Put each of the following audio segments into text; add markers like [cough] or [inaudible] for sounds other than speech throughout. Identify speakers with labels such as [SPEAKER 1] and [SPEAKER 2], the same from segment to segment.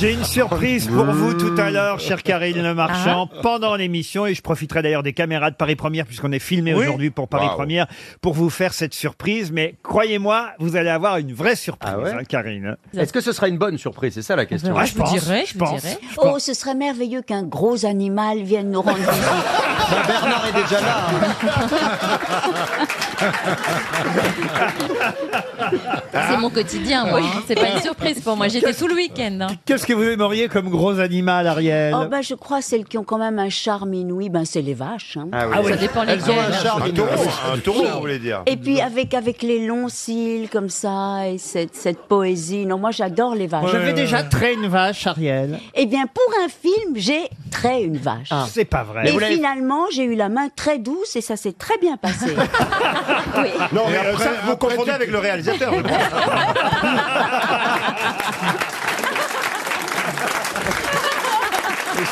[SPEAKER 1] J'ai une surprise pour vous tout à l'heure, cher Karine Le Marchand,
[SPEAKER 2] Ah.
[SPEAKER 1] pendant l'émission, et je profiterai d'ailleurs des caméras de Paris Première, puisqu'on est filmé
[SPEAKER 3] Oui.
[SPEAKER 1] aujourd'hui pour Paris
[SPEAKER 3] Waouh.
[SPEAKER 1] Première, pour vous faire cette surprise. Mais croyez-moi, vous allez avoir une vraie surprise,
[SPEAKER 2] Ah ouais
[SPEAKER 1] hein, Karine.
[SPEAKER 2] Est-ce que ce sera une bonne surprise C'est ça la question.
[SPEAKER 1] Ah,
[SPEAKER 4] je vous dirai, je vous
[SPEAKER 1] pense,
[SPEAKER 4] dirai.
[SPEAKER 1] je
[SPEAKER 5] Oh,
[SPEAKER 1] pense.
[SPEAKER 5] ce serait merveilleux qu'un gros animal vienne nous rendre visite.
[SPEAKER 2] Bernard est déjà là.
[SPEAKER 4] C'est mon quotidien,
[SPEAKER 6] Ah.
[SPEAKER 4] moi. hein. [laughs] C'est pas une surprise pour moi. J'étais tout le week-end. hein.
[SPEAKER 1] Qu'est-ce que vous aimeriez comme gros animal, Ariel
[SPEAKER 5] Oh, bah, je crois celles qui ont quand même un charme inouï, ben, c'est les vaches. hein.
[SPEAKER 1] Ah oui.
[SPEAKER 4] Ça dépend
[SPEAKER 2] Elles ont un
[SPEAKER 4] lesquelles.
[SPEAKER 2] charme.
[SPEAKER 3] Un taureau, un taureau, vous voulez dire.
[SPEAKER 5] Et puis avec, avec les longs cils comme ça et cette, cette poésie. Non, moi j'adore les
[SPEAKER 7] Ah,
[SPEAKER 5] vaches.
[SPEAKER 1] J'avais déjà trait une vache, Ariel.
[SPEAKER 5] Eh bien, pour un film, j'ai très une vache.
[SPEAKER 1] Ah. C'est pas vrai.
[SPEAKER 5] Et finalement, j'ai eu la main très douce et ça s'est très bien passé. oui.
[SPEAKER 2] [laughs]
[SPEAKER 3] Non, mais euh, ça, vous confondez avec le
[SPEAKER 7] [laughs]
[SPEAKER 3] réalisateur. [laughs] je pense.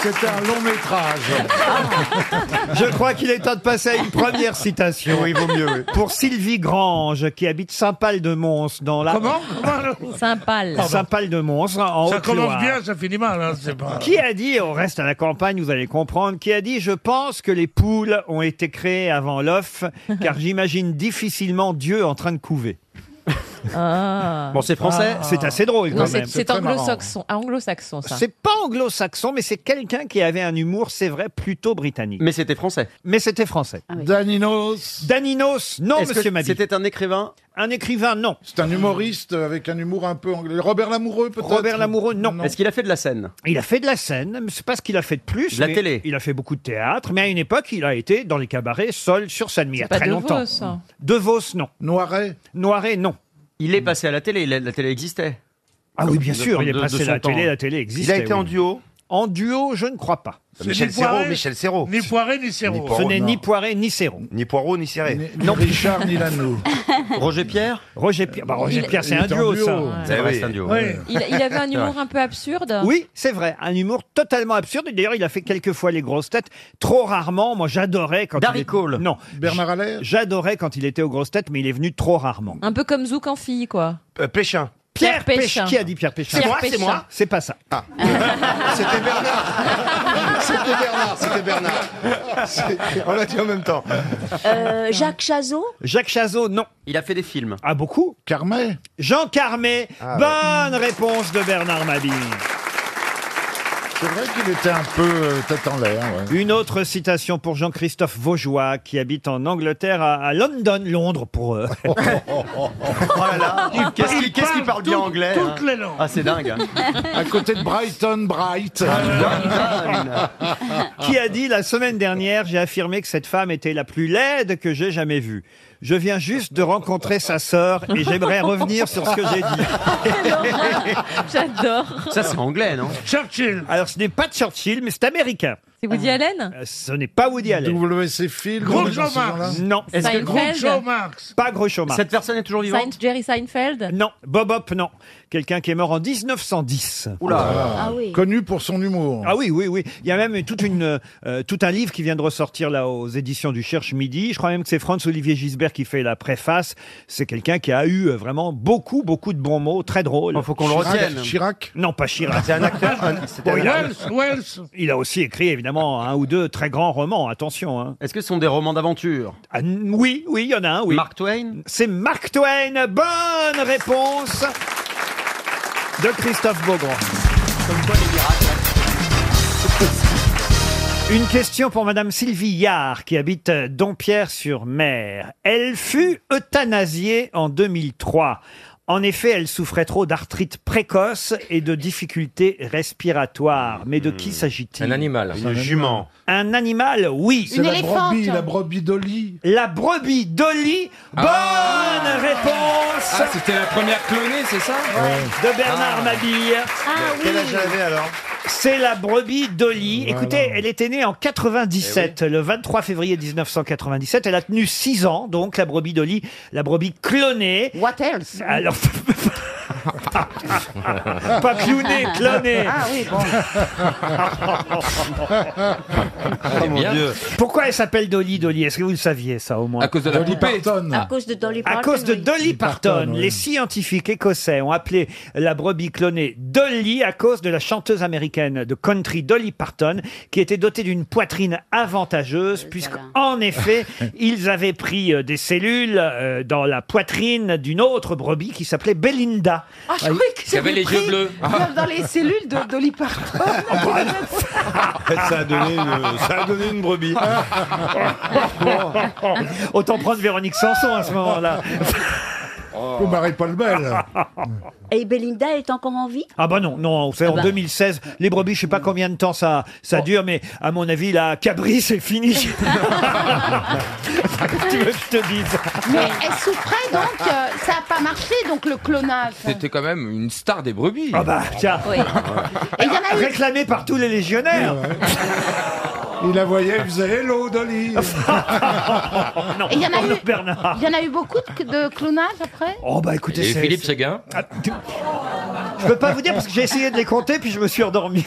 [SPEAKER 8] C'était un long métrage.
[SPEAKER 2] bah.
[SPEAKER 1] Je crois qu'il est temps de passer à une première citation.
[SPEAKER 3] Oui, il vaut mieux. oui.
[SPEAKER 1] Pour Sylvie Grange, qui habite Saint-Pal-de-Mons dans la...
[SPEAKER 8] Comment
[SPEAKER 4] Sympa. là.
[SPEAKER 1] Saint-Pal-de-Mons, en
[SPEAKER 8] Ça
[SPEAKER 1] Haute-Loire.
[SPEAKER 8] commence bien, ça finit mal. Hein, c'est pas...
[SPEAKER 1] Qui a dit, on reste à la campagne, vous allez comprendre, qui a dit, je pense que les poules ont été créées avant
[SPEAKER 4] [laughs]
[SPEAKER 1] l'œuf, car j'imagine difficilement Dieu en train de couver.
[SPEAKER 4] Ah.
[SPEAKER 2] Bon, c'est français.
[SPEAKER 1] C'est assez drôle
[SPEAKER 4] Non,
[SPEAKER 1] quand
[SPEAKER 4] c'est
[SPEAKER 1] même.
[SPEAKER 4] c'est anglo-saxon, Ah, anglo-saxon, ça.
[SPEAKER 1] C'est pas anglo-saxon, mais c'est quelqu'un qui avait un humour, c'est vrai, plutôt britannique.
[SPEAKER 2] Mais c'était français.
[SPEAKER 1] Mais c'était français.
[SPEAKER 4] Ah
[SPEAKER 6] Daninos,
[SPEAKER 1] Daninos, non,
[SPEAKER 2] Est-ce que
[SPEAKER 1] monsieur Mabie.
[SPEAKER 2] C'était un écrivain.
[SPEAKER 1] Un écrivain, non.
[SPEAKER 6] c'est un humoriste avec un humour un peu anglais. Robert Lamoureux, peut-être
[SPEAKER 1] Robert Lamoureux, non.
[SPEAKER 2] Est-ce qu'il a fait de la scène
[SPEAKER 1] Il a fait de la scène, mais c'est pas ce qu'il a fait de plus.
[SPEAKER 2] De la
[SPEAKER 1] mais
[SPEAKER 2] télé.
[SPEAKER 1] Il a fait beaucoup de théâtre, mais à une époque, il a été dans les cabarets seul sur scène, mais il y a
[SPEAKER 4] pas
[SPEAKER 1] très
[SPEAKER 4] de
[SPEAKER 1] longtemps.
[SPEAKER 4] Vos, ça.
[SPEAKER 1] De Vos, non.
[SPEAKER 6] Noiret.
[SPEAKER 1] Noiret, non.
[SPEAKER 2] Il est passé à la télé. La, la télé existait.
[SPEAKER 1] Ah oui, bien
[SPEAKER 3] de
[SPEAKER 1] sûr,
[SPEAKER 3] son-
[SPEAKER 1] il est
[SPEAKER 3] de- de
[SPEAKER 1] passé
[SPEAKER 3] son
[SPEAKER 1] la
[SPEAKER 3] temps.
[SPEAKER 1] télé, la télé
[SPEAKER 3] Il
[SPEAKER 1] existait.
[SPEAKER 3] a été en
[SPEAKER 1] oui.
[SPEAKER 3] duo.
[SPEAKER 1] En duo, je ne crois pas.
[SPEAKER 3] Michel
[SPEAKER 8] ni
[SPEAKER 3] Serrault,
[SPEAKER 8] Poiret,
[SPEAKER 3] Michel Serrault.
[SPEAKER 8] Ni Poiret, ni Serrault.
[SPEAKER 3] Ni Poiret.
[SPEAKER 1] Ce
[SPEAKER 3] Oh,
[SPEAKER 1] n'est
[SPEAKER 6] non.
[SPEAKER 1] ni Poiret ni Serron.
[SPEAKER 3] Ni Poirot, ni Serré.
[SPEAKER 6] Ni, ni Richard,
[SPEAKER 1] [laughs]
[SPEAKER 6] ni Lanoux.
[SPEAKER 2] Roger Pierre.
[SPEAKER 1] Roger Pierre, bah, Roger
[SPEAKER 4] Il-
[SPEAKER 1] Pierre, c'est
[SPEAKER 6] il
[SPEAKER 1] un
[SPEAKER 6] est en
[SPEAKER 1] duo,
[SPEAKER 6] duo.
[SPEAKER 1] ça.
[SPEAKER 6] Ouais.
[SPEAKER 2] C'est
[SPEAKER 3] Eh
[SPEAKER 2] vrai,
[SPEAKER 3] oui.
[SPEAKER 2] c'est un duo.
[SPEAKER 8] Oui.
[SPEAKER 4] Il, il
[SPEAKER 2] [laughs]
[SPEAKER 4] avait un humour un peu absurde.
[SPEAKER 1] Oui, c'est vrai, un humour totalement absurde. Et D'ailleurs, il a fait quelques fois les grosses têtes, trop rarement. Moi, j'adorais quand. il
[SPEAKER 2] Darry
[SPEAKER 1] était-
[SPEAKER 2] Cole.
[SPEAKER 1] Non,
[SPEAKER 6] Bernard Allaire.
[SPEAKER 1] j'adorais quand il était aux grosses têtes, mais il est venu trop rarement.
[SPEAKER 4] Un peu comme Zouk en fille, quoi.
[SPEAKER 3] Euh, Péchin.
[SPEAKER 1] Pierre,
[SPEAKER 4] Pierre
[SPEAKER 1] Péchin.
[SPEAKER 4] Péchin.
[SPEAKER 1] Qui a dit Pierre Péchin
[SPEAKER 4] Pierre
[SPEAKER 3] moi, c'est
[SPEAKER 4] Péchin.
[SPEAKER 3] moi. Ah.
[SPEAKER 1] C'est pas ça.
[SPEAKER 3] C'était Bernard. [laughs] C'était Bernard. C'était Bernard.
[SPEAKER 6] [laughs]
[SPEAKER 3] C'est- On l'a dit en même temps.
[SPEAKER 5] Euh, Jacques Chazot,
[SPEAKER 1] Jacques Chazot, non.
[SPEAKER 2] Il a fait des films.
[SPEAKER 1] Ah, beaucoup
[SPEAKER 6] Carmet. Ah,
[SPEAKER 1] Jean Carmé, bonne réponse de Bernard Mabille.
[SPEAKER 6] C'est vrai qu'il était un peu euh, tête en l'air. ouais.
[SPEAKER 1] Une autre citation pour Jean-Christophe Vaugeois, qui habite en Angleterre, à, à London, Londres, pour... [laughs]
[SPEAKER 6] [laughs]
[SPEAKER 1] euh,
[SPEAKER 2] Qu'est-ce qu'il qu'est-ce qu'il parle bien
[SPEAKER 8] tout-
[SPEAKER 2] anglais hein
[SPEAKER 8] Toutes les langues.
[SPEAKER 2] Ah, c'est dingue. hein.
[SPEAKER 6] À côté de Brighton, Bright.
[SPEAKER 1] Ah,
[SPEAKER 6] [laughs]
[SPEAKER 1] qui a dit la semaine dernière, j'ai affirmé que cette femme était la plus laide que j'ai jamais vue. Je viens juste de rencontrer sa sœur et j'aimerais revenir sur ce que j'ai dit.
[SPEAKER 4] J'adore.
[SPEAKER 2] Ça, c'est anglais, non
[SPEAKER 8] Churchill.
[SPEAKER 1] Alors ce n'est pas Churchill, mais c'est américain.
[SPEAKER 4] C'est
[SPEAKER 2] Ah.
[SPEAKER 4] Woody Allen
[SPEAKER 1] Euh, Ce n'est pas Woody Allen.
[SPEAKER 6] WC Phil. on
[SPEAKER 8] Gros
[SPEAKER 6] est dans ces
[SPEAKER 8] Jean-Marc.
[SPEAKER 6] gens-là.
[SPEAKER 1] Non,
[SPEAKER 8] Groupe Jean
[SPEAKER 4] Seinfeld
[SPEAKER 8] Marx.
[SPEAKER 1] pas Groucho Marx.
[SPEAKER 2] Cette personne est toujours vivante.
[SPEAKER 4] Sein- Jerry Seinfeld
[SPEAKER 1] Non, Bob Hop, non. Quelqu'un qui est mort en 1910.
[SPEAKER 2] Oula.
[SPEAKER 5] Ah oui.
[SPEAKER 6] Connu pour son humour.
[SPEAKER 1] Ah oui, oui, oui. Il y a même toute une, euh, tout un livre qui vient de ressortir là aux éditions du Cherche Midi. Je crois même que c'est Franz-Olivier Gisbert qui fait la préface. C'est quelqu'un qui a eu euh, vraiment beaucoup, beaucoup de bons mots, très drôle.
[SPEAKER 2] Il faut qu'on le
[SPEAKER 6] Chirac,
[SPEAKER 2] retienne.
[SPEAKER 6] Chirac.
[SPEAKER 1] Non, pas Chirac.
[SPEAKER 3] C'est un acteur. un- c'était un-
[SPEAKER 8] Wells, Wells.
[SPEAKER 1] Il a aussi écrit évidemment un ou deux très grands romans, attention. hein.
[SPEAKER 2] Est-ce que ce sont des romans d'aventure
[SPEAKER 1] Ah, n- oui, oui, il y en a un, oui.
[SPEAKER 2] Mark Twain
[SPEAKER 1] C'est Mark Twain. Bonne réponse de Christophe Beaugrand. Une question pour Madame Sylvie Yard, qui habite euh, Dompierre-sur-Mer. Elle fut euthanasiée en 2003. En effet, elle souffrait trop d'arthrite précoce et de difficultés respiratoires. Mais de qui s'agit-il
[SPEAKER 9] Hmm. Un animal.
[SPEAKER 3] Une jument.
[SPEAKER 1] Un animal, oui.
[SPEAKER 6] C'est la brebis, la brebis d'Oli.
[SPEAKER 1] La brebis Dolly. Bonne réponse
[SPEAKER 9] Ah, c'était la première clonée, c'est ça
[SPEAKER 1] de Bernard Mabille.
[SPEAKER 5] Ah oui.
[SPEAKER 3] Quel âge elle avait alors
[SPEAKER 1] C'est la brebis Dolly. Écoutez, elle était née en
[SPEAKER 3] Eh
[SPEAKER 1] 97, le 23 février 1997. Elle a tenu 6 ans, donc la brebis Dolly, la brebis clonée.
[SPEAKER 5] What else
[SPEAKER 1] Alors. [laughs]
[SPEAKER 2] Ah.
[SPEAKER 7] ah
[SPEAKER 1] Pas clownée, clonée.
[SPEAKER 5] Ah oui, bon.
[SPEAKER 3] Oh mon Dieu.
[SPEAKER 1] Pourquoi elle s'appelle Dolly Dolly Est-ce que vous le saviez ça au moins
[SPEAKER 9] À cause de la
[SPEAKER 6] Dolly
[SPEAKER 9] poupée. Ah,
[SPEAKER 6] Parton.
[SPEAKER 5] À cause de Dolly
[SPEAKER 1] À
[SPEAKER 5] Parton.
[SPEAKER 1] cause de
[SPEAKER 5] oui.
[SPEAKER 1] Dolly Parton,
[SPEAKER 6] Parton, oui.
[SPEAKER 1] les scientifiques écossais ont appelé la brebis clonée Dolly à cause de la chanteuse américaine de country Dolly Parton, qui était dotée d'une poitrine avantageuse,
[SPEAKER 7] Euh,
[SPEAKER 1] puisqu'en
[SPEAKER 7] [laughs]
[SPEAKER 1] effet, ils avaient pris euh, des cellules euh, dans la poitrine d'une autre brebis qui s'appelait Belinda.
[SPEAKER 7] Ah, je croyais que
[SPEAKER 9] avait
[SPEAKER 7] j'avais
[SPEAKER 9] les
[SPEAKER 7] pris
[SPEAKER 9] yeux bleus.
[SPEAKER 7] dans- dans les cellules de Dolly
[SPEAKER 2] [laughs]
[SPEAKER 7] Parton.
[SPEAKER 1] [laughs]
[SPEAKER 2] Ça a donné une, ça a donné une
[SPEAKER 6] [laughs]
[SPEAKER 2] brebis.
[SPEAKER 1] Autant prendre Véronique Sanson à ce moment-là.
[SPEAKER 6] Ou
[SPEAKER 1] [laughs]
[SPEAKER 6] Marie-Paul Bell.
[SPEAKER 5] Et Belinda est encore en vie
[SPEAKER 1] Ah bah non, non, c'est en
[SPEAKER 5] bah.
[SPEAKER 1] 2016. Les brebis, je sais pas combien de temps ça, ça dure, mais à mon avis, la cabri, c'est fini. [laughs] tu veux que je te dise
[SPEAKER 7] Mais elle souffrait donc, euh, ça n'a pas marché donc le clonage. Et
[SPEAKER 9] C'était quand même une star des brebis.
[SPEAKER 1] Ah bah tiens,
[SPEAKER 10] Oui.
[SPEAKER 7] il
[SPEAKER 1] [laughs]
[SPEAKER 7] y en a eu.
[SPEAKER 1] réclamé par tous les légionnaires.
[SPEAKER 6] Il la voyait, il faisait Hello Dolly.
[SPEAKER 1] Non,
[SPEAKER 7] Et il y en a
[SPEAKER 1] oh [laughs] non,
[SPEAKER 7] eu-
[SPEAKER 2] Ah.
[SPEAKER 1] Bernard.
[SPEAKER 7] Il y en a eu beaucoup de, de clonage après
[SPEAKER 1] Oh bah écoutez,
[SPEAKER 9] Et
[SPEAKER 1] c'est-
[SPEAKER 9] Philippe
[SPEAKER 1] c'est-
[SPEAKER 9] Séguin
[SPEAKER 1] Ah, tu- je peux pas vous dire parce que j'ai essayé de les compter puis je me suis endormi.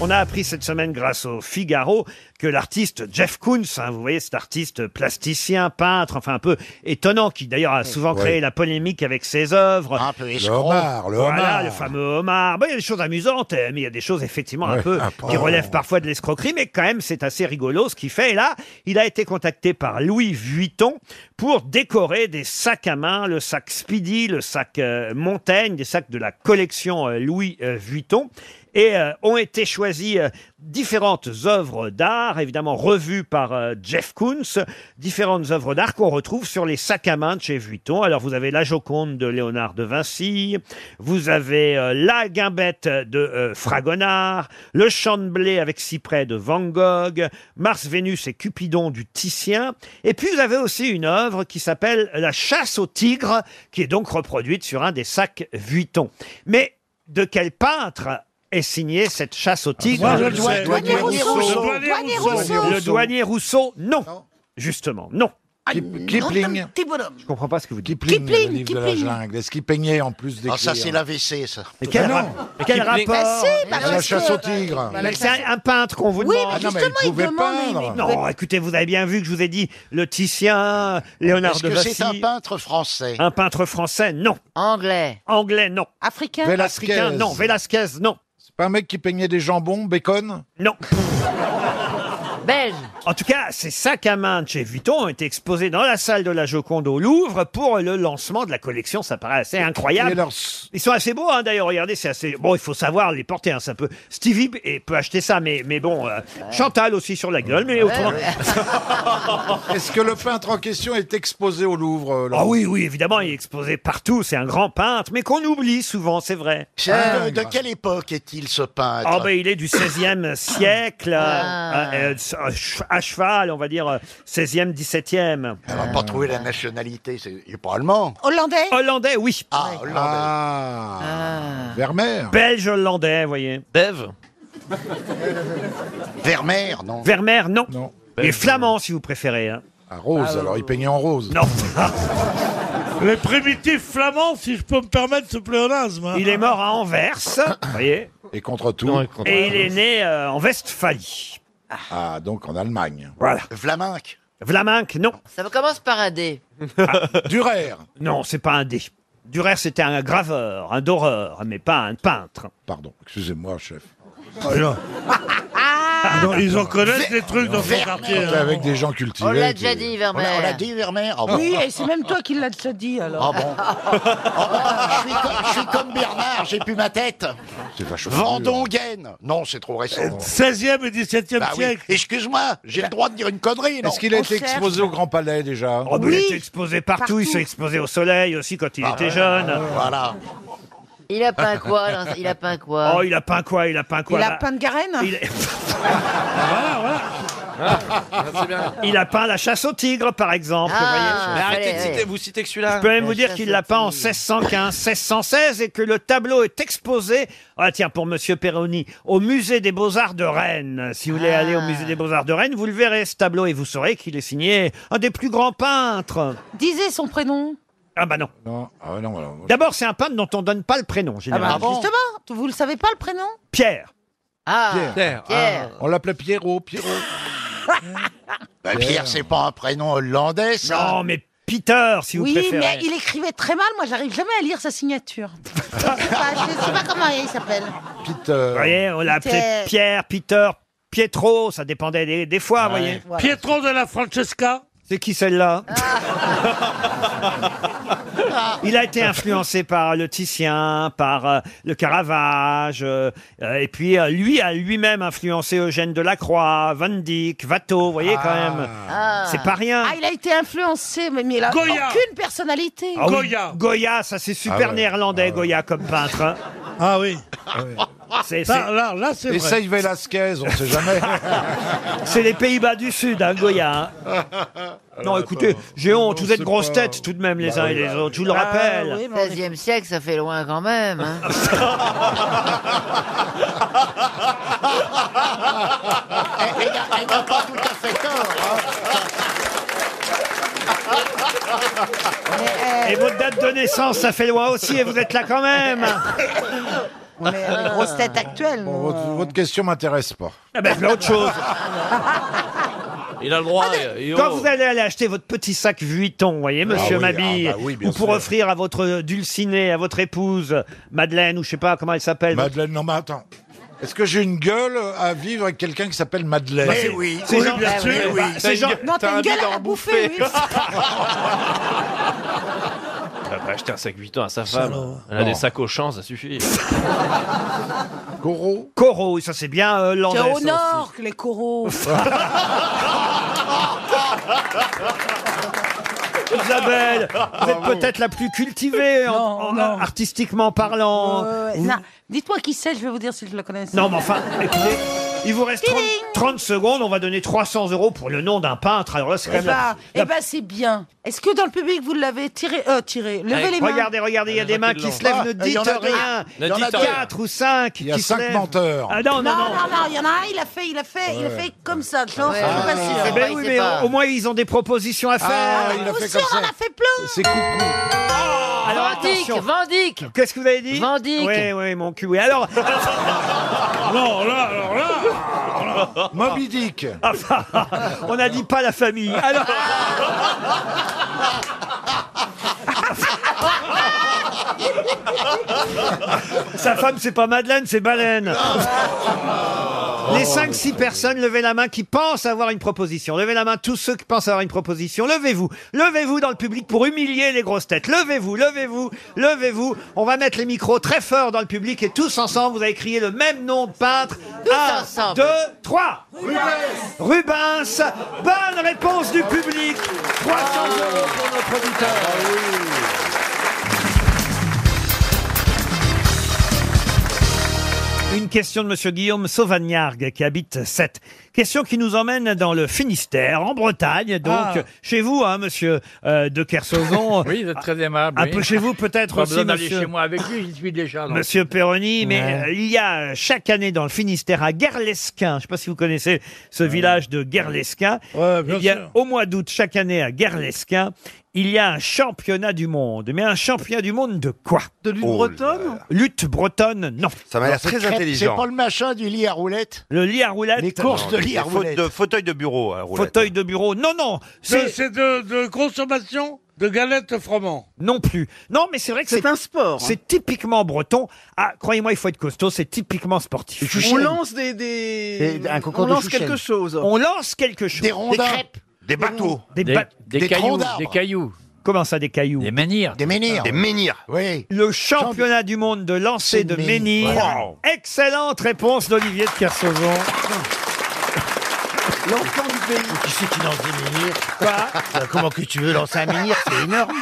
[SPEAKER 1] On a appris cette semaine grâce au Figaro que l'artiste Jeff Koons, hein, vous voyez cet artiste plasticien, peintre, enfin un peu étonnant, qui d'ailleurs a souvent créé la polémique avec ses œuvres.
[SPEAKER 6] Le homard, le
[SPEAKER 1] Voilà,
[SPEAKER 6] homard.
[SPEAKER 1] le fameux homard. Bon, il y a des choses amusantes, euh, mais il y a des choses effectivement un
[SPEAKER 6] Ouais,
[SPEAKER 1] peu
[SPEAKER 6] ah, pas-
[SPEAKER 1] qui relèvent parfois de l'escroquerie, mais quand même, c'est assez rigolo ce qu'il fait. Et là, il a été contacté par Louis Vuitton pour décorer des sacs à main, le sac Speedy, le sac euh, Montaigne, des sacs de la collection euh, Louis euh, Vuitton. Et euh, ont été choisies euh, différentes œuvres d'art, évidemment revues par euh, Jeff Koons, différentes œuvres d'art qu'on retrouve sur les sacs à main de chez Vuitton. Alors vous avez la Joconde de Léonard de Vinci, vous avez euh, la Guimbette de euh, Fragonard, le Champ de blé avec Cyprès de Van Gogh, Mars, Vénus et Cupidon du Titien. Et puis vous avez aussi une œuvre qui s'appelle La chasse au tigre, qui est donc reproduite sur un des sacs Vuitton. Mais de quel peintre est signée cette chasse au tigre
[SPEAKER 8] Moi, je le sais.
[SPEAKER 2] Douanier
[SPEAKER 7] Douanier
[SPEAKER 2] Rousseau.
[SPEAKER 7] Rousseau.
[SPEAKER 8] Douanier
[SPEAKER 7] Douanier
[SPEAKER 8] Rousseau.
[SPEAKER 7] Rousseau.
[SPEAKER 1] Le douanier Rousseau, non. Justement, non.
[SPEAKER 2] Kip- Kipling.
[SPEAKER 1] Je comprends pas ce que vous dites.
[SPEAKER 6] Kipling,
[SPEAKER 7] Kipling,
[SPEAKER 6] le livre de la
[SPEAKER 7] Kipling.
[SPEAKER 6] jungle. Est-ce qu'il peignait en plus
[SPEAKER 2] Ah,
[SPEAKER 6] d'écrire
[SPEAKER 2] l'AVC, ça.
[SPEAKER 1] Mais quel,
[SPEAKER 6] Ah
[SPEAKER 1] ra-
[SPEAKER 6] non.
[SPEAKER 1] mais quel
[SPEAKER 9] Kipling.
[SPEAKER 1] rapport
[SPEAKER 7] Bah, si, bah,
[SPEAKER 6] La
[SPEAKER 7] parce
[SPEAKER 6] chasse
[SPEAKER 7] que-
[SPEAKER 6] au tigre.
[SPEAKER 7] Bah,
[SPEAKER 1] euh, Mais c'est un un peintre qu'on vous
[SPEAKER 7] Oui,
[SPEAKER 1] demande.
[SPEAKER 7] mais
[SPEAKER 6] Ah non, mais
[SPEAKER 7] justement,
[SPEAKER 6] il
[SPEAKER 7] il
[SPEAKER 6] pouvait
[SPEAKER 7] demande, mais-
[SPEAKER 6] peindre.
[SPEAKER 1] Non, écoutez, vous avez bien vu que je vous ai dit le Titien, Léonard de Vinci.
[SPEAKER 2] peintre français
[SPEAKER 1] Un peintre français, non.
[SPEAKER 7] Anglais.
[SPEAKER 1] Anglais, non.
[SPEAKER 7] Africain.
[SPEAKER 6] Velasquez.
[SPEAKER 1] Africain, non. Velasquez, non.
[SPEAKER 6] C'est pas un mec qui peignait des jambons, bacon
[SPEAKER 1] Non.
[SPEAKER 7] Belge.
[SPEAKER 1] En tout cas, ces sacs à main de chez Vuitton ont été exposés dans la salle de la Joconde au Louvre pour le lancement de la collection. Ça paraît assez
[SPEAKER 6] Quel est
[SPEAKER 1] incroyable.
[SPEAKER 6] leur s-
[SPEAKER 1] Ils sont assez beaux, hein, d'ailleurs. Regardez, c'est assez. Bon, il faut savoir les porter. Hein, c'est un peu. Stevie et peut acheter ça, mais, mais bon. euh, Chantal aussi sur la gueule, mais autrement.
[SPEAKER 6] [laughs] Est-ce que le peintre en question est exposé au Louvre euh,
[SPEAKER 1] Ah
[SPEAKER 6] Laurent
[SPEAKER 1] oui, oui, évidemment, il est exposé partout. C'est un grand peintre, mais qu'on oublie souvent, c'est vrai.
[SPEAKER 6] Ah,
[SPEAKER 2] de, de quelle époque est-il ce peintre
[SPEAKER 1] Ah ben, il est du
[SPEAKER 2] [laughs]
[SPEAKER 1] 16e siècle, euh,
[SPEAKER 2] Ah.
[SPEAKER 1] euh, euh, à cheval, on va dire euh, Ah. 16e, 17e.
[SPEAKER 2] On va pas trouver la nationalité, c'est... il est pas allemand.
[SPEAKER 7] Hollandais.
[SPEAKER 1] Hollandais, oui.
[SPEAKER 2] Ah, hollandais.
[SPEAKER 6] Ah, Vermeer.
[SPEAKER 1] Belge hollandais, vous voyez.
[SPEAKER 3] Dave
[SPEAKER 2] Vermeer, non
[SPEAKER 1] Vermeer, non.
[SPEAKER 6] Non.
[SPEAKER 1] Il est flamand, si vous préférez. hein.
[SPEAKER 6] Ah, rose, alors il peignait en rose.
[SPEAKER 1] Non. [laughs]
[SPEAKER 8] Les primitifs flamands, si je peux me permettre ce pléonasme. hein.
[SPEAKER 1] il est mort à
[SPEAKER 8] [coughs]
[SPEAKER 1] Anvers, vous voyez.
[SPEAKER 6] Ah, Et contre tout.
[SPEAKER 1] Et il est né euh, en Westphalie.
[SPEAKER 6] Ah, donc en Allemagne.
[SPEAKER 1] Voilà.
[SPEAKER 2] Vlaminck.
[SPEAKER 1] Vlaminck, non.
[SPEAKER 7] Ça commence par un D.
[SPEAKER 6] Ah, Durer.
[SPEAKER 1] Non, c'est pas un dé. Durer, c'était un graveur, un doreur, mais pas un peintre.
[SPEAKER 6] Pardon, excusez-moi, chef. Ah,
[SPEAKER 1] Ah,
[SPEAKER 8] Non, ils en connaissent des trucs dans son quartier.
[SPEAKER 6] Quand t'es
[SPEAKER 8] hein.
[SPEAKER 6] avec des gens cultivés. qui-
[SPEAKER 2] On l'a, on l'a dit Vermeer Ah bon.
[SPEAKER 7] Oui, et c'est même toi qui l'as déjà dit alors.
[SPEAKER 2] Ah bon Ah, je, suis comme, je suis comme Bernard, j'ai plus ma tête.
[SPEAKER 6] C'est vachement.
[SPEAKER 2] Vendongaine. Non, c'est trop
[SPEAKER 1] Euh,
[SPEAKER 2] récent.
[SPEAKER 8] 16e et 17e
[SPEAKER 2] Bah oui.
[SPEAKER 8] siècle.
[SPEAKER 2] Excuse-moi, j'ai le droit de dire une connerie, non
[SPEAKER 6] Est-ce qu'il a
[SPEAKER 7] On
[SPEAKER 6] été
[SPEAKER 7] cherche.
[SPEAKER 6] exposé au Grand Palais déjà
[SPEAKER 1] Oh, mais
[SPEAKER 7] Oui.
[SPEAKER 1] il était exposé partout. Il
[SPEAKER 7] Partout.
[SPEAKER 1] s'est exposé au soleil aussi quand
[SPEAKER 6] Ah
[SPEAKER 1] il était jeune.
[SPEAKER 2] Voilà.
[SPEAKER 7] Il a peint quoi dans- Il a peint quoi
[SPEAKER 1] Oh, il a peint quoi Il a peint quoi
[SPEAKER 7] Il a
[SPEAKER 1] là
[SPEAKER 7] peint de Garenne
[SPEAKER 1] Il...
[SPEAKER 7] [laughs]
[SPEAKER 1] Il a peint la chasse au tigre, par exemple. vous voyez.
[SPEAKER 7] Ah,
[SPEAKER 3] Mais arrêtez de
[SPEAKER 7] allez,
[SPEAKER 3] citer,
[SPEAKER 7] allez.
[SPEAKER 3] vous citez que
[SPEAKER 1] Je
[SPEAKER 3] celui-là.
[SPEAKER 1] peux même vous dire
[SPEAKER 7] chasse
[SPEAKER 1] qu'il
[SPEAKER 7] au
[SPEAKER 1] l'a peint en
[SPEAKER 7] tigre.
[SPEAKER 1] 1615, 1616 et que le tableau est exposé, ah tiens, pour Monsieur Perroni, au musée des Beaux-Arts de Rennes. Si vous voulez
[SPEAKER 7] Ah.
[SPEAKER 1] aller au musée des Beaux-Arts de Rennes, vous le verrez ce tableau et vous saurez qu'il est signé un des plus grands peintres.
[SPEAKER 7] Disais son prénom.
[SPEAKER 1] Ah bah non.
[SPEAKER 5] Non, ah ouais, non, alors, moi,
[SPEAKER 1] D'abord, c'est un peintre dont on donne pas le prénom,
[SPEAKER 7] Ah, bah,
[SPEAKER 2] Ah,
[SPEAKER 1] généralement.
[SPEAKER 11] Justement, tu- vous le savez pas le prénom
[SPEAKER 1] Pierre.
[SPEAKER 11] Ah,
[SPEAKER 5] Pierre. Ah,
[SPEAKER 11] Pierre.
[SPEAKER 5] On l'appelait Pierrot, Pierrot.
[SPEAKER 2] Bah, Pierre, c'est pas un prénom hollandais, ça
[SPEAKER 1] Non, mais Peter, si vous
[SPEAKER 11] oui,
[SPEAKER 1] préférez.
[SPEAKER 11] mais il écrivait très mal. Moi, j'arrive jamais à lire sa signature. je sais pas, je sais pas comment il s'appelle.
[SPEAKER 5] Peter.
[SPEAKER 1] Vous voyez, on l'a appelé
[SPEAKER 11] Pierre.
[SPEAKER 1] Pierre, Peter, Pietro, ça dépendait des, des fois, vous voyez.
[SPEAKER 11] Voilà.
[SPEAKER 8] Pietro de la Francesca
[SPEAKER 1] C'est qui celle-là [laughs] Il a été influencé par le Titien, par euh, le Caravage, euh, euh, et puis euh, lui a lui-même influencé Eugène Delacroix, Van Dyck, Watteau, vous voyez quand
[SPEAKER 7] Ah.
[SPEAKER 1] même. C'est pas rien.
[SPEAKER 11] Ah, il a été influencé, mais mais il a
[SPEAKER 8] Goya.
[SPEAKER 11] aucune personnalité.
[SPEAKER 1] Ah oui,
[SPEAKER 8] Goya.
[SPEAKER 1] Goya, ça c'est super
[SPEAKER 5] ouais.
[SPEAKER 1] néerlandais, Goya comme peintre. hein.
[SPEAKER 8] Ah oui.
[SPEAKER 1] C'est- c'est-
[SPEAKER 8] Là, là, là, c'est vrai.
[SPEAKER 5] Essaye Velasquez, on sait jamais.
[SPEAKER 1] [laughs] C'est les Pays-Bas du Sud, hein, Goya. hein.
[SPEAKER 5] [laughs] Ah,
[SPEAKER 1] non, écoutez, j'ai honte. Vous êtes
[SPEAKER 5] c'est
[SPEAKER 1] grosses
[SPEAKER 5] pas- Bah
[SPEAKER 1] têtes, tout de même, les uns et les autres. Je vous le rappelle.
[SPEAKER 11] Ah oui, mais on est-
[SPEAKER 12] 16e siècle, ça fait loin quand
[SPEAKER 6] [laughs]
[SPEAKER 12] même. hein.
[SPEAKER 11] Ah.
[SPEAKER 2] Elle n'a- elle n'a pas tout à fait tort. hein.
[SPEAKER 1] Et votre date de naissance, ça fait loin aussi, et vous êtes là quand
[SPEAKER 11] [laughs]
[SPEAKER 1] même.
[SPEAKER 11] on est on est grosse tête actuelle.
[SPEAKER 5] Bon,
[SPEAKER 11] nous.
[SPEAKER 5] votre, votre question m'intéresse pas.
[SPEAKER 1] Ah ben, c'est autre chose.
[SPEAKER 4] Il a le droit.
[SPEAKER 1] Ah,
[SPEAKER 4] oh.
[SPEAKER 1] Quand vous allez aller acheter votre petit sac Vuitton, vous voyez, monsieur
[SPEAKER 5] oui,
[SPEAKER 1] Mabille,
[SPEAKER 5] ah bah oui, bien
[SPEAKER 1] ou pour
[SPEAKER 5] sûr.
[SPEAKER 1] offrir à votre dulcinée, à votre épouse, Madeleine, ou je sais pas comment elle s'appelle.
[SPEAKER 5] Madeleine, non mais attends. Est-ce que j'ai une gueule à vivre avec quelqu'un qui s'appelle Madeleine
[SPEAKER 2] Eh oui.
[SPEAKER 1] Bah, C'est
[SPEAKER 8] Oui,
[SPEAKER 1] Jean-
[SPEAKER 8] bien
[SPEAKER 1] bah,
[SPEAKER 8] sûr.
[SPEAKER 1] oui, bah, c'est Jean-
[SPEAKER 11] Non, t'as une gueule à la bouffer, oui.
[SPEAKER 1] [laughs]
[SPEAKER 6] Oh,
[SPEAKER 13] acheter un sac 8 ans à sa femme. Elle
[SPEAKER 14] Oh.
[SPEAKER 13] a des sacs au champ, ça suffit.
[SPEAKER 5] Goro
[SPEAKER 1] Corot, ça c'est bien euh,
[SPEAKER 11] C'est
[SPEAKER 1] landais, ça
[SPEAKER 11] au
[SPEAKER 1] aussi.
[SPEAKER 11] nord que les coraux.
[SPEAKER 5] [laughs]
[SPEAKER 1] Isabelle,
[SPEAKER 5] Ah,
[SPEAKER 1] vous êtes peut-être la plus cultivée, en-
[SPEAKER 11] Non,
[SPEAKER 1] en-
[SPEAKER 11] non.
[SPEAKER 1] artistiquement parlant.
[SPEAKER 11] Ouais, Euh, non. Dites-moi qui c'est, je vais vous dire si je le connais.
[SPEAKER 1] Non, mais enfin, écoutez, il vous reste 30, 30 secondes, on va donner 300 euros pour le nom d'un peintre. Alors là, c'est quand même.
[SPEAKER 11] Eh
[SPEAKER 1] la-
[SPEAKER 11] ben, eh ben, c'est bien. Est-ce que dans le public, vous l'avez tiré euh, tiré Levez les mains. Ah,
[SPEAKER 1] Regardez, regardez, il y a des mains qui se lèvent, ne
[SPEAKER 5] Ah,
[SPEAKER 2] Il y
[SPEAKER 1] dites
[SPEAKER 2] en a deux.
[SPEAKER 1] rien.
[SPEAKER 13] Ne dites rien.
[SPEAKER 1] 4 ou 5
[SPEAKER 5] Il y a cinq menteurs.
[SPEAKER 1] Ah non, non,
[SPEAKER 11] Non,
[SPEAKER 1] non.
[SPEAKER 11] non, non, il y en a un, il a fait, il a fait, il a fait comme ça, je pense,
[SPEAKER 12] Ouais,
[SPEAKER 11] je suis pas
[SPEAKER 12] ouais,
[SPEAKER 11] sûre.
[SPEAKER 12] ouais.
[SPEAKER 1] Eh ben oui,
[SPEAKER 12] il sait
[SPEAKER 1] mais
[SPEAKER 12] pas.
[SPEAKER 1] au moins ils ont des propositions à
[SPEAKER 5] Ah,
[SPEAKER 1] faire.
[SPEAKER 5] il a fait
[SPEAKER 11] Sûr,
[SPEAKER 5] comme
[SPEAKER 11] on
[SPEAKER 5] ça.
[SPEAKER 11] en a fait plein Ah,
[SPEAKER 5] C'est coucou.
[SPEAKER 1] Alors
[SPEAKER 12] Vendique,
[SPEAKER 1] attention.
[SPEAKER 12] Vendique.
[SPEAKER 1] Qu'est-ce que vous avez dit
[SPEAKER 12] Van Dyck.
[SPEAKER 1] Oui, oui, mon cul. Oui. Alors,
[SPEAKER 8] [laughs] Non, là, alors là.
[SPEAKER 5] Moby
[SPEAKER 1] [laughs]
[SPEAKER 5] Dick.
[SPEAKER 1] on n'a dit pas la famille. Alors. [laughs] Sa femme, c'est pas Madeleine, c'est Baleine. Les 5-6 personnes, levez la main qui pensent avoir une proposition. Levez la main tous ceux qui pensent avoir une proposition. Levez-vous. Levez-vous dans le public pour humilier les grosses têtes. Levez-vous, levez-vous, levez-vous. On va mettre les micros très fort dans le public et tous ensemble, vous allez crier le même nom de peintre. Un,
[SPEAKER 12] ensemble.
[SPEAKER 1] deux, trois. Rubens. Bonne réponse du public. 300 euros pour notre auditeur. Une question de Monsieur Guillaume Sauvagnargues qui habite 7. Question qui nous emmène dans le Finistère, en Bretagne, donc
[SPEAKER 8] Ah.
[SPEAKER 1] chez vous, hein, Monsieur euh, de [laughs] Kersauzon.
[SPEAKER 15] [laughs]
[SPEAKER 13] Oui, vous êtes très aimable.
[SPEAKER 1] Un
[SPEAKER 13] oui.
[SPEAKER 1] peu chez vous peut-être
[SPEAKER 13] Pas
[SPEAKER 1] aussi,
[SPEAKER 13] besoin d'aller
[SPEAKER 1] monsieur,
[SPEAKER 13] chez moi avec lui, j'y suis déjà. donc.
[SPEAKER 1] monsieur Perroni, mais
[SPEAKER 13] Ouais.
[SPEAKER 1] euh, il y a euh, chaque année dans le Finistère à Guerlesquin, je ne sais pas si vous connaissez ce village de Guerlesquin,
[SPEAKER 8] Ouais, bien
[SPEAKER 1] eh bien,
[SPEAKER 8] sûr.
[SPEAKER 1] au mois d'août chaque année à Guerlesquin, il y a un championnat du monde. Mais un championnat du monde de quoi Oh
[SPEAKER 16] De l'une
[SPEAKER 1] euh,
[SPEAKER 16] bretonne
[SPEAKER 1] Lutte bretonne, non.
[SPEAKER 4] Ça m'a l'air
[SPEAKER 2] C'est
[SPEAKER 4] très
[SPEAKER 2] crête, C'est
[SPEAKER 4] intelligent.
[SPEAKER 2] pas le machin du lit à roulettes
[SPEAKER 1] Le lit à roulettes.
[SPEAKER 2] Les courses de lit à
[SPEAKER 4] Faute
[SPEAKER 2] roulettes.
[SPEAKER 4] de fauteuil de bureau.
[SPEAKER 3] hein,
[SPEAKER 4] à
[SPEAKER 3] Oh,
[SPEAKER 4] roulette.
[SPEAKER 1] Fauteuil de bureau. Non, non,
[SPEAKER 8] C'est
[SPEAKER 1] c'est
[SPEAKER 8] c'est de, de consommation de galettes froment.
[SPEAKER 1] non plus. Non, mais c'est vrai que c'est
[SPEAKER 16] C'est un sport.
[SPEAKER 1] c'est typiquement breton. Ah, croyez-moi, il faut être costaud. C'est typiquement sportif.
[SPEAKER 16] On lance des. des...
[SPEAKER 2] Des- un concours
[SPEAKER 16] On
[SPEAKER 2] de
[SPEAKER 16] lance
[SPEAKER 2] chouchen.
[SPEAKER 16] quelque chose.
[SPEAKER 1] On lance quelque chose.
[SPEAKER 2] Des rondins.
[SPEAKER 4] Des bateaux.
[SPEAKER 1] Des
[SPEAKER 13] Des,
[SPEAKER 1] ba-
[SPEAKER 13] des
[SPEAKER 2] des troncs
[SPEAKER 13] cailloux,
[SPEAKER 2] d'arbres.
[SPEAKER 13] des cailloux,
[SPEAKER 1] Comment ça, des cailloux
[SPEAKER 13] des menhirs.
[SPEAKER 2] Des menhirs.
[SPEAKER 4] Des menhirs.
[SPEAKER 2] Oui.
[SPEAKER 1] Le championnat du monde de lancer
[SPEAKER 2] C'est
[SPEAKER 1] de
[SPEAKER 2] Ménil.
[SPEAKER 1] menhir.
[SPEAKER 4] Wow.
[SPEAKER 1] Excellente réponse d'Olivier de Kersauzon.
[SPEAKER 16] L'enfant du pays.
[SPEAKER 2] Qui c'est qui lance des menhirs
[SPEAKER 1] Quoi
[SPEAKER 2] Euh, Comment que tu veux lancer un menhir C'est énorme.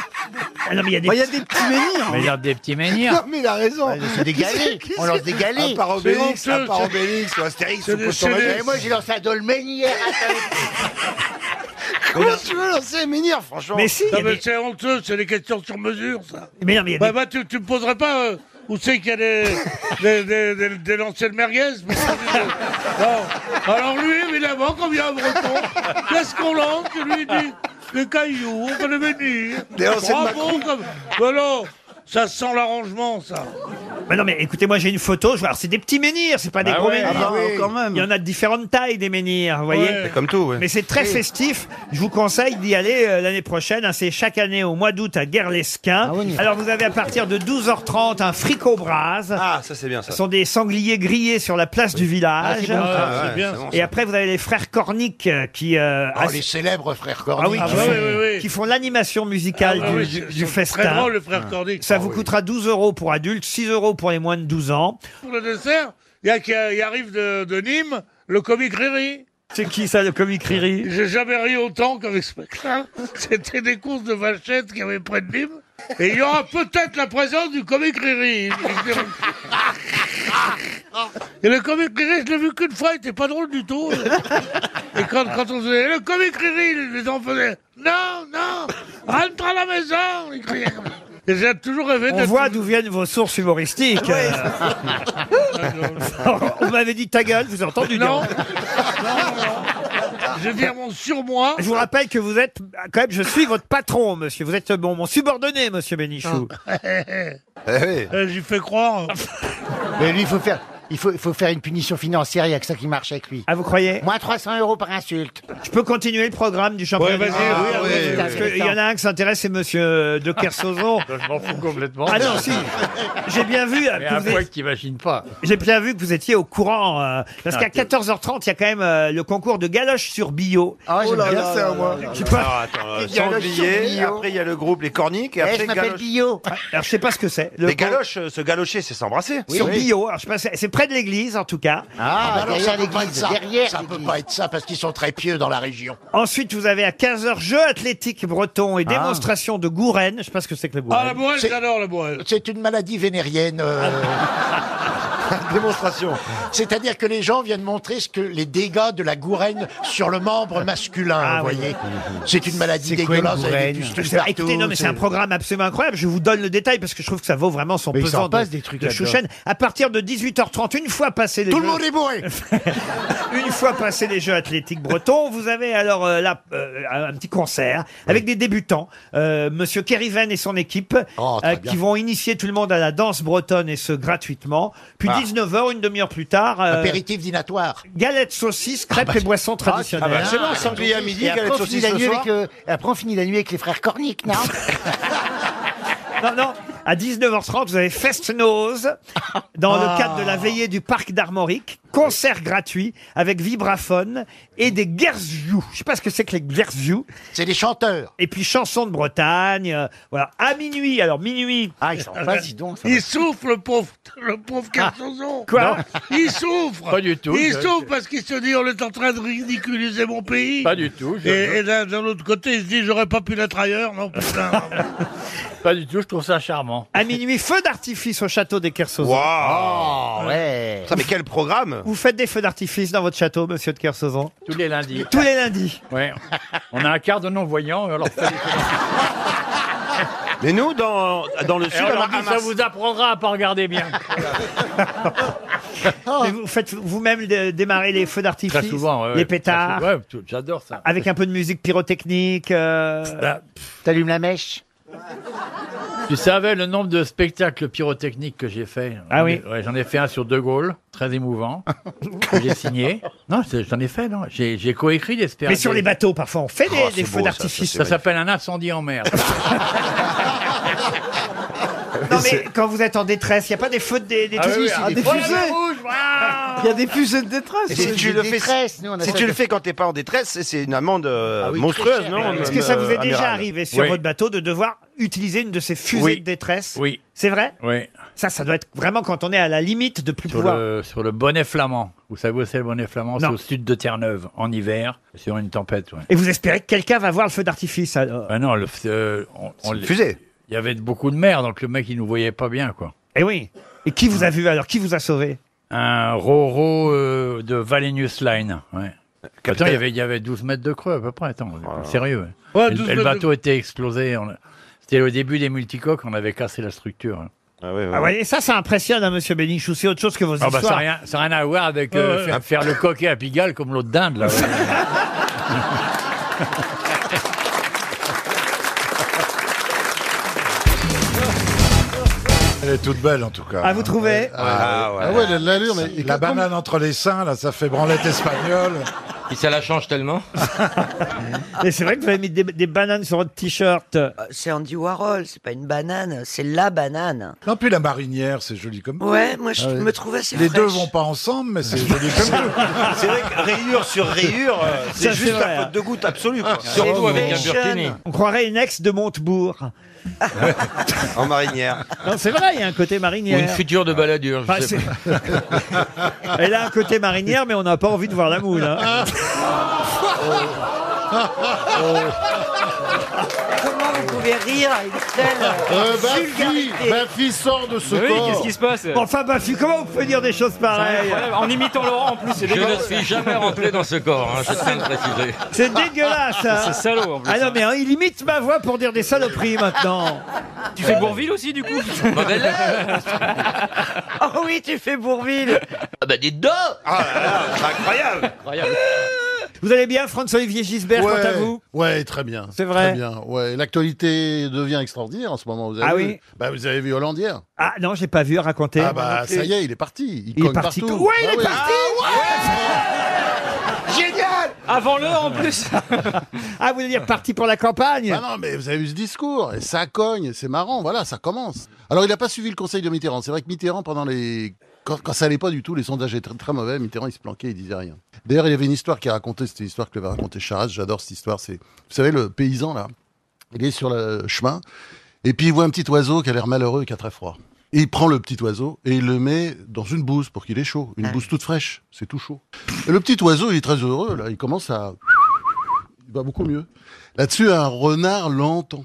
[SPEAKER 1] Ah Non, mais il y a des
[SPEAKER 6] Bah,
[SPEAKER 16] Bah, Il y a des petits menhirs.
[SPEAKER 13] Mais il y a des petits
[SPEAKER 16] Non,
[SPEAKER 13] menhirs.
[SPEAKER 16] mais il a raison.
[SPEAKER 2] Ah, C'est des galets. On lance des
[SPEAKER 16] À
[SPEAKER 2] galets.
[SPEAKER 6] Ah,
[SPEAKER 16] part Obélix,
[SPEAKER 8] C'est
[SPEAKER 16] à
[SPEAKER 8] honteux,
[SPEAKER 16] part
[SPEAKER 8] c'est-
[SPEAKER 16] Obélix, ou Astérix,
[SPEAKER 8] c'est
[SPEAKER 16] ou
[SPEAKER 8] des-
[SPEAKER 16] Cochon
[SPEAKER 8] c'est des-
[SPEAKER 16] Magnifique.
[SPEAKER 2] Et moi, j'ai lancé un dolmen hier. [laughs]
[SPEAKER 16] Comment tu veux lancer un menhir, franchement
[SPEAKER 1] Mais si, il y a
[SPEAKER 8] Non, mais
[SPEAKER 1] des-
[SPEAKER 8] c'est honteux, c'est des questions sur mesure, ça.
[SPEAKER 1] mais non, mais il y a
[SPEAKER 8] Bah,
[SPEAKER 1] des-
[SPEAKER 8] bah, tu, tu me poserais pas euh, où c'est qu'il y
[SPEAKER 1] [laughs]
[SPEAKER 8] a des, des, des, des- des lancers de merguez mais c'est des- Non. Alors lui, évidemment, comme il y a un breton, qu'est-ce qu'on lance Lui, il dit les cailloux, on va les venir.
[SPEAKER 1] D'ailleurs, c'est de
[SPEAKER 8] Bravo, comme... Mais non, ça sent l'arrangement, ça.
[SPEAKER 1] Mais non, mais écoutez, moi j'ai une photo. Je vois, alors, c'est des petits menhirs, c'est pas des
[SPEAKER 8] Bah
[SPEAKER 1] gros
[SPEAKER 8] ouais.
[SPEAKER 1] menhirs.
[SPEAKER 8] Ah bah oui, quand même.
[SPEAKER 1] Il y en a de différentes tailles des menhirs, vous voyez.
[SPEAKER 8] Ouais. C'est comme tout, ouais.
[SPEAKER 1] Mais c'est très
[SPEAKER 8] Oui.
[SPEAKER 1] festif. Je vous conseille d'y aller euh, l'année prochaine. hein. C'est chaque année au mois d'août à Guerlesquin. alors vous avez à partir de 12h30 un fricot-brase.
[SPEAKER 4] Ah, ça c'est bien ça.
[SPEAKER 1] Ce sont des sangliers grillés sur la place du
[SPEAKER 4] Ah,
[SPEAKER 1] village.
[SPEAKER 4] c'est bon, ça, Ah, c'est ouais, bien, c'est bon,
[SPEAKER 1] Et après, vous avez les frères Cornic euh, qui... euh,
[SPEAKER 2] Oh,
[SPEAKER 16] Ah,
[SPEAKER 1] ass-
[SPEAKER 2] les célèbres frères
[SPEAKER 1] Ah oui,
[SPEAKER 2] Cornic.
[SPEAKER 1] qui, font, qui font l'animation musicale
[SPEAKER 2] Ah,
[SPEAKER 1] du,
[SPEAKER 2] ouais, ouais,
[SPEAKER 1] du-
[SPEAKER 2] c'est-
[SPEAKER 1] du
[SPEAKER 2] c'est
[SPEAKER 1] festin.
[SPEAKER 8] très drôle, le frère Cornic.
[SPEAKER 1] Ça
[SPEAKER 8] Ah,
[SPEAKER 1] vous
[SPEAKER 8] oui.
[SPEAKER 1] coûtera 12 euros pour adultes, 6 euros pour les moins de 12 ans.
[SPEAKER 8] Pour le dessert, il y a qui qui arrive de, de Nîmes, le comique Riri.
[SPEAKER 1] C'est qui ça, le comique Riri
[SPEAKER 8] J'ai jamais ri autant qu'avec ce mec-là. [laughs] C'était des courses de vachettes qu'il y avait près de Nîmes. Et il y aura peut-être la présence du comique Riri. [laughs] Et le comique Riri, je l'ai vu qu'une fois, il était pas drôle du tout. Et quand, quand on faisait le comique Riri, les gens faisaient Non, non, rentre à la maison Ils criaient comme ça. Et j'ai toujours rêvé
[SPEAKER 1] On
[SPEAKER 8] d'être-
[SPEAKER 1] voit d'où viennent vos sources humoristiques. Euh, On m'avait dit ta gueule, vous avez entendu
[SPEAKER 8] Non.
[SPEAKER 1] dire-
[SPEAKER 8] Je viens mon surmoi.
[SPEAKER 1] Je vous rappelle que vous êtes, quand même, je suis votre patron, monsieur. Vous êtes bon, mon subordonné, monsieur Bénichou.
[SPEAKER 16] [laughs]
[SPEAKER 3] Eh
[SPEAKER 8] Eh, J'y fais croire.
[SPEAKER 2] [laughs] Mais lui, il faut faire. Il faut, il faut faire une punition financière, il n'y a que ça qui marche avec lui.
[SPEAKER 1] Ah, vous croyez
[SPEAKER 2] Moins 300 euros par insulte.
[SPEAKER 1] Je peux continuer le programme du championnat
[SPEAKER 2] Ouais, vas-y,
[SPEAKER 1] du
[SPEAKER 2] oui,
[SPEAKER 1] monde
[SPEAKER 2] ah oui, oui,
[SPEAKER 1] Parce
[SPEAKER 2] oui.
[SPEAKER 1] qu'il y en a un qui s'intéresse, c'est monsieur de Kersozon.
[SPEAKER 15] Je m'en fous complètement.
[SPEAKER 1] Ah non, si. J'ai bien vu.
[SPEAKER 15] Mais
[SPEAKER 1] que
[SPEAKER 15] un
[SPEAKER 1] vous êtes-
[SPEAKER 15] poids qui imagine pas.
[SPEAKER 1] J'ai bien vu que vous étiez au courant. euh, parce
[SPEAKER 15] Ah,
[SPEAKER 1] qu'à
[SPEAKER 15] t'es-
[SPEAKER 1] 14h30, il y a quand même euh, le concours de galoche sur bio.
[SPEAKER 2] Ah, j'aime Oh là bien là ça, là moi. là là.
[SPEAKER 1] Qui peut-
[SPEAKER 2] Alors, attends, euh,
[SPEAKER 1] Il y a le
[SPEAKER 4] sanglier,
[SPEAKER 1] sur bio.
[SPEAKER 4] après il y a le groupe Les Corniques, et
[SPEAKER 1] Eh,
[SPEAKER 4] après
[SPEAKER 1] je
[SPEAKER 4] le
[SPEAKER 1] m'appelle
[SPEAKER 4] galoche.
[SPEAKER 2] Bio.
[SPEAKER 3] Ah,
[SPEAKER 1] Alors, je sais pas ce que c'est. Le
[SPEAKER 4] Les galoches, euh, se galocher, c'est s'embrasser.
[SPEAKER 1] [laughs] sur bio. Alors, je sais pas, c'est c'est près de l'église, en tout cas.
[SPEAKER 2] Ah, bah alors ça ne peut pas être ça. Ça peut pas être ça parce qu'ils sont très pieux dans la région.
[SPEAKER 1] Ensuite, vous avez à 15h jeu athlétique breton et
[SPEAKER 2] Ah.
[SPEAKER 1] démonstration de Gouren. Je sais pas ce que c'est que le Gouren.
[SPEAKER 2] Ah, la Bourrelle, C'est-
[SPEAKER 8] j'adore la bourrelle.
[SPEAKER 2] C'est une maladie vénérienne. [laughs] euh,
[SPEAKER 4] Démonstration.
[SPEAKER 2] C'est-à-dire que les gens viennent montrer ce que les dégâts de la gourène sur le membre masculin,
[SPEAKER 1] Ah,
[SPEAKER 2] vous voyez. C'est une maladie dégueulasse. avec des pustules
[SPEAKER 1] C'est-
[SPEAKER 2] partout,
[SPEAKER 1] Bah, Écoutez, non, mais c'est un programme absolument incroyable. Je vous donne le détail parce que je trouve que ça vaut vraiment son
[SPEAKER 2] Mais il
[SPEAKER 1] pesant
[SPEAKER 2] s'en passe
[SPEAKER 1] de,
[SPEAKER 2] des trucs
[SPEAKER 1] de
[SPEAKER 2] là-dedans.
[SPEAKER 1] chouchen. À partir de 18h30, une fois passé les
[SPEAKER 2] Tout
[SPEAKER 1] jeux,
[SPEAKER 2] le monde
[SPEAKER 1] [laughs]
[SPEAKER 2] est bourré.
[SPEAKER 1] une fois passé les jeux athlétiques bretons, vous avez alors euh, là euh, un petit concert avec des débutants, euh, Monsieur Kerriven et son équipe,
[SPEAKER 2] Oh,
[SPEAKER 1] euh, qui vont initier tout le monde à la danse bretonne et ce gratuitement. Puis
[SPEAKER 2] Ah.
[SPEAKER 1] 19h, une demi-heure plus tard, euh,
[SPEAKER 2] Apéritif Ah bah dinatoire.
[SPEAKER 1] galettes, saucisses, crêpes et boissons traditionnelles.
[SPEAKER 2] bah, Ah, Et après, on finit la nuit avec le- et Après, on finit la nuit avec les frères Cornic, [laughs] non
[SPEAKER 1] Non, non. À 19h30, vous avez Fest Nose dans
[SPEAKER 2] Ah.
[SPEAKER 1] le cadre de la veillée du parc d'Armorique. Concert gratuit avec vibraphone et des Gersjou. Je sais pas ce que c'est que les Gersjou.
[SPEAKER 2] C'est des chanteurs.
[SPEAKER 1] Et puis chansons de Bretagne. euh, voilà. À minuit. Alors, minuit.
[SPEAKER 2] Ah, ils sont pas, dis donc.
[SPEAKER 8] Il souffre, le pauvre, le pauvre
[SPEAKER 2] Ah,
[SPEAKER 8] Carsozon.
[SPEAKER 1] Quoi
[SPEAKER 8] Il souffre.
[SPEAKER 15] Pas du tout,
[SPEAKER 8] Il
[SPEAKER 15] je-
[SPEAKER 8] souffre parce qu'il se dit on est en train de ridiculiser mon pays.
[SPEAKER 15] Pas du tout, je-
[SPEAKER 8] Et, et d'un d'un autre côté, il se dit j'aurais pas pu l'être ailleurs. Non, putain.
[SPEAKER 15] [laughs] Pas du tout, je trouve ça charmant.
[SPEAKER 1] À minuit, feu d'artifice au château des Kersozon. Ah,
[SPEAKER 4] Waouh
[SPEAKER 2] Ah, Ouais.
[SPEAKER 4] Ça, mais quel programme
[SPEAKER 1] Vous faites des feux d'artifice dans votre château, monsieur de Kersozon
[SPEAKER 15] Tous les lundis.
[SPEAKER 1] Tous les lundis.
[SPEAKER 15] Ouais. On a un quart de non-voyants, alors
[SPEAKER 4] Mais nous, dans, dans le
[SPEAKER 15] Et
[SPEAKER 4] sud,
[SPEAKER 15] on
[SPEAKER 4] à
[SPEAKER 15] leur dit,
[SPEAKER 4] Mar- à
[SPEAKER 15] ça vous apprendra à pas regarder
[SPEAKER 4] [laughs]
[SPEAKER 15] bien.
[SPEAKER 7] Ah.
[SPEAKER 1] Mais vous faites vous-même de- démarrer les feux d'artifice
[SPEAKER 15] Très souvent, ouais, ouais.
[SPEAKER 1] les pétards,
[SPEAKER 15] Ouais, tout- j'adore ça. Bah,
[SPEAKER 1] avec un peu de musique pyrotechnique. euh,
[SPEAKER 2] T'allumes la mèche
[SPEAKER 15] Tu savais le nombre de spectacles pyrotechniques que j'ai fait
[SPEAKER 1] Ah oui.
[SPEAKER 15] Ouais, J'en ai fait un sur De Gaulle, très
[SPEAKER 1] [laughs]
[SPEAKER 15] émouvant, que j'ai signé. Non, c'est- j'en ai fait, non. J'ai j'ai coécrit des
[SPEAKER 1] Mais sur les bateaux, parfois, on fait des,
[SPEAKER 15] Oh, c'est
[SPEAKER 1] des
[SPEAKER 15] beau,
[SPEAKER 1] feux
[SPEAKER 15] ça,
[SPEAKER 1] d'artifice.
[SPEAKER 15] Ça s'appelle un incendie en
[SPEAKER 1] [laughs]
[SPEAKER 15] mer.
[SPEAKER 1] Non, mais quand vous êtes en détresse, il n'y a pas des feux de des, des
[SPEAKER 15] Ah oui,
[SPEAKER 1] trucs-
[SPEAKER 15] oui,
[SPEAKER 1] si,
[SPEAKER 15] ah, des
[SPEAKER 1] fois-
[SPEAKER 15] fusées.
[SPEAKER 7] Il y a des fusées de
[SPEAKER 3] Ah,
[SPEAKER 7] détresse.
[SPEAKER 4] Et si tu le fais, si tu le fais quand t'es pas en détresse, c'est- c'est une amende
[SPEAKER 3] Ah
[SPEAKER 4] euh, monstrueuse, non
[SPEAKER 1] Est-ce que ça vous est
[SPEAKER 4] euh,
[SPEAKER 1] déjà
[SPEAKER 4] amiral
[SPEAKER 1] arrivé sur votre bateau de devoir utiliser une de ces fusées
[SPEAKER 15] Oui.
[SPEAKER 1] de détresse
[SPEAKER 15] Oui.
[SPEAKER 1] C'est vrai
[SPEAKER 15] Oui.
[SPEAKER 1] Ça, ça doit être vraiment quand on est à la limite de plus
[SPEAKER 15] Sur
[SPEAKER 1] pouvoir.
[SPEAKER 15] le, sur le bonnet flamand. Vous savez où c'est le bonnet flamand C'est
[SPEAKER 1] Non.
[SPEAKER 15] au sud de Terre-Neuve, en hiver, sur une tempête. ouais.
[SPEAKER 1] Et vous espérez que quelqu'un va voir le feu d'artifice alors
[SPEAKER 15] Ah non, le, f- euh, on, on
[SPEAKER 1] une
[SPEAKER 15] l-
[SPEAKER 1] fusée.
[SPEAKER 15] Il y avait beaucoup de mer, donc le mec, il nous voyait pas bien, quoi.
[SPEAKER 1] Eh oui. Et qui vous a vu alors Qui vous a sauvé
[SPEAKER 15] Un Roro euh, de Valenius Line, ouais. Attends,
[SPEAKER 1] Capitaine. Ah.
[SPEAKER 15] il y, avait, il y avait 12 mètres de creux à peu près, attends, sérieux. ouais.
[SPEAKER 8] Ouais,
[SPEAKER 15] Et-
[SPEAKER 8] 12
[SPEAKER 15] et le
[SPEAKER 8] mètres de-
[SPEAKER 15] bateau était explosé. on- C'était le début des multicoques, on avait cassé la structure. hein. Ah ouais,
[SPEAKER 1] Ah ouais, et ça, ça impressionne, hein, monsieur Bénichou. C'est autre chose que vos
[SPEAKER 15] Ah bah,
[SPEAKER 1] histoires.
[SPEAKER 15] ça n'a rien, ça a rien à voir avec euh,
[SPEAKER 1] Ouais, ouais.
[SPEAKER 15] Faire, faire le
[SPEAKER 1] [laughs]
[SPEAKER 15] coquet à Pigalle comme l'autre dinde. Là, ouais.
[SPEAKER 6] Elle est toute belle en tout cas.
[SPEAKER 1] Ah, vous trouvez
[SPEAKER 6] Ah,
[SPEAKER 16] Ah ouais, elle a de l'allure, mais- et
[SPEAKER 6] La
[SPEAKER 16] comme-
[SPEAKER 6] banane entre les seins, là, ça fait branlette espagnole.
[SPEAKER 11] Et ça la change tellement.
[SPEAKER 1] Et c'est vrai que vous avez mis des, des bananes sur votre t-shirt.
[SPEAKER 7] Euh, C'est Andy Warhol, c'est pas une banane, c'est la banane.
[SPEAKER 6] Non, puis la marinière, c'est joli comme tout.
[SPEAKER 7] Ouais, moi, je
[SPEAKER 6] Ah
[SPEAKER 7] me trouve assez
[SPEAKER 6] Les deux
[SPEAKER 7] fraîche.
[SPEAKER 6] vont pas ensemble, mais c'est joli comme tout.
[SPEAKER 3] C'est vrai que [laughs] rayure sur rayure, euh,
[SPEAKER 1] Ça,
[SPEAKER 3] c'est
[SPEAKER 1] c'est
[SPEAKER 3] juste
[SPEAKER 1] vrai. hein.
[SPEAKER 3] la faute de goutte absolue. quoi.
[SPEAKER 1] C'est fashion. On croirait une ex de Montebourg.
[SPEAKER 3] En marinière.
[SPEAKER 1] Non, c'est vrai, il y a un côté marinière.
[SPEAKER 11] Ou une future de baladure, je
[SPEAKER 1] Ah,
[SPEAKER 11] sais
[SPEAKER 1] c'est-
[SPEAKER 11] [laughs]
[SPEAKER 1] Elle a un côté marinière, mais on n'a pas envie de voir la moule. hein.
[SPEAKER 7] Oh. Comment vous pouvez rire avec
[SPEAKER 16] Euh,
[SPEAKER 7] telle
[SPEAKER 16] Bafi,
[SPEAKER 7] vulgarité
[SPEAKER 16] Bafi sort de ce
[SPEAKER 1] Mais oui,
[SPEAKER 16] corps.
[SPEAKER 1] qu'est-ce qui se passe Enfin, bah, fi- comment vous pouvez dire des choses pareilles
[SPEAKER 11] En imitant Laurent, en plus,
[SPEAKER 1] c'est
[SPEAKER 11] Je ne
[SPEAKER 1] dégueulasse.
[SPEAKER 11] suis jamais rentré dans ce corps, hein, je tiens à le préciser.
[SPEAKER 1] C'est dégueulasse. hein.
[SPEAKER 11] C'est salaud, en plus,
[SPEAKER 1] Ah non,
[SPEAKER 11] hein.
[SPEAKER 1] mais hein, il imite ma voix pour dire des saloperies maintenant. Euh,
[SPEAKER 11] Tu fais Bourville
[SPEAKER 7] [laughs]
[SPEAKER 11] aussi, du coup
[SPEAKER 7] Oh oui, tu fais Bourville
[SPEAKER 11] [laughs] Ah bah dites donc
[SPEAKER 3] C'est incroyable.
[SPEAKER 1] Vous allez bien, François-Olivier Gisbert, quant à vous
[SPEAKER 16] Ouais, très bien.
[SPEAKER 1] C'est vrai
[SPEAKER 16] Très bien. Ouais, l'actualité devient extraordinaire en ce moment. Vous avez
[SPEAKER 1] Ah
[SPEAKER 16] vu
[SPEAKER 1] oui
[SPEAKER 16] Bah, vous avez vu Hollandière.
[SPEAKER 1] Ah non, j'ai pas vu raconter.
[SPEAKER 16] Ah bah ça y est, il est parti. Il,
[SPEAKER 1] Il est
[SPEAKER 16] cogne
[SPEAKER 1] parti.
[SPEAKER 16] partout.
[SPEAKER 1] Ouais, il est
[SPEAKER 16] parti.
[SPEAKER 7] Génial
[SPEAKER 11] Avant l'heure en plus
[SPEAKER 1] [laughs] Ah, vous voulez dire parti pour la campagne
[SPEAKER 16] Ah non, mais vous avez vu ce discours, et ça cogne, c'est marrant, voilà, ça commence. Alors, il n'a pas suivi le conseil de Mitterrand. C'est vrai que Mitterrand, pendant les. Quand, quand ça allait pas du tout, les sondages étaient très, très mauvais, Mitterrand, il se planquait, il disait rien. D'ailleurs, il y avait une histoire qui racontait, c'était l'histoire que avait racontée Charras, j'adore cette histoire. C'est, Vous savez, le paysan, là, il est sur le chemin, et puis il voit un petit oiseau qui a l'air malheureux et qui a très froid. Et il prend le petit oiseau et il le met dans une bouse pour qu'il ait chaud. Une bouse toute fraîche, c'est tout chaud. Et le petit oiseau, il est très heureux, là, il commence à il va beaucoup mieux. Là-dessus, un renard l'entend.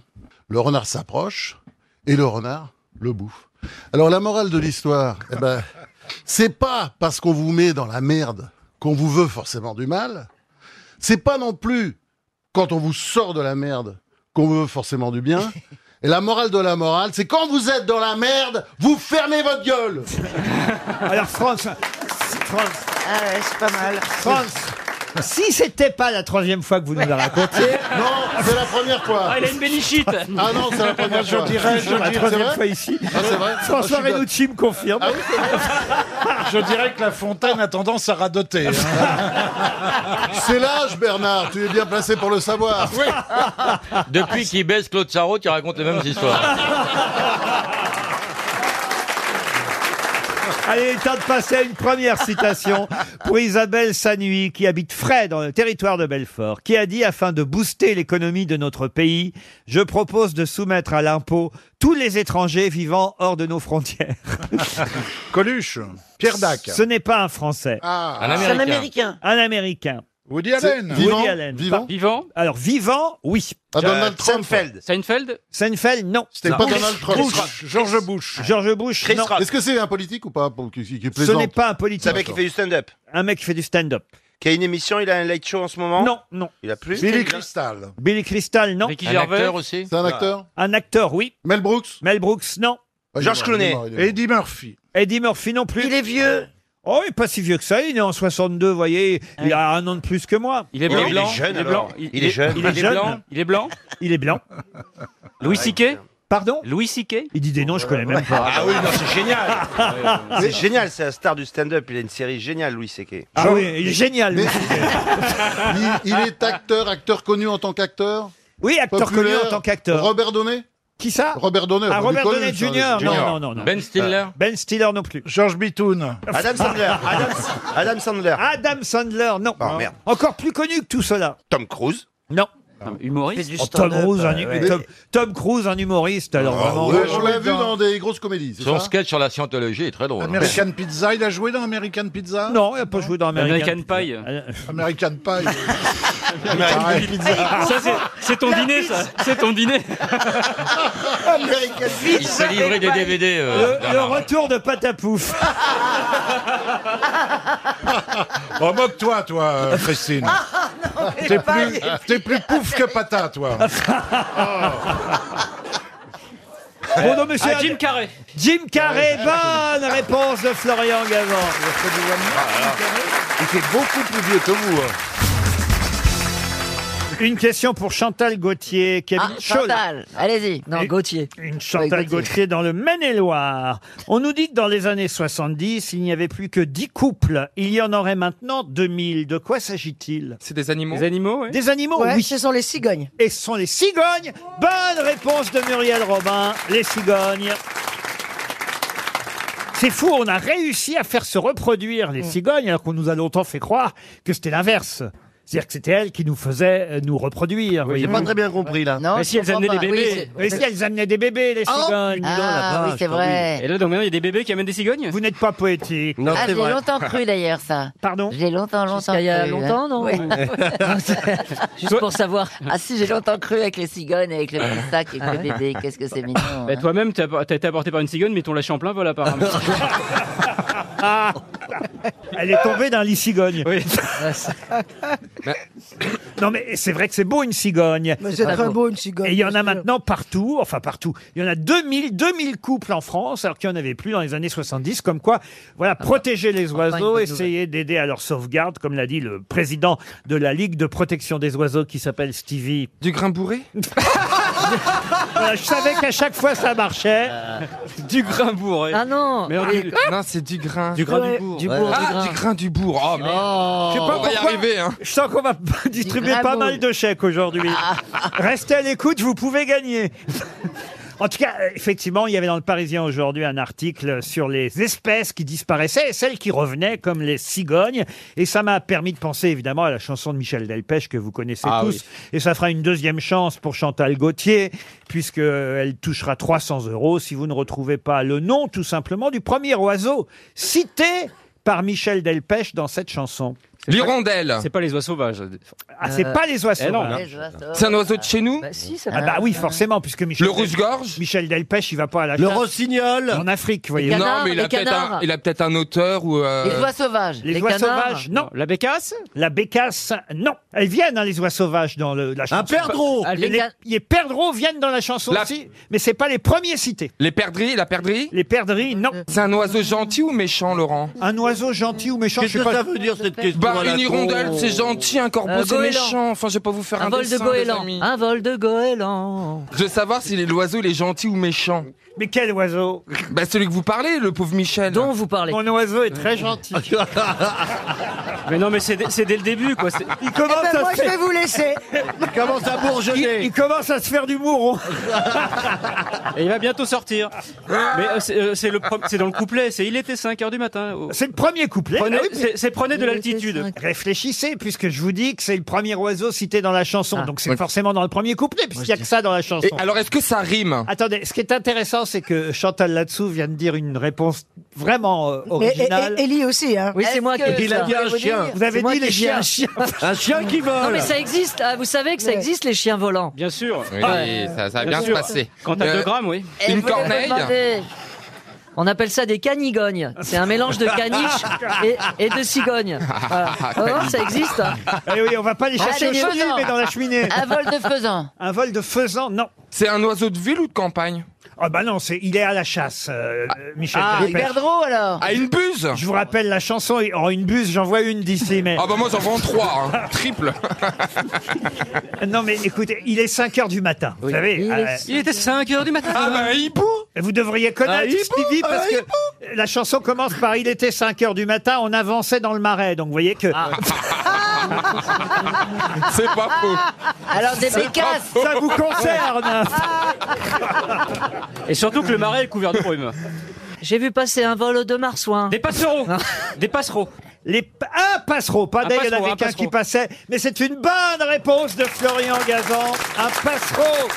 [SPEAKER 16] Le renard s'approche et le renard le bouffe. Alors la morale de l'histoire, eh ben, c'est pas parce qu'on vous met dans la merde qu'on vous veut forcément du mal. C'est pas non plus quand on vous sort de la merde qu'on veut forcément du bien. Et la morale de la morale, c'est quand vous êtes dans la merde, vous fermez votre gueule.
[SPEAKER 1] Alors France, France,
[SPEAKER 7] Ah ouais, c'est pas mal.
[SPEAKER 1] France. Si c'était pas la troisième fois que vous nous la racontiez,
[SPEAKER 16] Non, c'est la première fois.
[SPEAKER 1] Ah, il a
[SPEAKER 16] une bénichite. Ah non, c'est la première
[SPEAKER 1] Je
[SPEAKER 16] fois.
[SPEAKER 1] dirais- je La dirais- troisième c'est vrai fois ici.
[SPEAKER 16] Ah, c'est vrai.
[SPEAKER 1] François
[SPEAKER 16] Ah, je suis
[SPEAKER 1] Renucci me confirme.
[SPEAKER 6] [laughs] Je dirais que la fontaine a tendance à radoter. hein.
[SPEAKER 16] C'est l'âge, Bernard. Tu es bien placé pour le savoir.
[SPEAKER 11] Ah, Depuis qu'il baisse Claude Sarraud, tu racontes les mêmes histoires.
[SPEAKER 1] Allez, il est temps de passer à une première citation pour Isabelle Sanui, qui habite Fray, dans le territoire de Belfort, qui a dit, afin de booster l'économie de notre pays, je propose de soumettre à l'impôt tous les étrangers vivant hors de nos frontières.
[SPEAKER 6] Coluche, Pierre Dac.
[SPEAKER 1] Ce n'est pas un Français.
[SPEAKER 6] Ah.
[SPEAKER 7] Un Américain. C'est un Américain.
[SPEAKER 1] Un Américain.
[SPEAKER 6] Woody Allen.
[SPEAKER 1] Woody
[SPEAKER 6] Vivant,
[SPEAKER 1] Allen.
[SPEAKER 6] vivant.
[SPEAKER 1] Pas- Alors, vivant, oui.
[SPEAKER 16] Ah, Donald Euh, Trump. Seinfeld.
[SPEAKER 1] Seinfeld Seinfeld, non.
[SPEAKER 16] C'était pas Donald Trump.
[SPEAKER 6] George Bush.
[SPEAKER 1] George Bush, non.
[SPEAKER 16] Est-ce que c'est un politique ou pas pour- qui, qui- qui
[SPEAKER 1] Ce
[SPEAKER 16] plaisante
[SPEAKER 1] n'est pas un politique.
[SPEAKER 3] C'est un mec qui fait du stand-up.
[SPEAKER 1] Un mec qui fait du stand-up.
[SPEAKER 3] Qui a une émission, il a un late show en ce moment
[SPEAKER 1] Non, non.
[SPEAKER 3] Il a plus
[SPEAKER 6] Billy Crystal.
[SPEAKER 1] Billy Crystal, non. Ah.
[SPEAKER 3] Ricky Un Gervais acteur aussi
[SPEAKER 16] C'est un acteur
[SPEAKER 1] Un acteur, oui.
[SPEAKER 16] Mel Brooks
[SPEAKER 1] Mel Brooks, non.
[SPEAKER 16] Ah, il est George mort, il est Clooney. mort, il est mort.
[SPEAKER 6] Eddie Murphy.
[SPEAKER 1] Eddie Murphy non plus.
[SPEAKER 7] Il est vieux.
[SPEAKER 1] Oh, il est pas si vieux que ça. Il est en 62, vous voyez. Il a un an de plus que moi.
[SPEAKER 17] Il est blanc.
[SPEAKER 3] Il est jeune,
[SPEAKER 17] Il est blanc.
[SPEAKER 3] alors. Il est jeune.
[SPEAKER 17] Il est
[SPEAKER 1] Il est
[SPEAKER 17] blanc.
[SPEAKER 1] jeune.
[SPEAKER 17] Il est blanc.
[SPEAKER 1] [laughs] Il est blanc.
[SPEAKER 17] Louis Siquet.
[SPEAKER 1] Pardon
[SPEAKER 17] Louis Siquet.
[SPEAKER 1] Il dit des noms, je connais même pas.
[SPEAKER 3] Ah oui, non,
[SPEAKER 1] [laughs]
[SPEAKER 3] c'est génial. C'est génial, c'est la star du stand-up. Il a une série géniale, Louis Sequet.
[SPEAKER 1] Ah oui, il est génial. lui.
[SPEAKER 16] il, il est acteur, acteur connu en tant qu'acteur
[SPEAKER 1] Oui, acteur
[SPEAKER 16] populaire.
[SPEAKER 1] connu en tant qu'acteur.
[SPEAKER 16] Robert Downey
[SPEAKER 1] Qui ça
[SPEAKER 16] Robert Downey.
[SPEAKER 1] Ah,
[SPEAKER 16] on
[SPEAKER 1] Robert
[SPEAKER 16] l'a connu,
[SPEAKER 1] Downey
[SPEAKER 16] ça,
[SPEAKER 1] Jr.
[SPEAKER 16] le-
[SPEAKER 1] Non, non, non, non.
[SPEAKER 11] Ben
[SPEAKER 9] Euh,
[SPEAKER 11] Stiller.
[SPEAKER 1] Ben Stiller non plus.
[SPEAKER 6] George Bitoun.
[SPEAKER 3] Adam Sandler.
[SPEAKER 1] [laughs]
[SPEAKER 3] Adam, Adam Sandler.
[SPEAKER 1] Adam Sandler, non.
[SPEAKER 3] Oh, merde.
[SPEAKER 1] Encore plus connu que tout cela.
[SPEAKER 3] Tom Cruise.
[SPEAKER 1] Non.
[SPEAKER 7] Humoriste.
[SPEAKER 1] Oh, Tom, Cruise, un,
[SPEAKER 3] ouais. Ah,
[SPEAKER 1] Tom- Tom Cruise, un humoriste. Alors vraiment.
[SPEAKER 16] On l'a- on l'a vu dans des grosses comédies, c'est
[SPEAKER 11] Son
[SPEAKER 16] ça Ah,
[SPEAKER 11] sketch sur la scientologie est très drôle. hein.
[SPEAKER 6] American Pizza. Il a joué dans American Pizza
[SPEAKER 1] Non, il n'a pas joué dans American, Euh,
[SPEAKER 17] American Pie.
[SPEAKER 6] American Pie.
[SPEAKER 16] American
[SPEAKER 17] Ah, ça, c'est- c'est ton dîner, ça. C'est ton dîner.
[SPEAKER 6] Ah
[SPEAKER 7] American
[SPEAKER 11] Il s'est livré des DVD.
[SPEAKER 1] [laughs]
[SPEAKER 11] euh,
[SPEAKER 1] Le, le
[SPEAKER 11] Bernard.
[SPEAKER 1] retour de
[SPEAKER 6] [laughs]
[SPEAKER 1] Patapouf.
[SPEAKER 6] Oh, moque-toi, toi, euh,
[SPEAKER 12] [laughs]
[SPEAKER 6] Christine.
[SPEAKER 1] Ah,
[SPEAKER 12] Ah,
[SPEAKER 6] T'es plus, t'es plus pouf que
[SPEAKER 1] [laughs]
[SPEAKER 6] patat, toi. Ah.
[SPEAKER 1] Bon, non, mais c'est
[SPEAKER 17] Ah, Jim Carrey.
[SPEAKER 1] Euh, Jim Carrey, bonne réponse de Florian Gavant.
[SPEAKER 3] Il fait beaucoup plus vieux que vous. hein.
[SPEAKER 1] Une question pour Chantal Gauthier qui habite
[SPEAKER 12] Ah, Chantal, allez-y. Non,
[SPEAKER 1] Gauthier. Une Chantal
[SPEAKER 12] Gauthier.
[SPEAKER 1] Gauthier dans le Maine-et-Loire. On nous dit que dans les années 70, il n'y avait plus que 10 couples. Il y en aurait maintenant 2000. De quoi s'agit-il C'est des animaux Des animaux, oui. Des animaux,
[SPEAKER 18] Ouais,
[SPEAKER 1] oui.
[SPEAKER 18] ce sont les cigognes.
[SPEAKER 1] Et ce sont les cigognes. Bonne réponse de Muriel Robin, les cigognes. C'est fou, on a réussi à faire se reproduire
[SPEAKER 4] Mm.
[SPEAKER 1] les cigognes alors qu'on nous a longtemps fait croire que c'était l'inverse. C'est-à-dire que c'était elles qui nous faisaient euh, nous reproduire.
[SPEAKER 4] j'ai
[SPEAKER 1] voyez-vous.
[SPEAKER 4] pas très bien compris, là. Non,
[SPEAKER 1] Mais
[SPEAKER 4] je
[SPEAKER 1] si elles
[SPEAKER 4] comprends
[SPEAKER 1] amenaient
[SPEAKER 4] pas.
[SPEAKER 1] des bébés.
[SPEAKER 4] Oui, c'est-
[SPEAKER 1] Mais si elles amenaient des bébés, les
[SPEAKER 17] Ah,
[SPEAKER 1] cigognes.
[SPEAKER 17] ah, oui, c'est vrai.
[SPEAKER 1] Et là, donc maintenant, il y a des bébés qui amènent des cigognes Vous n'êtes pas poétique.
[SPEAKER 12] ah, j'ai longtemps cru d'ailleurs ça.
[SPEAKER 1] Pardon
[SPEAKER 12] J'ai longtemps, longtemps
[SPEAKER 18] Jusqu'à [laughs] il y a
[SPEAKER 12] cru, hein.
[SPEAKER 18] longtemps, non
[SPEAKER 12] Oui.
[SPEAKER 18] [laughs]
[SPEAKER 12] [laughs]
[SPEAKER 18] Juste pour savoir.
[SPEAKER 12] Ah si, j'ai longtemps cru avec les cigognes, avec le petit sac, avec le bébé. Qu'est-ce que c'est mignon. hein.
[SPEAKER 17] Bah, Toi-même, t'as t'as été apporté par une cigogne, mais ton lâché en plein vol
[SPEAKER 12] [laughs]
[SPEAKER 17] apparemment.
[SPEAKER 1] Ah, Elle est tombée d'un lit cigogne.
[SPEAKER 18] [laughs]
[SPEAKER 1] non mais c'est vrai que c'est beau une cigogne. Ah
[SPEAKER 18] Mais c'est très beau, une cigogne,
[SPEAKER 1] Et il y en
[SPEAKER 18] bien
[SPEAKER 1] a
[SPEAKER 18] sûr.
[SPEAKER 1] maintenant partout, enfin partout. Il y en a 2000, 2000 couples en France, alors qu'il n'y en avait plus dans les années 70. Comme quoi, voilà, protéger les
[SPEAKER 18] une bonne
[SPEAKER 1] oiseaux,
[SPEAKER 18] nouvelle.
[SPEAKER 1] essayer d'aider à leur sauvegarde, comme l'a dit le président de la Ligue de protection des oiseaux qui s'appelle Stevie. Du grain [laughs] bourré Je savais qu'à chaque fois ça marchait.
[SPEAKER 17] Euh, [laughs] du grain bourré.
[SPEAKER 18] Ah non
[SPEAKER 17] Mais on
[SPEAKER 18] mais-
[SPEAKER 17] dit-
[SPEAKER 18] ah,
[SPEAKER 17] Non, c'est du grain.
[SPEAKER 18] Du grain du Ouais, bourg. du bourg,
[SPEAKER 17] ah,
[SPEAKER 18] du grain.
[SPEAKER 17] du grain du bourg. Oh, merde.
[SPEAKER 1] Je sais pas
[SPEAKER 17] on va y
[SPEAKER 1] pourquoi.
[SPEAKER 17] arriver. Hein.
[SPEAKER 1] Je sens qu'on va distribuer
[SPEAKER 17] grain
[SPEAKER 1] pas [laughs]
[SPEAKER 17] boule.
[SPEAKER 1] mal de chèques aujourd'hui. [laughs] Restez à l'écoute, vous pouvez gagner. [laughs] En tout cas, euh, effectivement, il y avait dans le Parisien aujourd'hui un article sur les espèces qui disparaissaient et celles qui revenaient, comme les cigognes. Et ça m'a permis de penser évidemment à la chanson de Michel Delpech que vous connaissez
[SPEAKER 17] Ah
[SPEAKER 1] tous.
[SPEAKER 17] oui.
[SPEAKER 1] Et ça fera une deuxième chance pour Chantal Gauthier, puisque euh, elle touchera 300 euros si vous ne retrouvez pas le nom, tout simplement, du premier oiseau cité par Michel Delpech dans cette chanson.
[SPEAKER 17] L'hirondelle. C'est pas les oiseaux sauvages.
[SPEAKER 1] Ah, c'est pas les oiseaux.
[SPEAKER 17] Eh non,
[SPEAKER 1] hein.
[SPEAKER 17] les oiseaux C'est un oiseau de chez nous
[SPEAKER 1] Ah bah oui, forcément, puisque Michel.
[SPEAKER 17] Le rouge-gorge
[SPEAKER 1] Michel Delpech, il va pas à la
[SPEAKER 17] Le
[SPEAKER 1] chasse.
[SPEAKER 17] rossignol
[SPEAKER 1] En Afrique, voyez.
[SPEAKER 12] canards,
[SPEAKER 9] non, mais il a
[SPEAKER 12] les
[SPEAKER 9] peut-être
[SPEAKER 12] canards.
[SPEAKER 9] un, il a peut-être un auteur ou. euh,
[SPEAKER 12] Les oies sauvages.
[SPEAKER 1] Les, oies
[SPEAKER 12] canards.
[SPEAKER 1] sauvages, non. La bécasse La bécasse, non. Elles viennent, hein, les oies sauvages, dans le, la chanson.
[SPEAKER 9] perdreau
[SPEAKER 1] Les, les, les perdreaux viennent dans la chanson
[SPEAKER 9] Ah, La-
[SPEAKER 1] aussi, mais c'est pas les premiers cités.
[SPEAKER 9] Les perdrix, la perdrix
[SPEAKER 1] Les perdrix, non.
[SPEAKER 9] Euh, C'est un oiseau gentil ou méchant, Laurent
[SPEAKER 1] Un oiseau gentil ou méchant,
[SPEAKER 9] Qu'est-ce
[SPEAKER 1] je sais
[SPEAKER 9] que
[SPEAKER 1] pas.
[SPEAKER 9] ça veut dire, cette question Bah, à la une hirondelle, con c'est gentil, un corbeau, Euh, c'est goéland. méchant. Enfin, je vais pas vous
[SPEAKER 1] Ah,
[SPEAKER 9] faire un
[SPEAKER 12] vol
[SPEAKER 9] dessin,
[SPEAKER 12] de
[SPEAKER 9] les
[SPEAKER 12] goéland.
[SPEAKER 9] amis.
[SPEAKER 12] Un vol de goéland.
[SPEAKER 9] Je veux savoir si l'oiseau il est gentil ou méchant.
[SPEAKER 1] Mais quel oiseau
[SPEAKER 9] Bah celui que vous parlez, le pauvre Michel. Ah, bah, Dont
[SPEAKER 12] vous parlez.
[SPEAKER 1] Mon oiseau est très
[SPEAKER 9] [laughs]
[SPEAKER 1] gentil.
[SPEAKER 17] Mais non, mais c'est dès c'est dès le début, quoi. c'est-
[SPEAKER 1] Il commence
[SPEAKER 18] Eh ben,
[SPEAKER 1] à
[SPEAKER 18] moi,
[SPEAKER 1] se
[SPEAKER 18] je
[SPEAKER 1] faire-
[SPEAKER 18] vais vous laisser.
[SPEAKER 1] Il commence à bourgeonner. Il, commence à se faire du mouron.
[SPEAKER 17] Et il va bientôt sortir. Mais euh, c'est euh, c'est le pro- c'est dans le couplet. C'est il était 5 heures du matin. Oh.
[SPEAKER 1] C'est le premier couplet.
[SPEAKER 17] Prenez-
[SPEAKER 1] Ah oui, mais-
[SPEAKER 17] c'est- c'est prenez de l'altitude.
[SPEAKER 1] Réfléchissez, puisque je vous dis que c'est le premier oiseau cité dans la
[SPEAKER 12] Ah.
[SPEAKER 1] chanson. Donc c'est forcément dans le premier couplet, puisqu'il n'y a que ça dans la chanson.
[SPEAKER 9] Et alors est-ce que ça rime
[SPEAKER 1] Attendez, ce qui est intéressant, c'est que Chantal là-dessous vient de dire une réponse vraiment euh,
[SPEAKER 18] Et- et-
[SPEAKER 1] originale.
[SPEAKER 18] et- Ellie aussi, hein.
[SPEAKER 12] Oui, c'est moi qui ai dit ça.
[SPEAKER 1] Vous avez
[SPEAKER 12] C'est moi
[SPEAKER 1] dit
[SPEAKER 12] qui
[SPEAKER 1] les
[SPEAKER 12] ai dit
[SPEAKER 1] chiens. [laughs]
[SPEAKER 12] un
[SPEAKER 1] Un chien qui vole.
[SPEAKER 12] Non mais ça existe, ah, vous savez que ça existe les chiens volants.
[SPEAKER 17] Bien sûr.
[SPEAKER 9] Oui,
[SPEAKER 1] Ah.
[SPEAKER 9] ça, ça va bien,
[SPEAKER 17] sûr.
[SPEAKER 9] se passer.
[SPEAKER 17] Quand t'as
[SPEAKER 9] Euh,
[SPEAKER 17] deux grammes, oui.
[SPEAKER 12] Et
[SPEAKER 9] Une
[SPEAKER 12] vous devez
[SPEAKER 9] corneille
[SPEAKER 12] demander- On appelle ça des canigognes. C'est un mélange de caniche et, et de cigogne. Voilà.
[SPEAKER 9] Ah,
[SPEAKER 12] Oh, ça existe.
[SPEAKER 1] Eh oui, on va pas les chercher
[SPEAKER 12] Ah,
[SPEAKER 1] au
[SPEAKER 12] les
[SPEAKER 1] chenil,
[SPEAKER 12] faisans.
[SPEAKER 1] mais dans la cheminée.
[SPEAKER 12] Un vol de faisan.
[SPEAKER 1] Un vol de faisan, non.
[SPEAKER 9] C'est un oiseau de ville ou de campagne
[SPEAKER 1] Ah bah non, c'est il est à la chasse, euh, Michel.
[SPEAKER 12] Ah,
[SPEAKER 1] Delpech.
[SPEAKER 12] perdreau alors.
[SPEAKER 9] À une buse
[SPEAKER 1] Je vous rappelle la chanson. et- En une buse, j'en vois une d'ici, mais.
[SPEAKER 9] Ah bah moi j'en vends trois,
[SPEAKER 1] [laughs]
[SPEAKER 9] hein. triple.
[SPEAKER 1] Non mais écoutez, il est 5 h du matin. Vous savez,
[SPEAKER 17] Il,
[SPEAKER 1] euh,
[SPEAKER 17] était 5 heures du matin.
[SPEAKER 9] Ah bah un hibou
[SPEAKER 1] vous devriez connaître
[SPEAKER 17] Ah, hibou,
[SPEAKER 1] Stevie
[SPEAKER 17] ah,
[SPEAKER 1] parce que la chanson commence par il était 5 h du matin, on avançait dans le marais. Donc vous voyez que
[SPEAKER 12] Ah.
[SPEAKER 1] [laughs]
[SPEAKER 7] Ah.
[SPEAKER 9] C'est pas faux.
[SPEAKER 12] Alors des
[SPEAKER 1] C'est
[SPEAKER 12] bécasses.
[SPEAKER 1] pas faux. Ça vous concerne.
[SPEAKER 17] Et surtout que le marais est couvert de brume.
[SPEAKER 12] J'ai vu passer un vol de marsouin.
[SPEAKER 17] Des passereaux. Des passereaux.
[SPEAKER 1] les pa- un passereau, pas
[SPEAKER 17] Un
[SPEAKER 1] d'ailleurs, il y en
[SPEAKER 17] passereau,
[SPEAKER 1] avait
[SPEAKER 17] un
[SPEAKER 1] qu'un
[SPEAKER 17] passereau.
[SPEAKER 1] qui passait, mais c'est une bonne réponse de Florian Gazan. Un passereau.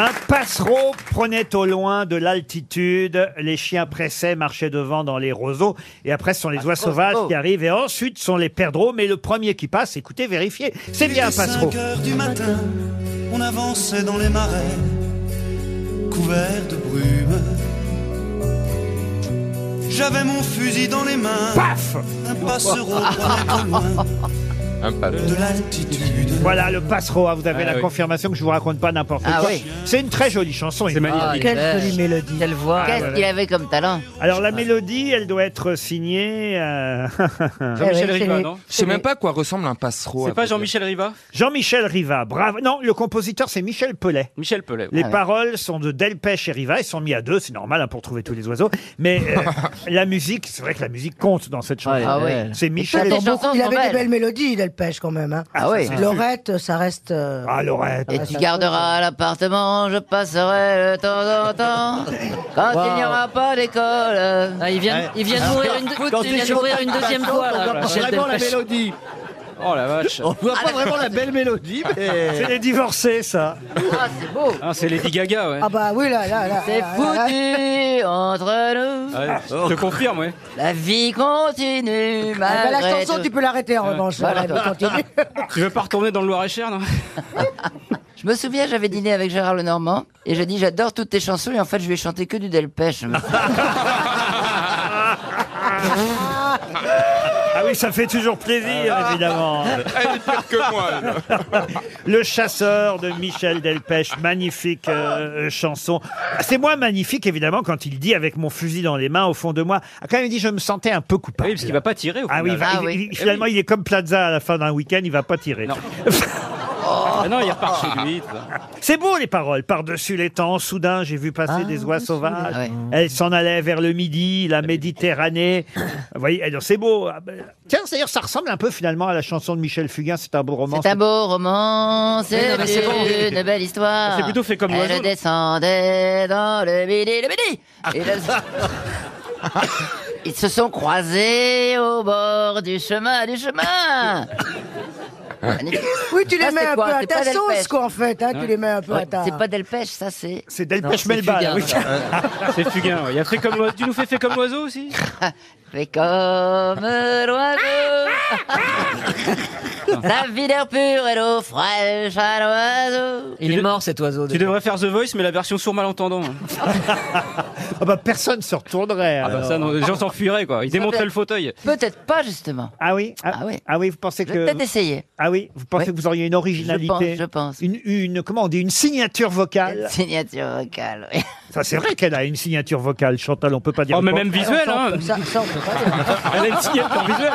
[SPEAKER 1] Un passereau prenait au loin de l'altitude, les chiens pressaient, marchaient devant dans les roseaux, et après ce sont les oies sauvages qui arrivent, et ensuite sont les perdreaux, mais le premier qui passe, écoutez, vérifiez, c'est bien un passereau.
[SPEAKER 14] 5 heures du matin, on avançait dans les marais, couverts de brume. J'avais mon fusil dans les mains.
[SPEAKER 1] Paf [laughs]
[SPEAKER 14] Un passereau prenait au loin
[SPEAKER 1] Un
[SPEAKER 14] de l'altitude.
[SPEAKER 1] Voilà le passereau, hein, vous avez
[SPEAKER 14] Ah
[SPEAKER 1] la
[SPEAKER 14] oui.
[SPEAKER 1] confirmation que je vous raconte pas n'importe
[SPEAKER 14] Ah
[SPEAKER 1] quoi.
[SPEAKER 14] oui.
[SPEAKER 1] C'est une Ah, très jolie chanson. il paraît.
[SPEAKER 18] mélodie.
[SPEAKER 1] Quelle voix.
[SPEAKER 19] Qu'est-ce qu'il avait comme talent
[SPEAKER 1] Alors
[SPEAKER 9] Ah.
[SPEAKER 1] la mélodie, elle doit être signée euh, [laughs]
[SPEAKER 17] Jean-Michel Riva, non
[SPEAKER 9] Je sais même pas à quoi hein. ressemble un passereau.
[SPEAKER 17] C'est pas Jean-Michel Riva
[SPEAKER 1] Jean-Michel Riva, bravo. Non, le compositeur c'est Michel Pelé.
[SPEAKER 17] Michel Pelé.
[SPEAKER 9] Ah
[SPEAKER 1] Les paroles sont de Delpech et Riva, ils sont mis à deux, c'est normal hein, pour trouver tous les oiseaux. Mais
[SPEAKER 9] [laughs]
[SPEAKER 1] euh, la musique, c'est vrai que la musique compte dans cette chanson.
[SPEAKER 7] Ah ouais.
[SPEAKER 1] C'est Michel.
[SPEAKER 7] Il avait des belles mélodies, il pêche quand même. Hein.
[SPEAKER 1] Ah oui.
[SPEAKER 7] Lorette, ça reste. euh,
[SPEAKER 1] Ah, Lorette.
[SPEAKER 7] ça
[SPEAKER 19] Et tu
[SPEAKER 7] reste-
[SPEAKER 19] garderas l'appartement, je passerai de temps
[SPEAKER 7] [laughs]
[SPEAKER 19] en temps. Quand il n'y aura pas d'école. Ah,
[SPEAKER 12] il vient- il vient de mourir une deux- Quand il vient de mourir une deuxième
[SPEAKER 1] Ah,
[SPEAKER 12] fois, là, Michel Delpech.
[SPEAKER 17] Oh la vache.
[SPEAKER 20] On voit
[SPEAKER 2] Ah.
[SPEAKER 20] pas vraiment la belle mélodie, mais.
[SPEAKER 1] C'est les divorcés, ça.
[SPEAKER 19] Ah, c'est beau.
[SPEAKER 17] Ah, c'est Lady Gaga, ouais.
[SPEAKER 7] Ah bah oui, là, là, là.
[SPEAKER 19] C'est
[SPEAKER 7] là, là.
[SPEAKER 19] foutu entre nous.
[SPEAKER 17] Ah Ouais, Je te confirme, ouais.
[SPEAKER 19] La vie continue
[SPEAKER 7] Ah bah,
[SPEAKER 19] malgré
[SPEAKER 7] la chanson,
[SPEAKER 19] tout.
[SPEAKER 7] tu peux l'arrêter en revanche.
[SPEAKER 19] Voilà,
[SPEAKER 7] elle continue.
[SPEAKER 17] Tu veux pas retourner dans le Loir-et-Cher, non
[SPEAKER 19] Je me souviens, j'avais dîné avec Gérard Lenormand et j'ai dit j'adore toutes tes chansons et en fait je lui ai chanté que
[SPEAKER 14] [laughs]
[SPEAKER 19] du Delpech.
[SPEAKER 1] Ah oui, ça fait toujours plaisir,
[SPEAKER 9] Ah.
[SPEAKER 1] évidemment.
[SPEAKER 9] [laughs]
[SPEAKER 14] Elle est pire que moi.
[SPEAKER 1] Le chasseur de Michel Delpech, magnifique euh, euh, chanson. C'est moins magnifique, évidemment, quand il dit avec mon fusil dans les mains au fond de moi. Ah, Quand même, il dit je me sentais un peu coupable.
[SPEAKER 17] Oui, parce qu'il va pas tirer au
[SPEAKER 1] Ah oui, il
[SPEAKER 17] final.
[SPEAKER 1] va- il- il- finalement, il est comme Plaza à la fin d'un week-end, il va pas tirer.
[SPEAKER 17] Ah non, il repart chez lui.
[SPEAKER 1] C'est beau les paroles. Par-dessus les temps, soudain, j'ai vu passer des oies sauvages.
[SPEAKER 19] Ah ouais. Euh,
[SPEAKER 1] Elles s'en allaient vers le midi, la Méditerranée. Vous voyez, alors, c'est beau. Ah ben, Tiens, d'ailleurs, ça ressemble un peu finalement à la chanson de Michel Fugain. C'est un beau roman.
[SPEAKER 19] C'est un beau roman,
[SPEAKER 1] Mais
[SPEAKER 19] c'est
[SPEAKER 1] non, mais c'est
[SPEAKER 19] une
[SPEAKER 1] bon.
[SPEAKER 19] belle histoire.
[SPEAKER 1] C'est plutôt fait comme
[SPEAKER 19] Elle
[SPEAKER 1] l'oiseau. Ah.
[SPEAKER 19] descendait dans le midi, le midi.
[SPEAKER 1] [laughs]
[SPEAKER 19] Et le- Ils se sont croisés au bord du chemin, du chemin.
[SPEAKER 7] Oui, tu les
[SPEAKER 19] Ça,
[SPEAKER 7] mets
[SPEAKER 19] c'est
[SPEAKER 7] un
[SPEAKER 19] quoi
[SPEAKER 7] peu à
[SPEAKER 19] C'est
[SPEAKER 7] ta
[SPEAKER 19] pas
[SPEAKER 7] sauce,
[SPEAKER 19] Delpech.
[SPEAKER 7] quoi, en fait. hein,
[SPEAKER 19] Ouais.
[SPEAKER 7] Tu les mets un peu à
[SPEAKER 19] Ouais,
[SPEAKER 7] ta.
[SPEAKER 19] C'est pas Delpech, ça c'est. [laughs]
[SPEAKER 1] C'est
[SPEAKER 19] Delpech
[SPEAKER 17] Melba, là, oui. C'est Fugain, ouais. Il y a fait comme l'oiseau. Tu nous fais fait comme l'oiseau aussi
[SPEAKER 19] Fait
[SPEAKER 7] [laughs]
[SPEAKER 19] comme l'oiseau. La vie d'air pur et l'eau fraîche à l'oiseau.
[SPEAKER 17] Il est mort cet oiseau. Tu devrais faire The Voice, mais la version sourd malentendant. hein.
[SPEAKER 1] Ah bah personne se retournerait.
[SPEAKER 17] Ah bah
[SPEAKER 1] alors.
[SPEAKER 17] ça, non, les gens s'enfuiraient quoi. Ils démonteraient le fauteuil.
[SPEAKER 19] Peut-être pas justement.
[SPEAKER 1] Ah oui ah, oui. ah oui, vous pensez
[SPEAKER 19] Je
[SPEAKER 1] que.
[SPEAKER 19] vais peut-être essayer.
[SPEAKER 1] Ah oui, vous pensez
[SPEAKER 19] Oui.
[SPEAKER 1] que vous auriez une originalité
[SPEAKER 19] Je pense,
[SPEAKER 1] Une, une, comment on dit, une signature vocale
[SPEAKER 19] Une signature vocale, oui.
[SPEAKER 1] Ça, c'est vrai qu'elle a une signature vocale, Chantal, on peut pas dire.
[SPEAKER 17] Oh, mais
[SPEAKER 1] quoi.
[SPEAKER 17] même visuel, hein.
[SPEAKER 1] [laughs]
[SPEAKER 17] Elle a une signature visuelle.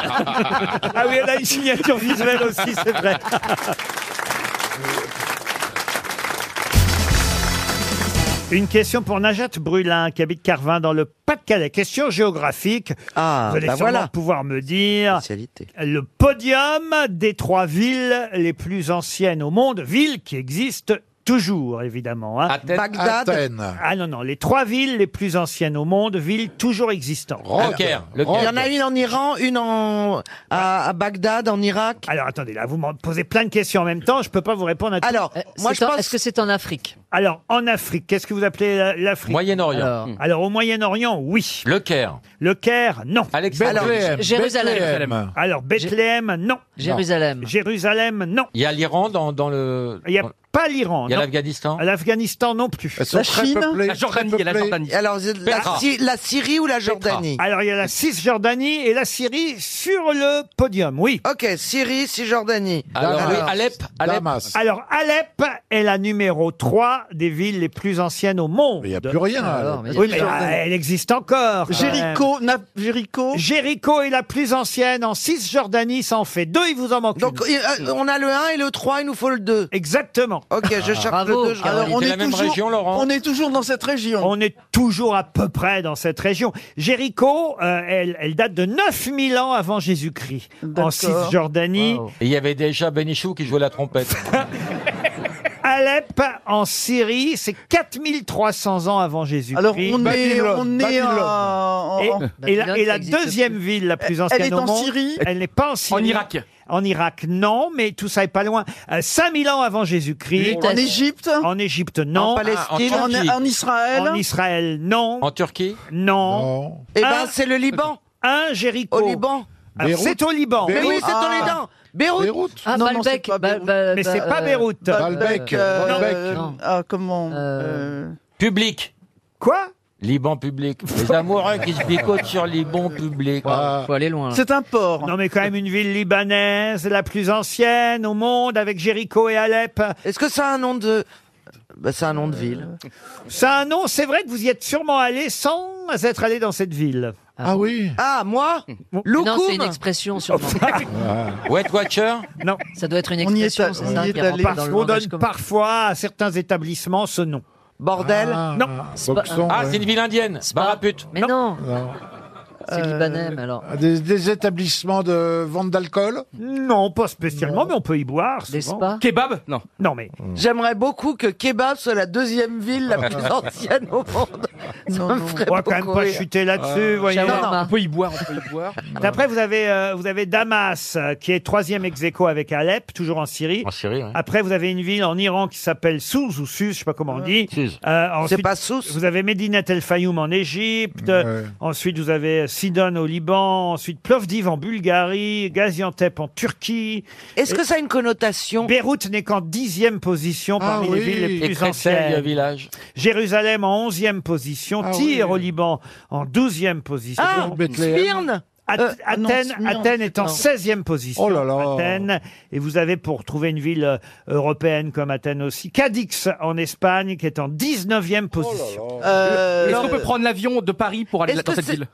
[SPEAKER 1] Ah oui, elle a une signature visuelle aussi, c'est vrai. Une question pour Najat Brulin, qui habite Carvin dans le Pas-de-Calais. Question géographique.
[SPEAKER 21] Ah,
[SPEAKER 1] Vous allez
[SPEAKER 21] bah
[SPEAKER 1] sûrement
[SPEAKER 21] voilà.
[SPEAKER 1] pouvoir me dire le podium des trois villes les plus anciennes au monde, villes qui existent toujours, évidemment. hein.
[SPEAKER 5] Bagdad. Athènes.
[SPEAKER 1] Ah non, non, les trois villes les plus anciennes au monde, villes toujours existantes.
[SPEAKER 5] Rhodes. Caire, le Caire.
[SPEAKER 21] Il y en a une en Iran, une en, à, à Bagdad, en Irak.
[SPEAKER 1] Alors attendez, là, vous me posez plein de questions en même temps, je peux pas vous répondre à tout.
[SPEAKER 21] Alors, moi, je pense.
[SPEAKER 12] que Euh, c'est en Afrique
[SPEAKER 1] Alors, en Afrique, qu'est-ce que vous appelez la- l'Afrique
[SPEAKER 13] Moyen-Orient.
[SPEAKER 1] Alors,
[SPEAKER 13] Hmm.
[SPEAKER 1] alors, au Moyen-Orient, oui.
[SPEAKER 13] Le Caire.
[SPEAKER 1] Le Caire, non.
[SPEAKER 13] Bethléem, Jérusalem. Bethléem.
[SPEAKER 1] Alors, Bethléem, non.
[SPEAKER 13] Jérusalem.
[SPEAKER 1] Jérusalem, non.
[SPEAKER 13] Il y a l'Iran dans, dans le.
[SPEAKER 1] Il n'y a pas l'Iran.
[SPEAKER 13] Il y a
[SPEAKER 1] non.
[SPEAKER 13] l'Afghanistan.
[SPEAKER 1] L'Afghanistan non plus.
[SPEAKER 13] Elles sont La très Chine peuplées, La Jordanie, très il y a la peuplées. Jordanie.
[SPEAKER 21] Alors, c'est la
[SPEAKER 1] Petra.
[SPEAKER 21] Sy- la Syrie ou la Jordanie
[SPEAKER 1] Alors, il y a la Cisjordanie et la Syrie sur le podium, oui.
[SPEAKER 21] Ok, Syrie, Cisjordanie.
[SPEAKER 13] Alors, oui, Alep, Alep. Damas.
[SPEAKER 1] Alors, Alep est la numéro 3 des villes les plus anciennes au monde. Il n'y a
[SPEAKER 5] plus rien, à Alors, Alep. mais il y a
[SPEAKER 1] oui,
[SPEAKER 5] plus
[SPEAKER 1] mais
[SPEAKER 5] Jordanie.
[SPEAKER 1] ah, elle existe encore. quand
[SPEAKER 7] Jéricho,
[SPEAKER 1] même. Jéricho. est la plus ancienne. En Cisjordanie, ça en fait deux, il vous en manque
[SPEAKER 21] Donc,
[SPEAKER 1] une.
[SPEAKER 21] euh, on a le 1 et le 3, il nous faut le 2.
[SPEAKER 1] Exactement.
[SPEAKER 21] Ok, je cherche le 2. Je...
[SPEAKER 7] Alors, on est, toujours,
[SPEAKER 1] Laurent
[SPEAKER 7] on est toujours dans cette région.
[SPEAKER 1] On est toujours à peu près dans cette région. Jéricho, euh, elle, elle date de 9000 ans avant Jésus-Christ, en Cisjordanie.
[SPEAKER 13] Et il y avait déjà Benichou qui jouait la trompette.
[SPEAKER 1] Alep, en Syrie, c'est 4300 ans avant Jésus-Christ.
[SPEAKER 7] Alors, on est, on est
[SPEAKER 1] Babylone.
[SPEAKER 7] en-
[SPEAKER 1] Et,
[SPEAKER 7] en-
[SPEAKER 1] et la, et la deuxième ville la plus
[SPEAKER 7] Elle
[SPEAKER 1] ancienne
[SPEAKER 7] est
[SPEAKER 1] au
[SPEAKER 7] en
[SPEAKER 1] monde,
[SPEAKER 7] Syrie
[SPEAKER 1] Elle n'est pas en Syrie. En Irak. En Irak, non, mais tout ça est pas loin. Euh, 5000 ans avant Jésus-Christ.
[SPEAKER 7] En Égypte
[SPEAKER 1] En Égypte, non.
[SPEAKER 7] En Palestine
[SPEAKER 1] Ah,
[SPEAKER 7] En-
[SPEAKER 1] Turquie.
[SPEAKER 7] en Israël
[SPEAKER 1] En Israël, non.
[SPEAKER 13] En Turquie
[SPEAKER 1] Non.
[SPEAKER 21] Eh ben, c'est le Liban.
[SPEAKER 1] Un Jéricho.
[SPEAKER 21] Au Liban.
[SPEAKER 1] Alors,
[SPEAKER 21] Beyrouth.
[SPEAKER 1] C'est au Liban.
[SPEAKER 21] Mais oui, c'est au
[SPEAKER 1] Ah.
[SPEAKER 21] Liban. Beyrouth.
[SPEAKER 12] Ah,
[SPEAKER 7] Non, non,
[SPEAKER 12] Balbec.
[SPEAKER 7] c'est pas Beyrouth.
[SPEAKER 1] Mais c'est pas Beyrouth.
[SPEAKER 7] Baalbek, euh,
[SPEAKER 13] Baalbek.
[SPEAKER 7] euh, ah, comment euh,
[SPEAKER 13] Public.
[SPEAKER 1] Quoi
[SPEAKER 9] Liban public. Les amoureux qui se picotent sur Liban public.
[SPEAKER 1] Faut aller loin.
[SPEAKER 9] C'est
[SPEAKER 1] un port. Non, mais quand même une ville libanaise, la plus ancienne au monde, avec Jéricho et Alep. Est-ce que ça a un nom de. c'est un nom de ville. Ça a un nom, c'est vrai que vous y êtes sûrement allé sans être allé dans cette ville. Ah oui
[SPEAKER 21] Ah, moi Loukoum
[SPEAKER 12] Non, c'est une expression sûrement.
[SPEAKER 9] Wet Watcher
[SPEAKER 1] [laughs] Non.
[SPEAKER 12] Ça doit être une
[SPEAKER 1] On y est
[SPEAKER 12] expression,
[SPEAKER 1] allé-
[SPEAKER 12] c'est
[SPEAKER 1] on
[SPEAKER 12] ça
[SPEAKER 1] y est
[SPEAKER 12] qui rentre
[SPEAKER 1] allé.
[SPEAKER 12] dans
[SPEAKER 1] Parce
[SPEAKER 12] le
[SPEAKER 1] qu'on
[SPEAKER 12] langage
[SPEAKER 1] donne
[SPEAKER 12] commun.
[SPEAKER 1] parfois à certains établissements ce nom.
[SPEAKER 21] Bordel
[SPEAKER 1] Non.
[SPEAKER 12] pas- Boxon,
[SPEAKER 9] ah,
[SPEAKER 12] ouais.
[SPEAKER 9] c'est une ville indienne. Barapute.
[SPEAKER 12] Mais non, c'est
[SPEAKER 6] Euh,
[SPEAKER 12] libanais, mais alors.
[SPEAKER 6] Des, des établissements de vente d'alcool
[SPEAKER 1] Non, pas spécialement, mais on peut y boire.
[SPEAKER 6] Des
[SPEAKER 21] spas
[SPEAKER 9] Ah bah,
[SPEAKER 6] Kebab
[SPEAKER 1] Non. Non, mais.
[SPEAKER 22] Hmm.
[SPEAKER 21] J'aimerais beaucoup que Kebab soit la deuxième ville la
[SPEAKER 22] [laughs]
[SPEAKER 21] plus ancienne au monde. Ça me ferait
[SPEAKER 1] On va quand
[SPEAKER 21] beaucoup
[SPEAKER 1] même pas
[SPEAKER 21] rire.
[SPEAKER 1] chuter là-dessus,
[SPEAKER 9] Euh,
[SPEAKER 1] voyez.
[SPEAKER 21] Non, non.
[SPEAKER 1] y boire, Ah. on peut y boire. D'après, vous avez, euh, vous avez Damas, euh, qui est troisième ex aequo avec Alep, toujours en Syrie.
[SPEAKER 9] En Syrie, ouais.
[SPEAKER 1] Après, vous avez une ville en Iran qui s'appelle Souz ou Suz, je sais pas comment on dit. Euh, ensuite,
[SPEAKER 21] pas
[SPEAKER 1] Vous avez Médinat El Fayoum en Égypte. Ensuite, vous avez Sidon au Liban. Ensuite, Plovdiv en Bulgarie. Gaziantep en Turquie.
[SPEAKER 21] Est-ce que ça a une connotation
[SPEAKER 1] Beyrouth n'est qu'en dixième position
[SPEAKER 9] Ah
[SPEAKER 1] parmi
[SPEAKER 9] oui.
[SPEAKER 1] les villes les
[SPEAKER 9] Et
[SPEAKER 1] plus
[SPEAKER 9] Kressel, il y a un
[SPEAKER 1] anciennes.
[SPEAKER 9] village.
[SPEAKER 1] Jérusalem en 11e position,
[SPEAKER 9] Ah
[SPEAKER 1] Tyr
[SPEAKER 9] oui.
[SPEAKER 1] au Liban en 12e position.
[SPEAKER 21] Ah, Bethléem. Smyrne
[SPEAKER 1] Ath-
[SPEAKER 21] Euh, non,
[SPEAKER 1] Athènes,
[SPEAKER 21] Smyrne,
[SPEAKER 1] Athènes est en
[SPEAKER 21] non.
[SPEAKER 1] 16e position.
[SPEAKER 21] Oh là là.
[SPEAKER 1] Athènes. Et vous avez pour trouver une ville euh, européenne comme Athènes aussi, Cadix en Espagne qui est en 19e
[SPEAKER 21] Oh
[SPEAKER 1] position.
[SPEAKER 20] Euh, Est-ce qu'on peut prendre l'avion de Paris pour aller
[SPEAKER 1] Est-ce
[SPEAKER 20] dans
[SPEAKER 1] que
[SPEAKER 20] cette
[SPEAKER 1] c'est-
[SPEAKER 20] ville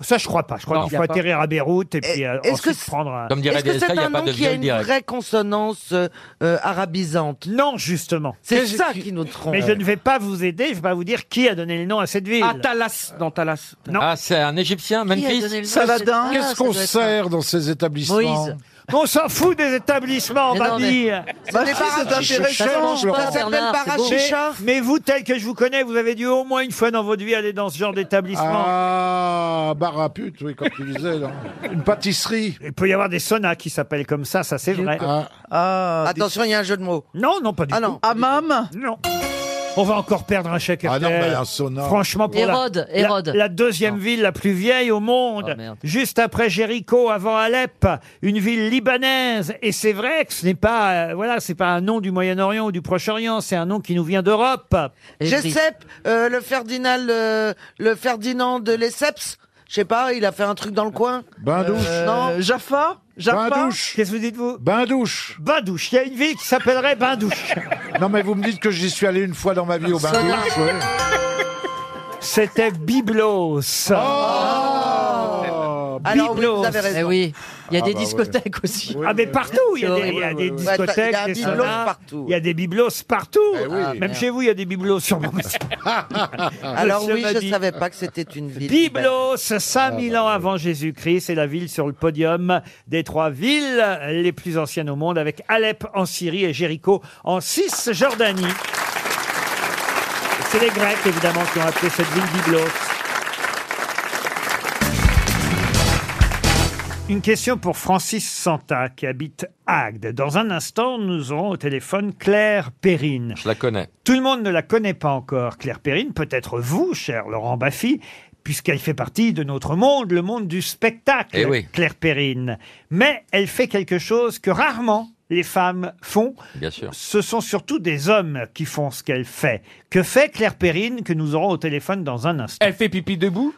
[SPEAKER 1] Ça, je crois pas. Je crois
[SPEAKER 20] Non,
[SPEAKER 1] qu'il
[SPEAKER 20] il y
[SPEAKER 1] faut
[SPEAKER 20] a pas.
[SPEAKER 1] atterrir à Beyrouth et puis euh,
[SPEAKER 21] Est-ce que
[SPEAKER 1] ensuite
[SPEAKER 21] c'est-
[SPEAKER 1] prendre.
[SPEAKER 9] Comme dirait
[SPEAKER 21] Est-ce que
[SPEAKER 9] DSK,
[SPEAKER 21] c'est
[SPEAKER 9] il y a
[SPEAKER 21] un
[SPEAKER 9] pas
[SPEAKER 21] nom
[SPEAKER 9] de
[SPEAKER 21] qui a
[SPEAKER 9] viol
[SPEAKER 21] une
[SPEAKER 9] direct.
[SPEAKER 21] vraie consonance euh, euh, arabisante
[SPEAKER 1] Non, justement.
[SPEAKER 21] C'est
[SPEAKER 1] Que je-
[SPEAKER 21] ça qui nous trompe.
[SPEAKER 1] Mais je ne vais pas vous aider, je ne vais pas vous dire qui a donné le nom à cette ville.
[SPEAKER 20] À Thalas, dans Thalas.
[SPEAKER 9] Ah, c'est un Égyptien, Memphis.
[SPEAKER 6] Saladin. Qu'est-ce qu'on sert dans ces établissements
[SPEAKER 1] On s'en fout des établissements, on
[SPEAKER 6] Mais
[SPEAKER 1] va
[SPEAKER 6] non, mais-
[SPEAKER 1] dire.
[SPEAKER 6] C'est Bah des si, c'est parachichas, intéressant.
[SPEAKER 21] Ça Laurent. s'appelle Bernard, c'est beau. parachichas.
[SPEAKER 1] Mais, mais vous, tel que je vous connais, vous avez dû au moins une fois dans votre vie aller dans ce genre d'établissement.
[SPEAKER 6] Ah, bar à pute, oui, comme tu disais. là. Une pâtisserie.
[SPEAKER 1] Il peut y avoir des saunas qui s'appellent comme ça, ça c'est vrai.
[SPEAKER 6] Ah.
[SPEAKER 21] Attention, il y a un jeu de mots.
[SPEAKER 1] Non, non, pas du
[SPEAKER 21] ah,
[SPEAKER 1] tout.
[SPEAKER 21] non.
[SPEAKER 1] Hammam Non. On va encore perdre un chèque
[SPEAKER 6] Ah non,
[SPEAKER 1] RTL.
[SPEAKER 6] mais un sauna.
[SPEAKER 1] Franchement, pour la-
[SPEAKER 12] Hérode,
[SPEAKER 1] la,
[SPEAKER 12] Hérode. Ah,
[SPEAKER 1] la deuxième ville la plus vieille au monde, juste après Jéricho, avant Alep, une ville libanaise. Et c'est vrai que ce n'est pas, euh, voilà, c'est pas un nom du Moyen-Orient ou du Proche-Orient, c'est un nom qui nous vient d'Europe.
[SPEAKER 21] Jessep, euh, le Ferdinand, le, le Ferdinand de Lesseps, je sais pas, il a fait un truc dans le coin.
[SPEAKER 6] Bain douche.
[SPEAKER 21] non.
[SPEAKER 6] Jaffa
[SPEAKER 21] Jaffa
[SPEAKER 6] Bain douche.
[SPEAKER 1] Qu'est-ce que vous dites vous
[SPEAKER 6] Bain douche.
[SPEAKER 1] Bain douche. Il y a une ville qui s'appellerait
[SPEAKER 23] [laughs]
[SPEAKER 1] Bain douche.
[SPEAKER 6] non mais vous me dites que j'y suis allé une fois dans ma vie au bain douche. ouais.
[SPEAKER 1] C'était Byblos.
[SPEAKER 23] Oh.
[SPEAKER 21] Alors oui, vous avez
[SPEAKER 1] Byblos.
[SPEAKER 21] raison.
[SPEAKER 12] Eh oui, il y a
[SPEAKER 1] Ah
[SPEAKER 12] des
[SPEAKER 1] bah ouais.
[SPEAKER 12] discothèques aussi.
[SPEAKER 1] ah mais partout, il y a
[SPEAKER 12] C'est
[SPEAKER 1] des, il y a
[SPEAKER 12] horrible.
[SPEAKER 1] des
[SPEAKER 21] ouais, ouais.
[SPEAKER 1] discothèques,
[SPEAKER 21] Il y a un
[SPEAKER 1] des
[SPEAKER 21] biblos
[SPEAKER 1] saunas,
[SPEAKER 21] partout.
[SPEAKER 1] Il y a des biblos partout.
[SPEAKER 21] Ah,
[SPEAKER 1] Même
[SPEAKER 21] merde.
[SPEAKER 1] chez vous, il y a des biblos sur mon
[SPEAKER 21] Alors
[SPEAKER 1] Monsieur
[SPEAKER 21] oui,
[SPEAKER 1] m'a
[SPEAKER 21] je
[SPEAKER 1] dit.
[SPEAKER 21] savais pas que c'était une ville.
[SPEAKER 1] Byblos, 5000 ans avant Jésus-Christ, c'est la ville sur le podium des trois villes les plus anciennes au monde, avec Alep en Syrie et Jéricho en Cisjordanie. C'est les Grecs, évidemment, qui ont appelé cette ville Byblos. Une question pour Francis Santa, qui habite Agde. Dans un instant, nous aurons au téléphone Claire Perrine.
[SPEAKER 9] Je la connais.
[SPEAKER 1] Tout le monde ne la connaît pas encore, Claire Perrine, peut-être vous, cher Laurent Baffy, puisqu'elle fait partie de notre monde, le monde du spectacle,
[SPEAKER 9] Eh oui.
[SPEAKER 1] Claire Perrine. Mais elle fait quelque chose que rarement les femmes font.
[SPEAKER 9] Bien sûr.
[SPEAKER 1] Ce sont surtout des hommes qui font ce qu'elle fait. Que fait Claire Perrine que nous aurons au téléphone dans un instant Elle fait pipi debout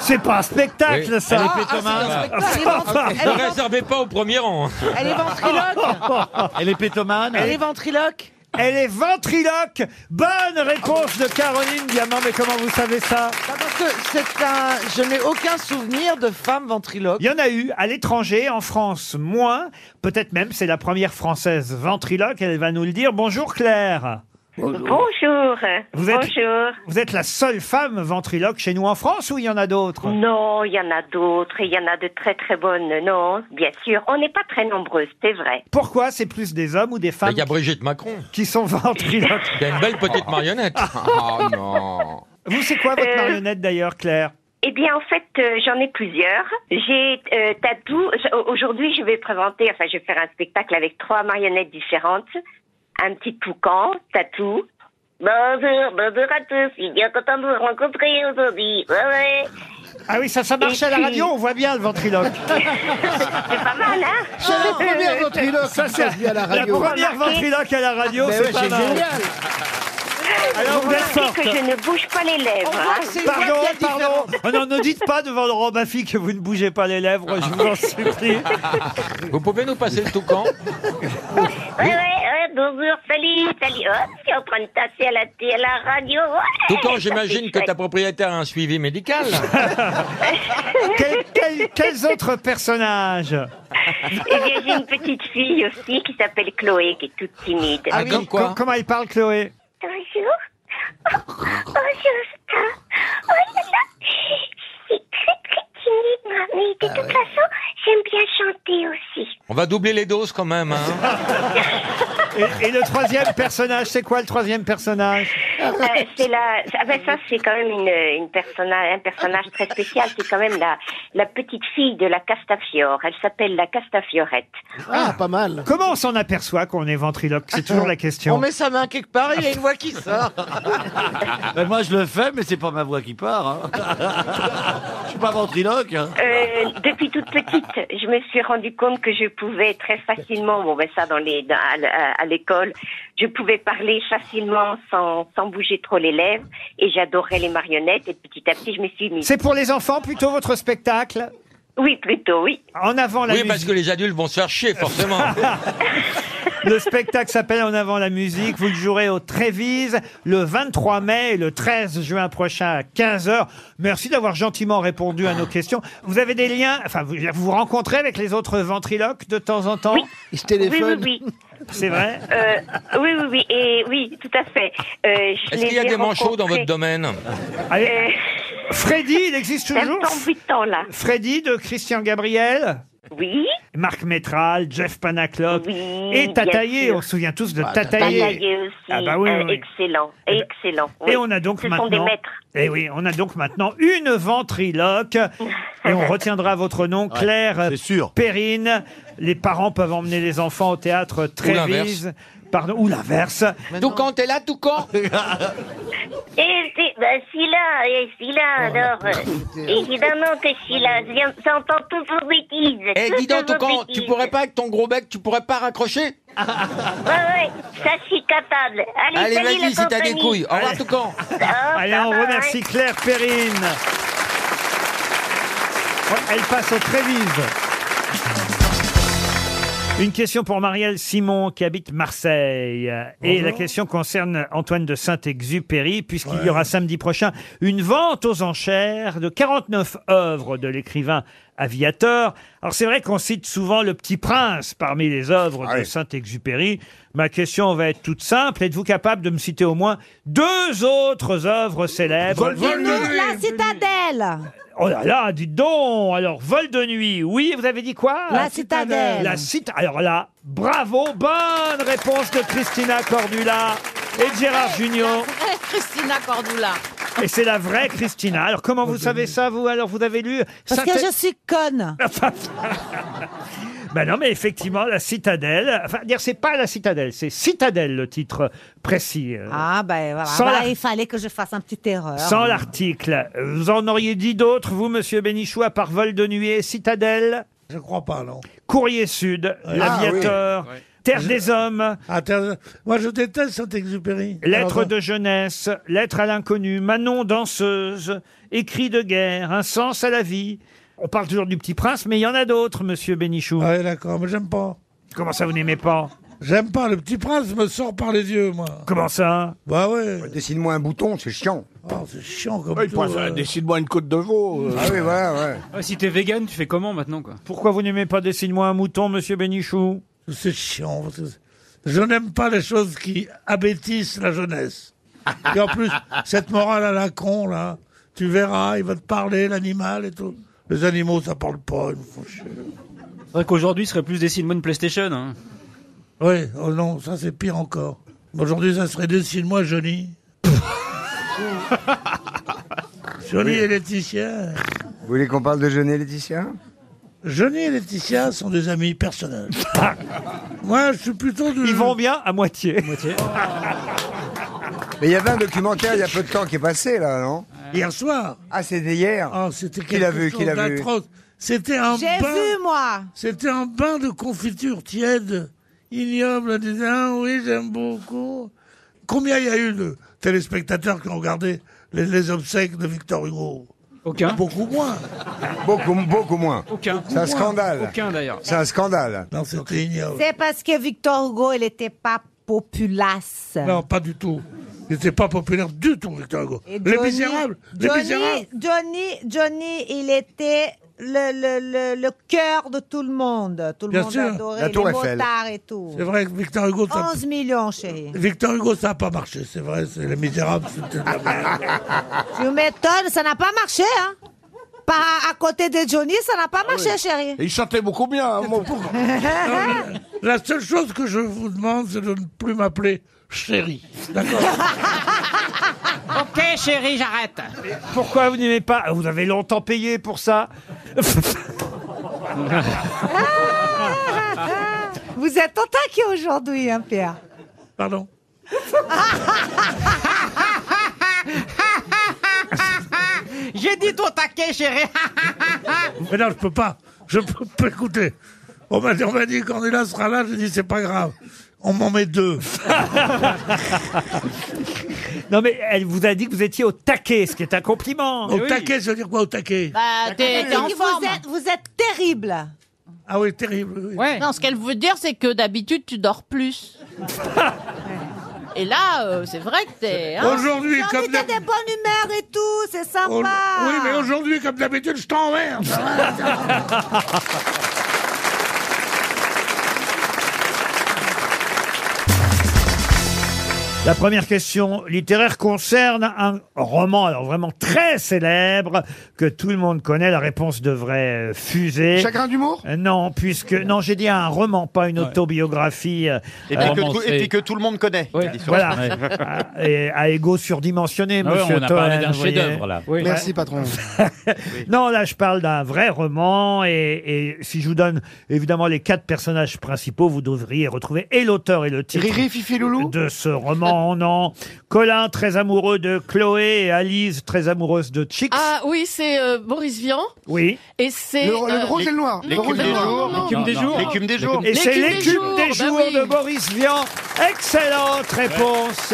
[SPEAKER 1] C'est pas un spectacle,
[SPEAKER 9] Oui.
[SPEAKER 1] ça
[SPEAKER 9] Elle est
[SPEAKER 21] Ah,
[SPEAKER 9] pétomane.
[SPEAKER 1] Ah,
[SPEAKER 9] Ne
[SPEAKER 1] [laughs]
[SPEAKER 9] réservez pas au premier rang.
[SPEAKER 11] Elle est ventriloque.
[SPEAKER 1] Elle est pétomane
[SPEAKER 11] Elle est ventriloque.
[SPEAKER 1] Elle est ventriloque Bonne réponse de Caroline Diamant, mais comment vous savez ça
[SPEAKER 21] Bah, Parce que c'est un, je n'ai aucun souvenir de femme ventriloque.
[SPEAKER 1] Il y en a eu à l'étranger, en France moins. Peut-être même c'est la première française ventriloque. Elle va nous le dire. Bonjour Claire.
[SPEAKER 24] Bonjour.
[SPEAKER 1] Vous êtes,
[SPEAKER 24] Bonjour.
[SPEAKER 1] vous êtes la seule femme ventriloque chez nous en France ou il y en a d'autres
[SPEAKER 24] Non, il y en a d'autres, il y en a de très très bonnes, non Bien sûr, on n'est pas très nombreuses, c'est vrai.
[SPEAKER 1] Pourquoi c'est plus des hommes ou des
[SPEAKER 9] Mais
[SPEAKER 1] femmes
[SPEAKER 9] Il y a Brigitte Macron.
[SPEAKER 1] qui sont ventriloques
[SPEAKER 9] Il y a une belle petite marionnette. Oh non.
[SPEAKER 1] Vous, c'est quoi votre
[SPEAKER 24] Euh,
[SPEAKER 1] marionnette d'ailleurs, Claire
[SPEAKER 24] Eh bien, en fait, euh, j'en ai plusieurs. J'ai euh, Tatou. j- Aujourd'hui, je vais présenter, enfin, je vais faire un spectacle avec trois marionnettes différentes. Un petit toucan, Tatou. Bonjour, bonjour à tous. Je suis bien content de vous rencontrer aujourd'hui. Ouais, ouais.
[SPEAKER 1] Ah oui, ça, ça marche
[SPEAKER 24] Et
[SPEAKER 1] à la
[SPEAKER 24] puis-
[SPEAKER 1] radio, on voit bien le ventriloque.
[SPEAKER 24] C'est pas mal, hein
[SPEAKER 6] [laughs] C'est la première ventriloque
[SPEAKER 1] Ça,
[SPEAKER 6] qui
[SPEAKER 1] c'est
[SPEAKER 6] passe bien à la radio.
[SPEAKER 1] première
[SPEAKER 6] Remarquez.
[SPEAKER 1] ventriloque à la radio,
[SPEAKER 6] Mais
[SPEAKER 1] c'est
[SPEAKER 6] ouais,
[SPEAKER 1] pas
[SPEAKER 6] c'est
[SPEAKER 1] mal.
[SPEAKER 6] génial.
[SPEAKER 1] Alors, vous êtes forte.
[SPEAKER 24] que je ne bouge pas les lèvres. hein.
[SPEAKER 1] Pardon, pardon. Oh non, ne dites pas devant Laurent Baffy que vous ne bougez pas les lèvres, je vous en supplie.
[SPEAKER 25] Vous pouvez nous passer le toucan
[SPEAKER 24] Ouais, ouais, ouais, bonjour, salut, salut. Oh, je suis en train de tasser à la, à la radio. Ouais,
[SPEAKER 25] Toucan,
[SPEAKER 24] ça
[SPEAKER 25] j'imagine
[SPEAKER 24] fait
[SPEAKER 25] que
[SPEAKER 24] chouette.
[SPEAKER 25] ta propriétaire a un suivi médical.
[SPEAKER 1] Quel- quel- quels autres personnages
[SPEAKER 24] Eh bien, j'ai une petite fille aussi qui s'appelle Chloé, qui est toute timide.
[SPEAKER 1] Ah, com- com- Comment elle parle, Chloé
[SPEAKER 24] Bonjour. Oh, bonjour, Star. Oh là là. C'est très, très timide, moi. Mais de toute façon, j'aime bien chanter aussi.
[SPEAKER 25] On va doubler les doses quand même. hein.
[SPEAKER 1] et, et le troisième personnage, c'est quoi le troisième personnage
[SPEAKER 24] Euh, c'est la. ah ben ça, c'est quand même une, une personnage, un personnage très spécial. C'est quand même la, la petite fille de la Castafiore. Elle s'appelle la Castafiorette.
[SPEAKER 1] Ah, pas mal. Comment on s'en aperçoit qu'on est ventriloque C'est toujours la question.
[SPEAKER 21] On met sa main quelque part, il y a une voix qui sort.
[SPEAKER 23] Ben, moi, je le fais, mais c'est pas ma voix qui part. hein. je suis pas ventriloque. hein.
[SPEAKER 24] Euh, depuis toute petite, je me suis rendu compte que je pouvais très facilement, bon ben ça dans les dans- à, à- à l'école, je pouvais parler facilement sans, sans bouger trop les lèvres et j'adorais les marionnettes et petit à petit je me suis mise.
[SPEAKER 1] C'est pour les enfants plutôt votre spectacle
[SPEAKER 24] Oui, plutôt, oui.
[SPEAKER 1] En avant la
[SPEAKER 25] oui,
[SPEAKER 1] musique.
[SPEAKER 25] parce que les adultes vont se faire chier, forcément.
[SPEAKER 1] Ah. [laughs] Le spectacle s'appelle En avant la musique. Vous le jouerez au Trévise le 23 mai et le 13 juin prochain à 15h. Merci d'avoir gentiment répondu à nos questions. Vous avez des liens, enfin, vous vous, vous rencontrez avec les autres ventriloques de temps en temps Ils se
[SPEAKER 24] Oui, oui, oui.
[SPEAKER 1] C'est vrai
[SPEAKER 24] Euh, Oui, oui, oui, et oui, tout à fait. Euh, je
[SPEAKER 25] Est-ce qu'il y a
[SPEAKER 24] les ai
[SPEAKER 25] des manchots dans
[SPEAKER 24] rencontrés.
[SPEAKER 25] votre domaine
[SPEAKER 1] Allez. Freddy, il
[SPEAKER 24] [laughs]
[SPEAKER 1] existe toujours
[SPEAKER 24] là.
[SPEAKER 1] Freddy de Christian Gabriel
[SPEAKER 24] Oui.
[SPEAKER 1] Marc Métral, Jeff Panacloc et
[SPEAKER 24] bien
[SPEAKER 1] Tataillé.
[SPEAKER 24] sûr.
[SPEAKER 1] On se souvient tous
[SPEAKER 24] Bah,
[SPEAKER 25] Bah,
[SPEAKER 1] de Tataillé.
[SPEAKER 24] Tataillé aussi.
[SPEAKER 1] Ah bah oui,
[SPEAKER 24] euh,
[SPEAKER 1] oui.
[SPEAKER 24] Excellent, excellent.
[SPEAKER 1] Et
[SPEAKER 24] oui.
[SPEAKER 1] on a donc
[SPEAKER 24] Ce
[SPEAKER 1] maintenant.
[SPEAKER 24] sont des maîtres.
[SPEAKER 1] Eh oui, on a donc maintenant une ventriloque. et on retiendra votre nom, Claire Perrine. Les parents peuvent emmener les enfants au théâtre Trévise.
[SPEAKER 25] l'inverse.
[SPEAKER 1] Pardon, ou l'inverse.
[SPEAKER 25] Toucan, t'es là,
[SPEAKER 1] [laughs]
[SPEAKER 25] Toucan
[SPEAKER 24] Et c'est- ben, Sheila, et Sheila,
[SPEAKER 25] Oh,
[SPEAKER 24] alors, euh, évidemment que Sheila, j'en- j'entends toutes vos bêtises.
[SPEAKER 25] [laughs] Eh, dis donc,
[SPEAKER 24] toutes vos
[SPEAKER 25] Toucan, tu
[SPEAKER 24] bêtises.
[SPEAKER 25] pourrais pas, avec ton gros bec, tu pourrais pas raccrocher
[SPEAKER 24] Ouais, ouais, ça, je suis capable. Allez,
[SPEAKER 25] Allez,
[SPEAKER 24] salut,
[SPEAKER 25] vas-y,
[SPEAKER 24] la
[SPEAKER 25] si t'as des
[SPEAKER 24] compagnie.
[SPEAKER 25] couilles. Au revoir,
[SPEAKER 24] Allez.
[SPEAKER 25] Toucan.
[SPEAKER 1] Allez, on remercie Claire Perrine. Elle passe au Trévise. Une question pour Marielle Simon qui habite Marseille. Et
[SPEAKER 23] Bonjour.
[SPEAKER 1] la question concerne Antoine de Saint-Exupéry, puisqu'il y aura samedi prochain une vente aux enchères de 49 œuvres de l'écrivain aviateur. Alors c'est vrai qu'on cite souvent Le Petit Prince parmi les œuvres de Saint-Exupéry. Ma question va être toute simple. Êtes-vous capable de me citer au moins deux autres œuvres célèbres
[SPEAKER 18] la citadelle.
[SPEAKER 1] Oh là là, dites donc Alors, vol de nuit, oui, vous avez dit quoi
[SPEAKER 18] La citadelle.
[SPEAKER 1] La citadelle. Alors là, bravo, bonne réponse de Christina Cordula et Gérard Junior.
[SPEAKER 11] Christina Cordula.
[SPEAKER 1] Et c'est la vraie Christina. Alors, comment vous savez ça, vous Alors, vous avez lu
[SPEAKER 11] Parce que
[SPEAKER 1] Saint-
[SPEAKER 11] je suis conne.
[SPEAKER 1] [laughs] Ben non, mais effectivement, la citadelle. Enfin, dire, c'est pas la citadelle, c'est citadelle le titre précis. euh,
[SPEAKER 11] Ah ben voilà,
[SPEAKER 1] Sans
[SPEAKER 11] Bah,
[SPEAKER 1] la-
[SPEAKER 11] il fallait que je fasse un petit erreur.
[SPEAKER 18] Ah.
[SPEAKER 1] Sans l'article. Vous en auriez dit d'autres, vous, monsieur Bénichou, à part vol de nuit et citadelle
[SPEAKER 8] Je crois pas, non.
[SPEAKER 1] Courrier Sud,
[SPEAKER 8] Ouais.
[SPEAKER 1] l'aviateur,
[SPEAKER 8] Ah, oui. Ouais.
[SPEAKER 1] Terre
[SPEAKER 8] Je-
[SPEAKER 1] des Hommes,
[SPEAKER 8] Ah, t'as- Moi, je déteste Saint-Exupéry.
[SPEAKER 1] Lettre de jeunesse, Lettre à l'inconnu, Manon danseuse, Écrit de guerre, Un sens à la vie. On parle toujours du Petit Prince, mais il y en a d'autres, monsieur Bénichou.
[SPEAKER 8] Ah Ouais, d'accord, mais j'aime pas.
[SPEAKER 1] Comment ça, vous n'aimez pas
[SPEAKER 8] J'aime pas, le petit prince me sort par les yeux, moi.
[SPEAKER 1] Comment
[SPEAKER 15] hein
[SPEAKER 1] ça
[SPEAKER 8] Bah ouais.
[SPEAKER 2] Dessine-moi un bouton, c'est chiant.
[SPEAKER 8] Oh, c'est chiant comme
[SPEAKER 2] Ouais,
[SPEAKER 8] tout,
[SPEAKER 2] Ah, il pense à-
[SPEAKER 8] euh.
[SPEAKER 2] Dessine-moi une côte de veau. euh. Ah oui, voilà, ouais.
[SPEAKER 17] si t'es vegan, tu fais comment maintenant quoi
[SPEAKER 1] Pourquoi vous n'aimez pas Dessine-moi un mouton, monsieur Bénichou
[SPEAKER 8] C'est chiant. parce que Je n'aime pas les choses qui abêtissent la jeunesse. Et en plus, cette morale à la con, là, tu verras, il va te parler, l'animal et tout. Les animaux, ça parle pas, ils me font chier.
[SPEAKER 17] C'est vrai qu'aujourd'hui, ce serait plus dessine-moi une PlayStation. [laughs] hein.
[SPEAKER 8] Oui, oh non, ça c'est pire encore. Aujourd'hui, ça serait dessine-moi Johnny. Johnny et Laetitia.
[SPEAKER 2] Vous voulez qu'on parle de Jeunet Laetitia
[SPEAKER 8] Johnny et Laetitia sont des amis personnels. Moi, je suis plutôt du.
[SPEAKER 1] Ils vont bien à moitié.
[SPEAKER 2] [laughs] Mais il y avait un documentaire il y a peu de temps qui est passé, là, non
[SPEAKER 8] Hier soir.
[SPEAKER 2] Ah, c'était hier.
[SPEAKER 8] Ah, c'était
[SPEAKER 2] Qui l'a
[SPEAKER 8] quelque
[SPEAKER 2] vu Qui
[SPEAKER 8] chose
[SPEAKER 2] l'a vu
[SPEAKER 8] d'atroce. C'était un
[SPEAKER 11] J'ai
[SPEAKER 8] bain.
[SPEAKER 11] vu, moi.
[SPEAKER 8] C'était un bain de confiture tiède, ignoble, en disant, ah oui, j'aime beaucoup. combien il y a eu de téléspectateurs qui ont regardé les, les obsèques de Victor Hugo
[SPEAKER 17] Aucun.
[SPEAKER 8] Beaucoup moins.
[SPEAKER 2] Beaucoup, beaucoup moins.
[SPEAKER 17] Aucun.
[SPEAKER 2] C'est un scandale.
[SPEAKER 17] Aucun, d'ailleurs.
[SPEAKER 2] C'est un scandale.
[SPEAKER 8] Non, c'était ignoble.
[SPEAKER 18] C'est parce que Victor Hugo, il n'était pas populace.
[SPEAKER 8] Non, pas du tout. Il n'était pas populaire du tout, Victor Hugo.
[SPEAKER 18] Et
[SPEAKER 8] les
[SPEAKER 18] Johnny-
[SPEAKER 8] misérables. les
[SPEAKER 18] Johnny,
[SPEAKER 8] misérables.
[SPEAKER 18] Johnny, Johnny, il était le, le, le, le cœur de tout le monde. Tout le
[SPEAKER 8] Bien
[SPEAKER 18] monde
[SPEAKER 8] sûr.
[SPEAKER 18] adorait
[SPEAKER 8] La
[SPEAKER 18] les
[SPEAKER 8] Tour Eiffel.
[SPEAKER 18] motards et tout.
[SPEAKER 8] C'est vrai que Victor Hugo, ça,
[SPEAKER 18] 11 millions, chérie.
[SPEAKER 8] Victor Hugo, ça n'a pas marché, c'est vrai. c'est- Les misérables, c'était de la merde.
[SPEAKER 18] Tu m'étonnes, ça n'a pas marché, hein Pas à côté de Johnny, ça n'a
[SPEAKER 1] Ah
[SPEAKER 18] pas marché, chérie.
[SPEAKER 8] Il chantait beaucoup bien. hein, La seule chose que je vous demande, c'est de ne plus m'appeler chérie. [laughs] D'accord
[SPEAKER 16] Ok, chérie, j'arrête.
[SPEAKER 1] Pourquoi vous n'aimez pas Ah, Vous avez longtemps payé pour ça
[SPEAKER 18] Vous êtes au taquet aujourd'hui, hein, Pierre
[SPEAKER 8] Pardon
[SPEAKER 16] J'ai dit ton taquet, chérie.
[SPEAKER 17] [laughs]
[SPEAKER 8] Mais non, je peux pas. Je peux pas écouter. On m'a dit, on m'a dit Cornelia sera là. J'ai dit, c'est pas grave. [laughs] On m'en met deux.
[SPEAKER 1] Non mais elle vous a dit que vous étiez au taquet, ce qui est un compliment.
[SPEAKER 8] Au taquet, ça veut dire quoi au taquet
[SPEAKER 18] Bah,
[SPEAKER 15] t'es- t'es en forme.
[SPEAKER 18] vous, êtes, vous êtes terrible.
[SPEAKER 8] Ah oui, terrible. oui.
[SPEAKER 15] Non, ce qu'elle veut dire, c'est que d'habitude, tu dors plus. Et là, euh, c'est vrai que t'es...
[SPEAKER 7] Ah,
[SPEAKER 15] hein.
[SPEAKER 8] Aujourd'hui, comme
[SPEAKER 18] T'as des bonnes humeurs et tout, c'est sympa.
[SPEAKER 8] Au- Oui, mais aujourd'hui, comme d'habitude, je t'emmerde.
[SPEAKER 1] La première question littéraire concerne un roman, alors vraiment très célèbre, que tout le monde connaît. La réponse devrait euh, fuser.
[SPEAKER 22] Chagrin d'humour
[SPEAKER 1] Euh, Non, puisque non, j'ai dit un roman, pas une autobiographie. euh,
[SPEAKER 22] Et puis,
[SPEAKER 1] euh,
[SPEAKER 22] que, tout- et puis que tout le monde connaît.
[SPEAKER 1] Voilà, à, [laughs] et à égo surdimensionné,
[SPEAKER 22] Ah ouais,
[SPEAKER 1] monsieur
[SPEAKER 22] on a parlé
[SPEAKER 1] Toen,
[SPEAKER 22] d'un
[SPEAKER 1] vous voyez.
[SPEAKER 22] chef-d'œuvre, là. Oui. Merci, patron.
[SPEAKER 1] non, là, je parle d'un vrai roman, et, et si je vous donne évidemment les quatre personnages principaux, vous devriez retrouver et l'auteur et le titre de ce roman. Non, Colin, très amoureux de Chloé, et Alice, très amoureuse de Chix.
[SPEAKER 15] Ah oui, c'est euh, Boris Vian.
[SPEAKER 1] Oui.
[SPEAKER 15] Et c'est... euh,
[SPEAKER 22] Le- le rose et le noir. Le rose et le noir. L'écume des jours. L'écume des jours.
[SPEAKER 1] Et c'est
[SPEAKER 22] L'écume des
[SPEAKER 1] l'écume
[SPEAKER 22] jours,
[SPEAKER 1] des
[SPEAKER 22] bah
[SPEAKER 1] jours
[SPEAKER 22] oui.
[SPEAKER 1] de Boris Vian. Excellente réponse.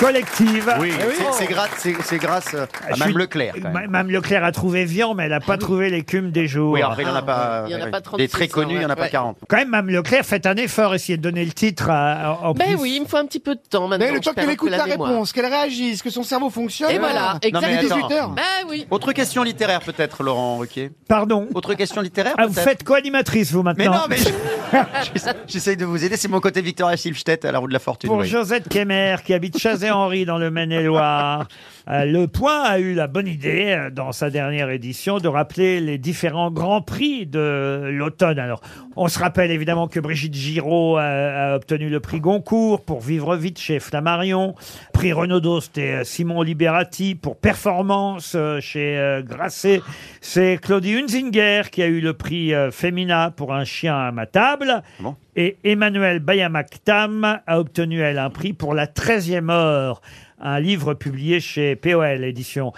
[SPEAKER 1] Collective.
[SPEAKER 22] Oui,
[SPEAKER 1] Eh oui. Ah,
[SPEAKER 22] c'est- c'est grâce, c'est- c'est grâce euh, à
[SPEAKER 1] Je
[SPEAKER 22] Mme
[SPEAKER 1] suis-
[SPEAKER 22] Leclerc. quand même. Ah
[SPEAKER 1] Ma- Mme Leclerc a trouvé Vian, mais elle n'a pas trouvé l'écume des jours.
[SPEAKER 22] Oui, après, Ah, il n'y en a pas. hein,
[SPEAKER 15] il y en a
[SPEAKER 22] ouais,
[SPEAKER 15] pas
[SPEAKER 22] ouais.
[SPEAKER 15] 36,
[SPEAKER 22] Des très connus, il n'y en a pas
[SPEAKER 15] ouais.
[SPEAKER 22] 40.
[SPEAKER 1] Quand même, Mme Leclerc, faites un effort, essayez de donner le titre à- en en
[SPEAKER 15] Ben
[SPEAKER 1] plus.
[SPEAKER 15] oui, il me faut un petit peu de temps maintenant.
[SPEAKER 22] Mais le temps
[SPEAKER 15] je
[SPEAKER 22] qu'elle
[SPEAKER 15] perds un
[SPEAKER 22] écoute
[SPEAKER 15] peu
[SPEAKER 22] la
[SPEAKER 15] mémoire.
[SPEAKER 22] réponse,
[SPEAKER 15] qu'elle réagisse, que son cerveau fonctionne. Et
[SPEAKER 22] Ouais.
[SPEAKER 15] voilà,
[SPEAKER 22] Non, mais
[SPEAKER 15] exactement.
[SPEAKER 22] attends. 18
[SPEAKER 15] Ben oui.
[SPEAKER 22] Autre question littéraire, peut-être, Laurent Ruquier
[SPEAKER 1] Pardon
[SPEAKER 22] Autre question littéraire
[SPEAKER 1] Ah, vous
[SPEAKER 22] peut-être
[SPEAKER 1] faites quoi, animatrice, vous, maintenant
[SPEAKER 22] Mais non, mais je- j'essa- j'essaye de vous aider. C'est mon côté Victoria Silvstedt à la roue de la fortune.
[SPEAKER 1] Pour
[SPEAKER 22] oui.
[SPEAKER 1] Josette Kemer, qui habite Chazé-Henri dans le Maine-et-Loire, Euh, Le Point a eu la bonne idée, euh, dans sa dernière édition, de rappeler les différents grands prix de l'automne. Alors, on se rappelle évidemment que Brigitte Giraud euh, a, obtenu le prix Goncourt pour Vivre vite chez Flammarion, prix Renaudot, c'était euh, Simon Liberati pour Performance euh, chez euh, Grasset. C'est Claudie Hunzinger qui a eu le prix euh, Femina pour Un chien à ma
[SPEAKER 22] Ah
[SPEAKER 1] table. Et Emmanuel Bayamaktam a obtenu, elle, un prix pour La 13e heure, un livre publié chez POL Édition.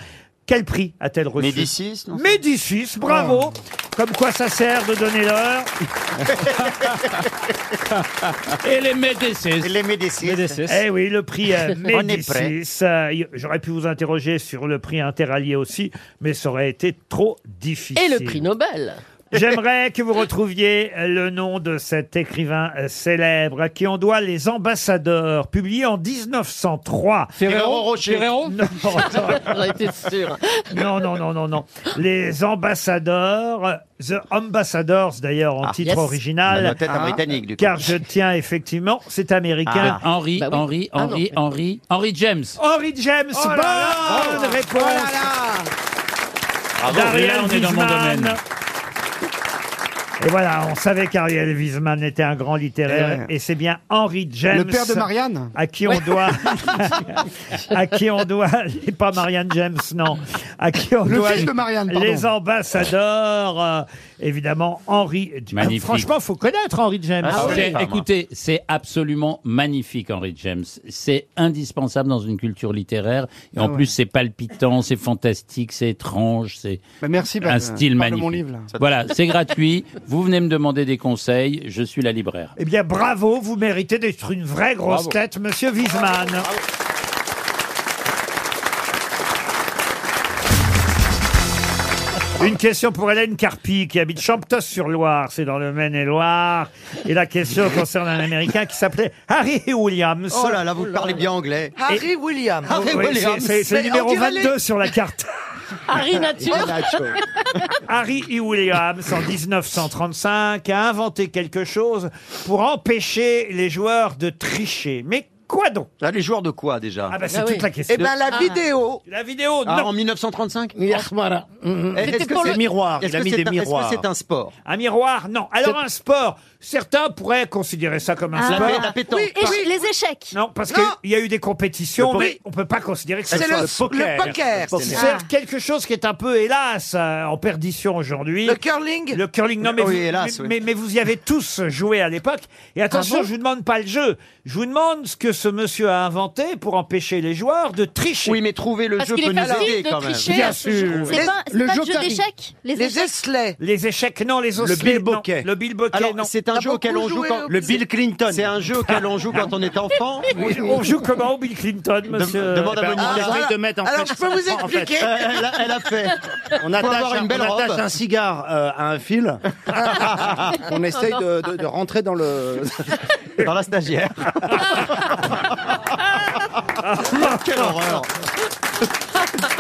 [SPEAKER 1] Quel prix a-t-elle reçu
[SPEAKER 22] Médicis, non Oh.
[SPEAKER 1] Médicis, bravo Comme quoi ça sert de donner l'heure.
[SPEAKER 22] Et les Médicis. les Médicis.
[SPEAKER 1] Eh oui, le prix euh,
[SPEAKER 22] On est prêt.
[SPEAKER 1] Médicis. Euh, y- J'aurais pu vous interroger sur le prix Interallié aussi, mais ça aurait été trop difficile.
[SPEAKER 15] Et le prix Nobel.
[SPEAKER 1] J'aimerais que vous retrouviez euh, le nom de cet écrivain euh, célèbre à qui on doit Les Ambassadeurs, publié en 1903.
[SPEAKER 15] Ferrero Rocher. Ferrero
[SPEAKER 1] Non,
[SPEAKER 15] [laughs] J'en étais sûr.
[SPEAKER 1] [laughs] non, non, non, non, non. Les Ambassadeurs, euh, The Ambassadors d'ailleurs en titre
[SPEAKER 22] yes.
[SPEAKER 1] original. Ah,
[SPEAKER 22] La tête à Britannique, du coup.
[SPEAKER 1] Car je tiens effectivement, c'est américain.
[SPEAKER 22] Ah.
[SPEAKER 16] Henri, Henri,
[SPEAKER 1] Ah non,
[SPEAKER 16] Henri,
[SPEAKER 1] c'est-
[SPEAKER 16] Henri, Henri James.
[SPEAKER 1] Henry James,
[SPEAKER 16] Oh là là.
[SPEAKER 1] bonne réponse
[SPEAKER 16] Bravo,
[SPEAKER 1] d'Ariel
[SPEAKER 16] Ariel, on est dans mon
[SPEAKER 4] Ah,
[SPEAKER 1] Wiesmann.
[SPEAKER 16] domaine.
[SPEAKER 1] Et voilà, on savait qu'Ariel Wiesman était un grand littéraire,
[SPEAKER 22] Eh ouais.
[SPEAKER 1] et c'est bien Henry James.
[SPEAKER 22] Le père de Marianne
[SPEAKER 4] [laughs]
[SPEAKER 1] À qui on doit, à qui on doit, et pas Marianne James, non, à qui on
[SPEAKER 4] Le
[SPEAKER 1] doit
[SPEAKER 4] fils de Marianne, pardon.
[SPEAKER 1] les ambassadeurs, euh, évidemment Henri. euh,
[SPEAKER 14] Magnifique.
[SPEAKER 1] Franchement, faut connaître Henri James. Ah,
[SPEAKER 14] C'est- Ah, écoutez, c'est absolument magnifique, Henry James. C'est indispensable dans une culture littéraire. Et en
[SPEAKER 4] Ah ouais.
[SPEAKER 14] plus, c'est palpitant, c'est fantastique, c'est étrange, c'est
[SPEAKER 4] Bah, merci,
[SPEAKER 14] un
[SPEAKER 4] bah,
[SPEAKER 14] style
[SPEAKER 4] parle de
[SPEAKER 14] magnifique.
[SPEAKER 4] mon livre, là.
[SPEAKER 14] Voilà, c'est gratuit. Vous venez me demander des conseils, je suis la libraire.
[SPEAKER 1] Eh bien, bravo, vous méritez d'être une vraie grosse
[SPEAKER 14] Bravo.
[SPEAKER 1] tête, monsieur Wiesmann. Une question pour Hélène Carpi, qui habite Champtos-sur-Loire, c'est dans le Maine-et-Loire. Et la question concerne un Américain qui s'appelait Harry Williams.
[SPEAKER 22] Oh là là, vous parlez bien anglais.
[SPEAKER 21] Harry Williams.
[SPEAKER 22] Harry
[SPEAKER 1] Oui, c'est-
[SPEAKER 22] Williams.
[SPEAKER 1] C'est c'est le
[SPEAKER 22] Mais
[SPEAKER 1] numéro
[SPEAKER 22] on dirait les-
[SPEAKER 1] 22 sur la carte.
[SPEAKER 15] Harry Nature.
[SPEAKER 1] [laughs] Harry E. Williams, en 1935, a inventé quelque chose pour empêcher les joueurs de tricher. Mais quoi donc
[SPEAKER 22] Là, les joueurs de quoi déjà
[SPEAKER 1] Ah bah, c'est Ah toute oui. la question.
[SPEAKER 21] Eh ben, la vidéo.
[SPEAKER 1] La vidéo,
[SPEAKER 22] Ah,
[SPEAKER 1] non.
[SPEAKER 22] en 1935
[SPEAKER 1] mm. C'était
[SPEAKER 22] Est-ce que
[SPEAKER 1] pour
[SPEAKER 22] c'est
[SPEAKER 1] le- miroir,
[SPEAKER 22] Est-ce
[SPEAKER 1] il a
[SPEAKER 22] que
[SPEAKER 1] mis
[SPEAKER 22] c'est
[SPEAKER 1] des
[SPEAKER 22] un-
[SPEAKER 1] miroirs.
[SPEAKER 22] Est-ce que c'est un sport
[SPEAKER 1] Un miroir, non. Alors un sport, certains pourraient considérer ça comme un
[SPEAKER 22] Ah. La
[SPEAKER 1] sport.
[SPEAKER 22] pé- la pétanque, Oui, et pardon.
[SPEAKER 1] les échecs. Non, parce
[SPEAKER 22] Non.
[SPEAKER 1] qu'il y a eu des compétitions,
[SPEAKER 22] Le po-
[SPEAKER 1] mais on peut pas considérer que ce
[SPEAKER 21] C'est
[SPEAKER 1] soit
[SPEAKER 21] le- le poker.
[SPEAKER 1] C'est
[SPEAKER 21] Ah.
[SPEAKER 1] quelque chose qui est un peu, hélas, euh, en perdition aujourd'hui. Le
[SPEAKER 21] curling
[SPEAKER 1] Le curling, non, mais,
[SPEAKER 22] Oui,
[SPEAKER 1] vous,
[SPEAKER 22] hélas,
[SPEAKER 1] mais,
[SPEAKER 22] oui.
[SPEAKER 1] mais- mais vous y avez tous joué à l'époque. Et attention,
[SPEAKER 22] Ah bon
[SPEAKER 1] je vous demande pas le jeu. Je vous demande ce que ce monsieur a inventé pour empêcher les joueurs de tricher. Oui,
[SPEAKER 22] mais trouver le
[SPEAKER 1] jeu peut nous aider quand même. Bien sûr.
[SPEAKER 19] C'est pas, c'est pas le jeu d'échecs Les, échecs
[SPEAKER 21] esselets.
[SPEAKER 1] Les échecs, non, les osselets. non. Le bilboquet,
[SPEAKER 22] Alors,
[SPEAKER 1] non. Ah
[SPEAKER 22] C'est un jeu auquel on joue quand. Clinton. C'est un jeu auquel on joue quand on
[SPEAKER 1] [laughs]
[SPEAKER 22] est enfant.
[SPEAKER 1] On- On joue comment au Bill Clinton, monsieur
[SPEAKER 22] demande à Monica. Ah, voilà. Alors, je peux vous expliquer. Euh, elle a- elle a fait.
[SPEAKER 3] On
[SPEAKER 22] Faut
[SPEAKER 3] attache,
[SPEAKER 22] avoir
[SPEAKER 3] un,
[SPEAKER 22] une belle
[SPEAKER 3] on attache
[SPEAKER 22] robe.
[SPEAKER 3] un cigare euh, à un
[SPEAKER 1] [laughs]
[SPEAKER 3] fil. on essaye de, de- de rentrer dans le.
[SPEAKER 22] [laughs] dans la stagiaire. Quelle horreur.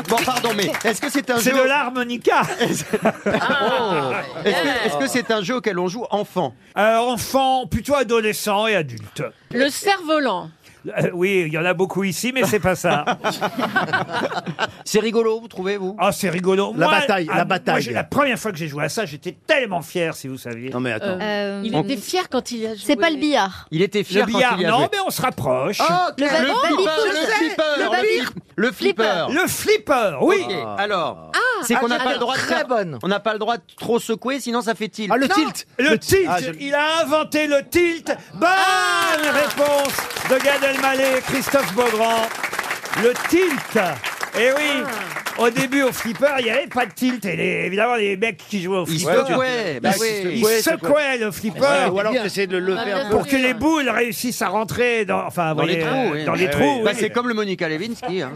[SPEAKER 22] Bon, pardon, mais est-ce que c'est un
[SPEAKER 1] C'est
[SPEAKER 22] jeu
[SPEAKER 1] de
[SPEAKER 22] [laughs]
[SPEAKER 1] l'harmonica.
[SPEAKER 22] Oh. Est-ce que- est-ce que c'est un jeu auquel on joue enfant
[SPEAKER 1] Euh, enfant, plutôt adolescent et adulte.
[SPEAKER 15] Le cerf-volant.
[SPEAKER 1] Euh, oui, il y en a beaucoup ici, mais c'est pas ça.
[SPEAKER 22] [laughs] c'est rigolo, vous trouvez, vous
[SPEAKER 1] Ah, c'est rigolo.
[SPEAKER 3] La
[SPEAKER 1] Moi,
[SPEAKER 3] bataille,
[SPEAKER 1] ah,
[SPEAKER 3] la
[SPEAKER 1] moi,
[SPEAKER 3] bataille.
[SPEAKER 1] j'ai- la première fois que j'ai joué à ça, j'étais tellement fier, si vous saviez.
[SPEAKER 3] Non, mais attends.
[SPEAKER 19] Euh,
[SPEAKER 15] il
[SPEAKER 1] On-
[SPEAKER 15] était fier quand il y a joué.
[SPEAKER 19] C'est pas le billard.
[SPEAKER 22] Il était
[SPEAKER 1] Le
[SPEAKER 22] fier
[SPEAKER 1] billard,
[SPEAKER 22] quand il y a
[SPEAKER 1] non,
[SPEAKER 22] joué.
[SPEAKER 1] mais on se rapproche.
[SPEAKER 22] Oh,
[SPEAKER 19] Le
[SPEAKER 22] le,
[SPEAKER 19] baby-
[SPEAKER 22] flipper,
[SPEAKER 19] baby-foot,
[SPEAKER 22] le
[SPEAKER 19] je sais.
[SPEAKER 22] flipper,
[SPEAKER 19] Le
[SPEAKER 22] le
[SPEAKER 19] baby-
[SPEAKER 22] flipper, le flipper.
[SPEAKER 1] Le flipper, oui.
[SPEAKER 22] Ok, alors,
[SPEAKER 19] Ah,
[SPEAKER 22] c'est qu'on n'a
[SPEAKER 19] ah,
[SPEAKER 22] pas le droit de
[SPEAKER 19] très
[SPEAKER 22] faire- On n'a pas le droit de trop secouer, sinon ça fait tilt. Ah,
[SPEAKER 1] Non, Le tilt Il a inventé le tilt Bonne
[SPEAKER 22] Ah.
[SPEAKER 1] réponse de Gad Elmaleh et Christophe Beaugrand. Le tilt Eh oui
[SPEAKER 22] Ah.
[SPEAKER 1] Au début, au flipper, il n'y avait pas de tilt. Et les- évidemment, les mecs qui jouaient au
[SPEAKER 22] Ils
[SPEAKER 1] flipper...
[SPEAKER 22] secouaient, bah
[SPEAKER 1] ils-
[SPEAKER 22] oui.
[SPEAKER 1] ils
[SPEAKER 22] Ouais,
[SPEAKER 1] secouaient
[SPEAKER 22] secouaient.
[SPEAKER 1] le flipper
[SPEAKER 3] Ou alors t'essayes de le lever un peu.
[SPEAKER 1] pour que les boules réussissent à rentrer dans, enfin, vous
[SPEAKER 22] Ah, Dans les
[SPEAKER 1] voyez,
[SPEAKER 22] trous, oui.
[SPEAKER 1] dans les
[SPEAKER 22] Eh
[SPEAKER 1] trous,
[SPEAKER 22] oui. Bah,
[SPEAKER 1] oui.
[SPEAKER 22] c'est comme le Monica Lewinsky.
[SPEAKER 1] [laughs]
[SPEAKER 22] hein.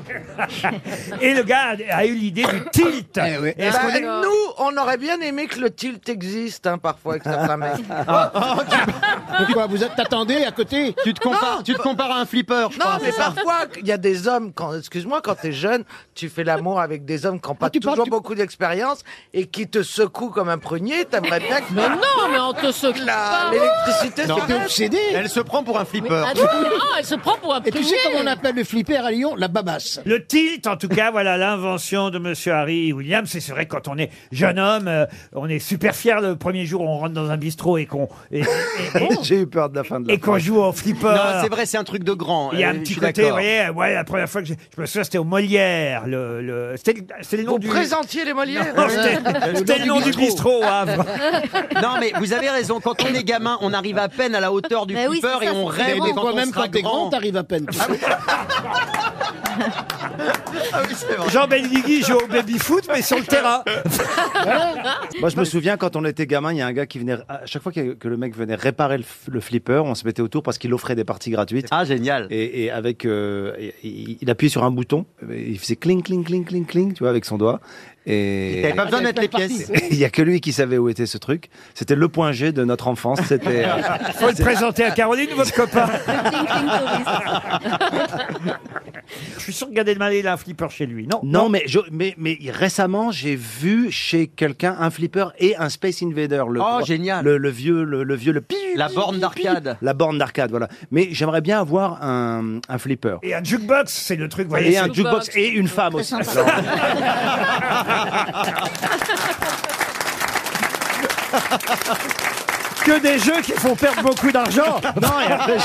[SPEAKER 1] Et le gars a eu l'idée du tilt. Et est-ce
[SPEAKER 21] Bah,
[SPEAKER 1] qu'on est-
[SPEAKER 21] nous, on aurait bien aimé que le tilt existe hein, parfois, que
[SPEAKER 22] [laughs]
[SPEAKER 21] ça s'amène.
[SPEAKER 22] Ah. Oh,
[SPEAKER 3] Pourquoi Vous êtes t'attendez à côté
[SPEAKER 22] Tu te compares, tu te compares à un flipper, je
[SPEAKER 21] Non,
[SPEAKER 22] crois.
[SPEAKER 21] mais parfois, il y a des hommes, quand, excuse-moi, quand t'es jeune, tu fais l'amour avec des hommes qui
[SPEAKER 22] Ah,
[SPEAKER 21] n'ont pas toujours beaucoup d'expérience et qui te secouent comme un prunier, t'aimerais bien que...
[SPEAKER 15] Mais non, mais on te secoue
[SPEAKER 21] La-
[SPEAKER 15] pas.
[SPEAKER 21] L'électricité,
[SPEAKER 22] Non.
[SPEAKER 3] T'es obsédé
[SPEAKER 22] Elle se prend pour un flipper.
[SPEAKER 15] Ah non, non, elle se prend pour un
[SPEAKER 3] Et tu sais
[SPEAKER 15] prunier.
[SPEAKER 3] comment on appelle le flipper à Lyon La babasse.
[SPEAKER 1] Le tilt, en tout cas, voilà l'invention de Monsieur Harry Williams. Et C'est vrai, quand on est jeune homme, euh, on est super fier le premier jour où on rentre dans un bistrot et qu'on et, et- et-
[SPEAKER 3] [laughs] J'ai eu peur de la fin de la
[SPEAKER 1] et qu'on joue au flipper.
[SPEAKER 22] Non, c'est vrai, c'est un truc de grand.
[SPEAKER 1] Il y a
[SPEAKER 22] euh,
[SPEAKER 1] un
[SPEAKER 22] je
[SPEAKER 1] petit
[SPEAKER 22] suis
[SPEAKER 1] côté, vous
[SPEAKER 22] d'accord.
[SPEAKER 1] voyez, euh, ouais, la
[SPEAKER 22] [laughs]
[SPEAKER 1] première fois que j'ai- je me souviens, c'était au Molière. Le, le- c'était le- c'est le nom
[SPEAKER 21] Vous
[SPEAKER 1] du.
[SPEAKER 21] présentiez les Molières
[SPEAKER 1] Non,
[SPEAKER 21] [laughs]
[SPEAKER 1] c'était- C'était le nom du bistrot au Havre.
[SPEAKER 22] [laughs] Non, mais vous avez raison. Quand on est gamin, on arrive à peine à la hauteur du
[SPEAKER 19] Mais oui,
[SPEAKER 22] flipper
[SPEAKER 19] c'est
[SPEAKER 22] et
[SPEAKER 19] ça,
[SPEAKER 22] on
[SPEAKER 19] c'est
[SPEAKER 22] rêve.
[SPEAKER 19] vraiment-
[SPEAKER 22] et quand on
[SPEAKER 3] Toi-même,
[SPEAKER 22] sera
[SPEAKER 3] quand t'es grand,
[SPEAKER 22] grand,
[SPEAKER 3] t'arrives à peine.
[SPEAKER 22] Ah oui, c'est vrai.
[SPEAKER 1] Jean Benguigui joue au baby foot, mais sur le terrain.
[SPEAKER 3] [laughs] Moi, je me souviens quand on était gamin, il y a un gars qui venait. À chaque fois que, que le mec venait réparer le, f- le flipper, on se mettait autour parce qu'il offrait des parties gratuites.
[SPEAKER 22] Ah, génial.
[SPEAKER 3] Et, et avec. euh, et- il, il appuyait sur un bouton, et il faisait cling, cling, cling, cling, cling, tu vois, avec son doigt. Et.
[SPEAKER 22] T'avais pas besoin d'être les pièces.
[SPEAKER 3] [laughs] Il n'y a que lui qui savait où était ce truc. C'était le point G de notre enfance. C'était. euh,
[SPEAKER 1] Faut le présenter à Caroline, votre copain. Je suis sûr que Gad Elmaleh, il a un flipper chez lui. Non.
[SPEAKER 3] Non, mais, je- mais, mais récemment, j'ai vu chez quelqu'un un flipper et un Space Invader. Le,
[SPEAKER 22] Oh, génial.
[SPEAKER 3] Le, le vieux, le, le vieux, le pi-
[SPEAKER 22] La borne d'arcade.
[SPEAKER 3] La borne d'arcade, voilà. Mais j'aimerais bien avoir un, un flipper.
[SPEAKER 1] Et euh, un jukebox, c'est le truc, vous voyez.
[SPEAKER 3] Et un
[SPEAKER 1] c'est-
[SPEAKER 3] jukebox et une femme aussi.
[SPEAKER 1] [laughs] que des jeux qui font perdre beaucoup
[SPEAKER 15] Ah.
[SPEAKER 1] d'argent. [laughs]
[SPEAKER 3] Non, et après,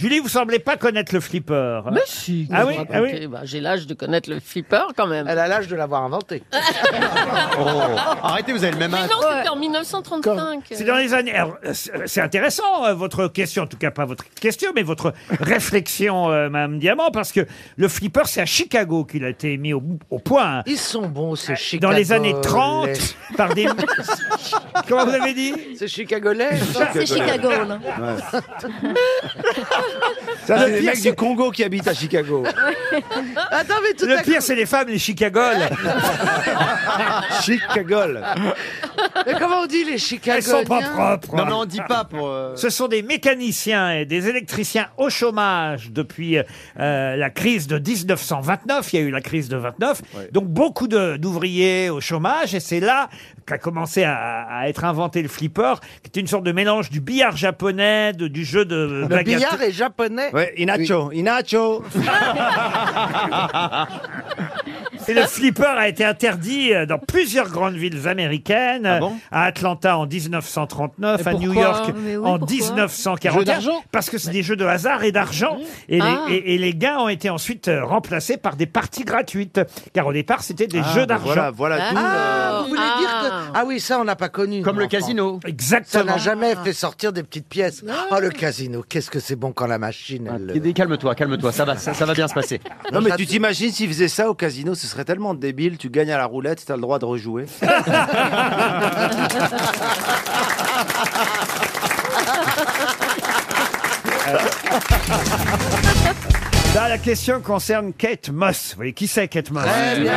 [SPEAKER 1] Julie, vous semblez pas connaître le flipper.
[SPEAKER 15] Mais si.
[SPEAKER 1] Ah oui, ah oui.
[SPEAKER 15] Racontez, bah, J'ai l'âge de connaître le flipper quand même. Elle a l'âge de l'avoir inventé.
[SPEAKER 1] Oh.
[SPEAKER 22] Arrêtez, vous avez le même
[SPEAKER 15] Mais
[SPEAKER 22] âge.
[SPEAKER 15] non, c'était en 1935.
[SPEAKER 1] Eh ben, C'est dans les années. alors, euh, c'est c'est intéressant euh, votre question, en tout cas pas votre question, mais votre réflexion, euh, Madame Diamant, parce que le flipper, c'est à Chicago qu'il a été mis au, au point. Ils sont bons ces Chicago. Dans les années 30,
[SPEAKER 21] les-
[SPEAKER 1] [laughs] par des. Comment vous avez dit
[SPEAKER 21] C'est chicagolais.
[SPEAKER 1] C'est Chicago, là.
[SPEAKER 3] Ça,
[SPEAKER 1] Le
[SPEAKER 3] c'est les
[SPEAKER 1] pire,
[SPEAKER 3] mecs
[SPEAKER 1] c'est-
[SPEAKER 3] du Congo qui habitent à
[SPEAKER 1] [laughs]
[SPEAKER 15] Oh.
[SPEAKER 3] Chicago.
[SPEAKER 21] Attends, mais tout à
[SPEAKER 1] Le
[SPEAKER 21] coup-
[SPEAKER 1] pire, c'est les femmes, les chicagoles.
[SPEAKER 3] [laughs] Chicagoles.
[SPEAKER 21] Mais comment on dit les
[SPEAKER 1] Elles
[SPEAKER 21] chicagoliens
[SPEAKER 1] sont pas propres.
[SPEAKER 3] Non, mais on dit pas pour. euh,
[SPEAKER 1] Ce sont des mécaniciens et des électriciens au chômage depuis euh, la crise de 1929. Il y a eu la crise de 29. Donc beaucoup de- d'ouvriers au chômage. Et c'est là qu'a commencé à, à être inventé le flipper, qui est une sorte de mélange du billard japonais, de- du jeu de
[SPEAKER 21] Le
[SPEAKER 1] bagatelle.
[SPEAKER 21] billard est japonais.
[SPEAKER 3] Ouais, Inacho, Inacho.
[SPEAKER 1] [laughs] Et le flipper a été interdit euh, dans plusieurs grandes villes américaines.
[SPEAKER 3] Ah
[SPEAKER 1] à Atlanta en 1939,
[SPEAKER 4] Mais
[SPEAKER 1] à New
[SPEAKER 4] pourquoi
[SPEAKER 1] York
[SPEAKER 4] Mais oui,
[SPEAKER 1] en
[SPEAKER 4] pourquoi
[SPEAKER 1] 1941.
[SPEAKER 4] Jeux d'argent
[SPEAKER 1] Parce que c'est des jeux de hasard et d'argent. Et, les-
[SPEAKER 4] Ah.
[SPEAKER 1] et- et les gains ont été ensuite euh, remplacés par des parties gratuites. Car au départ, c'était des
[SPEAKER 3] Ah,
[SPEAKER 1] jeux
[SPEAKER 3] bah voilà,
[SPEAKER 1] d'argent.
[SPEAKER 3] voilà tout,
[SPEAKER 1] Oh.
[SPEAKER 3] euh.
[SPEAKER 21] Ah, vous voulez dire que. Ah oui, ça, on n'a pas connu.
[SPEAKER 3] Comme
[SPEAKER 21] nous,
[SPEAKER 3] le
[SPEAKER 21] en France.
[SPEAKER 3] casino.
[SPEAKER 1] Exactement.
[SPEAKER 21] Ça n'a jamais fait sortir des petites pièces. Oh, le casino, qu'est-ce que c'est bon quand la machine. elle-
[SPEAKER 3] Calme-toi, calme-toi, ça va, ça, ça va bien se passer. Non, mais tu t'imagines s'ils faisaient ça au casino, ce serait tellement débile. Tu gagnes à la roulette, t'as le droit de rejouer.
[SPEAKER 1] Là, la question concerne Kate Moss. Vous voyez qui c'est Kate Moss
[SPEAKER 3] Ouais, bien.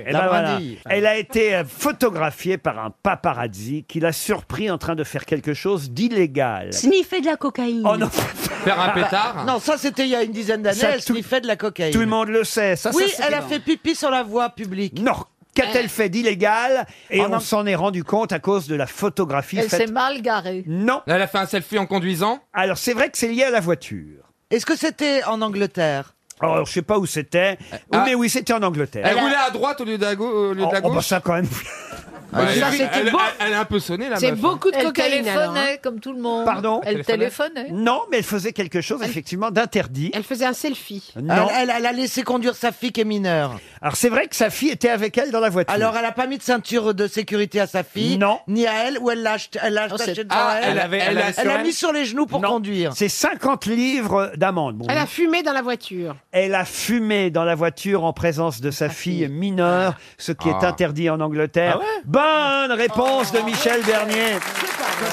[SPEAKER 1] Eh ben,
[SPEAKER 3] La
[SPEAKER 1] voilà.
[SPEAKER 3] brindille.
[SPEAKER 1] Elle a été euh, photographiée par un paparazzi qui l'a surpris en train de faire quelque chose d'illégal.
[SPEAKER 11] Sniffer de la cocaïne. Oh
[SPEAKER 1] non.
[SPEAKER 11] Faire
[SPEAKER 1] un [laughs] pétard
[SPEAKER 21] Non, ça, c'était il y a une dizaine d'années.
[SPEAKER 1] Ça,
[SPEAKER 21] Elle
[SPEAKER 1] tout-
[SPEAKER 21] sniffait de la cocaïne.
[SPEAKER 1] Tout le monde le sait. Ça, ça,
[SPEAKER 21] oui,
[SPEAKER 1] c'était
[SPEAKER 21] elle a
[SPEAKER 1] dans-
[SPEAKER 21] fait pipi sur la voie publique.
[SPEAKER 1] Non.
[SPEAKER 21] Euh.
[SPEAKER 1] Qu'a-t-elle fait d'illégal Et
[SPEAKER 21] Oh,
[SPEAKER 1] on
[SPEAKER 21] non.
[SPEAKER 1] s'en est rendu compte à cause de la photographie
[SPEAKER 15] Elle s'est
[SPEAKER 1] faite.
[SPEAKER 15] mal garée.
[SPEAKER 1] Non.
[SPEAKER 9] Elle a fait un selfie en conduisant.
[SPEAKER 1] Alors c'est vrai que c'est lié à la voiture. Oh,
[SPEAKER 21] Est-ce que c'était en Angleterre
[SPEAKER 1] Alors je sais pas où c'était. Oui, Mais oui, c'était en Angleterre.
[SPEAKER 9] Euh, ah. Elle roulait à droite au lieu de la gau- au lieu de la
[SPEAKER 1] Oh, bah,
[SPEAKER 9] gauche.
[SPEAKER 1] ça quand même.
[SPEAKER 9] Ouais,
[SPEAKER 1] Ah, Ça,
[SPEAKER 9] elle-
[SPEAKER 1] c'était
[SPEAKER 9] elle-
[SPEAKER 1] beau.
[SPEAKER 9] elle- Elle est un peu sonnée la
[SPEAKER 1] C'est
[SPEAKER 9] meuf,
[SPEAKER 1] beaucoup de
[SPEAKER 9] hein.
[SPEAKER 1] Elle cocaïne,
[SPEAKER 15] téléphonait comme tout le monde.
[SPEAKER 1] Pardon
[SPEAKER 15] Elle téléphonait.
[SPEAKER 1] Non, mais elle faisait quelque chose effectivement d'interdit.
[SPEAKER 15] Elle faisait un selfie.
[SPEAKER 1] Non.
[SPEAKER 21] Elle, elle- elle a laissé conduire sa fille qui est mineure.
[SPEAKER 1] Alors c'est vrai que sa fille était avec elle dans la voiture.
[SPEAKER 21] Alors elle n'a pas mis de ceinture de sécurité à sa fille.
[SPEAKER 1] Non.
[SPEAKER 21] Ni à elle, ou elle l'a acheté, elle l'a acheté devant
[SPEAKER 1] Ah,
[SPEAKER 21] elle.
[SPEAKER 1] elle avait- elle
[SPEAKER 21] elle,
[SPEAKER 1] avait
[SPEAKER 21] a-
[SPEAKER 1] sur
[SPEAKER 21] elle a
[SPEAKER 1] elle
[SPEAKER 21] mis sur les genoux pour conduire. Ah,
[SPEAKER 1] C'est 50 livres d'amende. Bon,
[SPEAKER 4] Elle a fumé dans la voiture.
[SPEAKER 1] Elle a fumé dans la voiture en présence de
[SPEAKER 9] Ah,
[SPEAKER 1] sa fille mineure, ce qui est
[SPEAKER 4] Ah.
[SPEAKER 1] interdit en Angleterre. Bonne réponse de Michel Bernier.
[SPEAKER 9] Oh.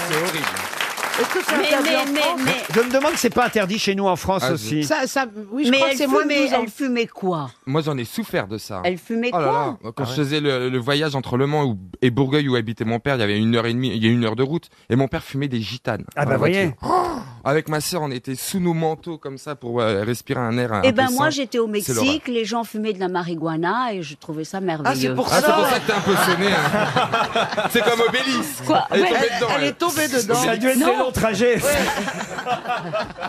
[SPEAKER 9] C'est horrible.
[SPEAKER 21] Est-ce que c'est
[SPEAKER 4] Mais-
[SPEAKER 21] interdit
[SPEAKER 4] mais-
[SPEAKER 21] en
[SPEAKER 4] mais-
[SPEAKER 21] France
[SPEAKER 4] mais-
[SPEAKER 1] Je me demande si c'est pas interdit chez nous en France
[SPEAKER 9] Ah,
[SPEAKER 1] aussi.
[SPEAKER 4] Ça, ça, oui, je
[SPEAKER 11] Mais
[SPEAKER 4] crois que
[SPEAKER 11] elle
[SPEAKER 4] c'est moins de
[SPEAKER 11] fumait-
[SPEAKER 4] 12 ans.
[SPEAKER 11] elle fumait quoi
[SPEAKER 9] Moi, j'en ai souffert de ça.
[SPEAKER 11] Elle fumait
[SPEAKER 9] Ah. Oh là
[SPEAKER 11] quoi
[SPEAKER 9] là, Quand
[SPEAKER 11] Ah
[SPEAKER 9] je
[SPEAKER 11] ouais.
[SPEAKER 9] faisais le, le voyage entre Le Mans ou- et Bourgueil où habitait mon père, il y avait une heure et demie, il y a une heure de route, et mon père fumait des gitanes.
[SPEAKER 1] Ah
[SPEAKER 9] dans
[SPEAKER 1] bah
[SPEAKER 9] la
[SPEAKER 1] voyez.
[SPEAKER 9] voiture. Oh Avec ma sœur, on était sous nos manteaux comme ça pour euh, respirer un air. un
[SPEAKER 11] Eh
[SPEAKER 9] peu
[SPEAKER 11] ben moi
[SPEAKER 9] sain.
[SPEAKER 11] j'étais au
[SPEAKER 9] C'est l'horreur.
[SPEAKER 11] Mexique, les gens fumaient de la marijuana et je trouvais ça merveilleux.
[SPEAKER 9] Ah, c'est pour ça que t'es un peu sonné. hein. [laughs] c'est comme Obélisque.
[SPEAKER 11] Quoi
[SPEAKER 9] Elle est
[SPEAKER 11] Ouais.
[SPEAKER 9] tombée
[SPEAKER 11] Elle-
[SPEAKER 9] dedans.
[SPEAKER 11] elle est tombée dedans.
[SPEAKER 1] Ça a dû être des longs trajets.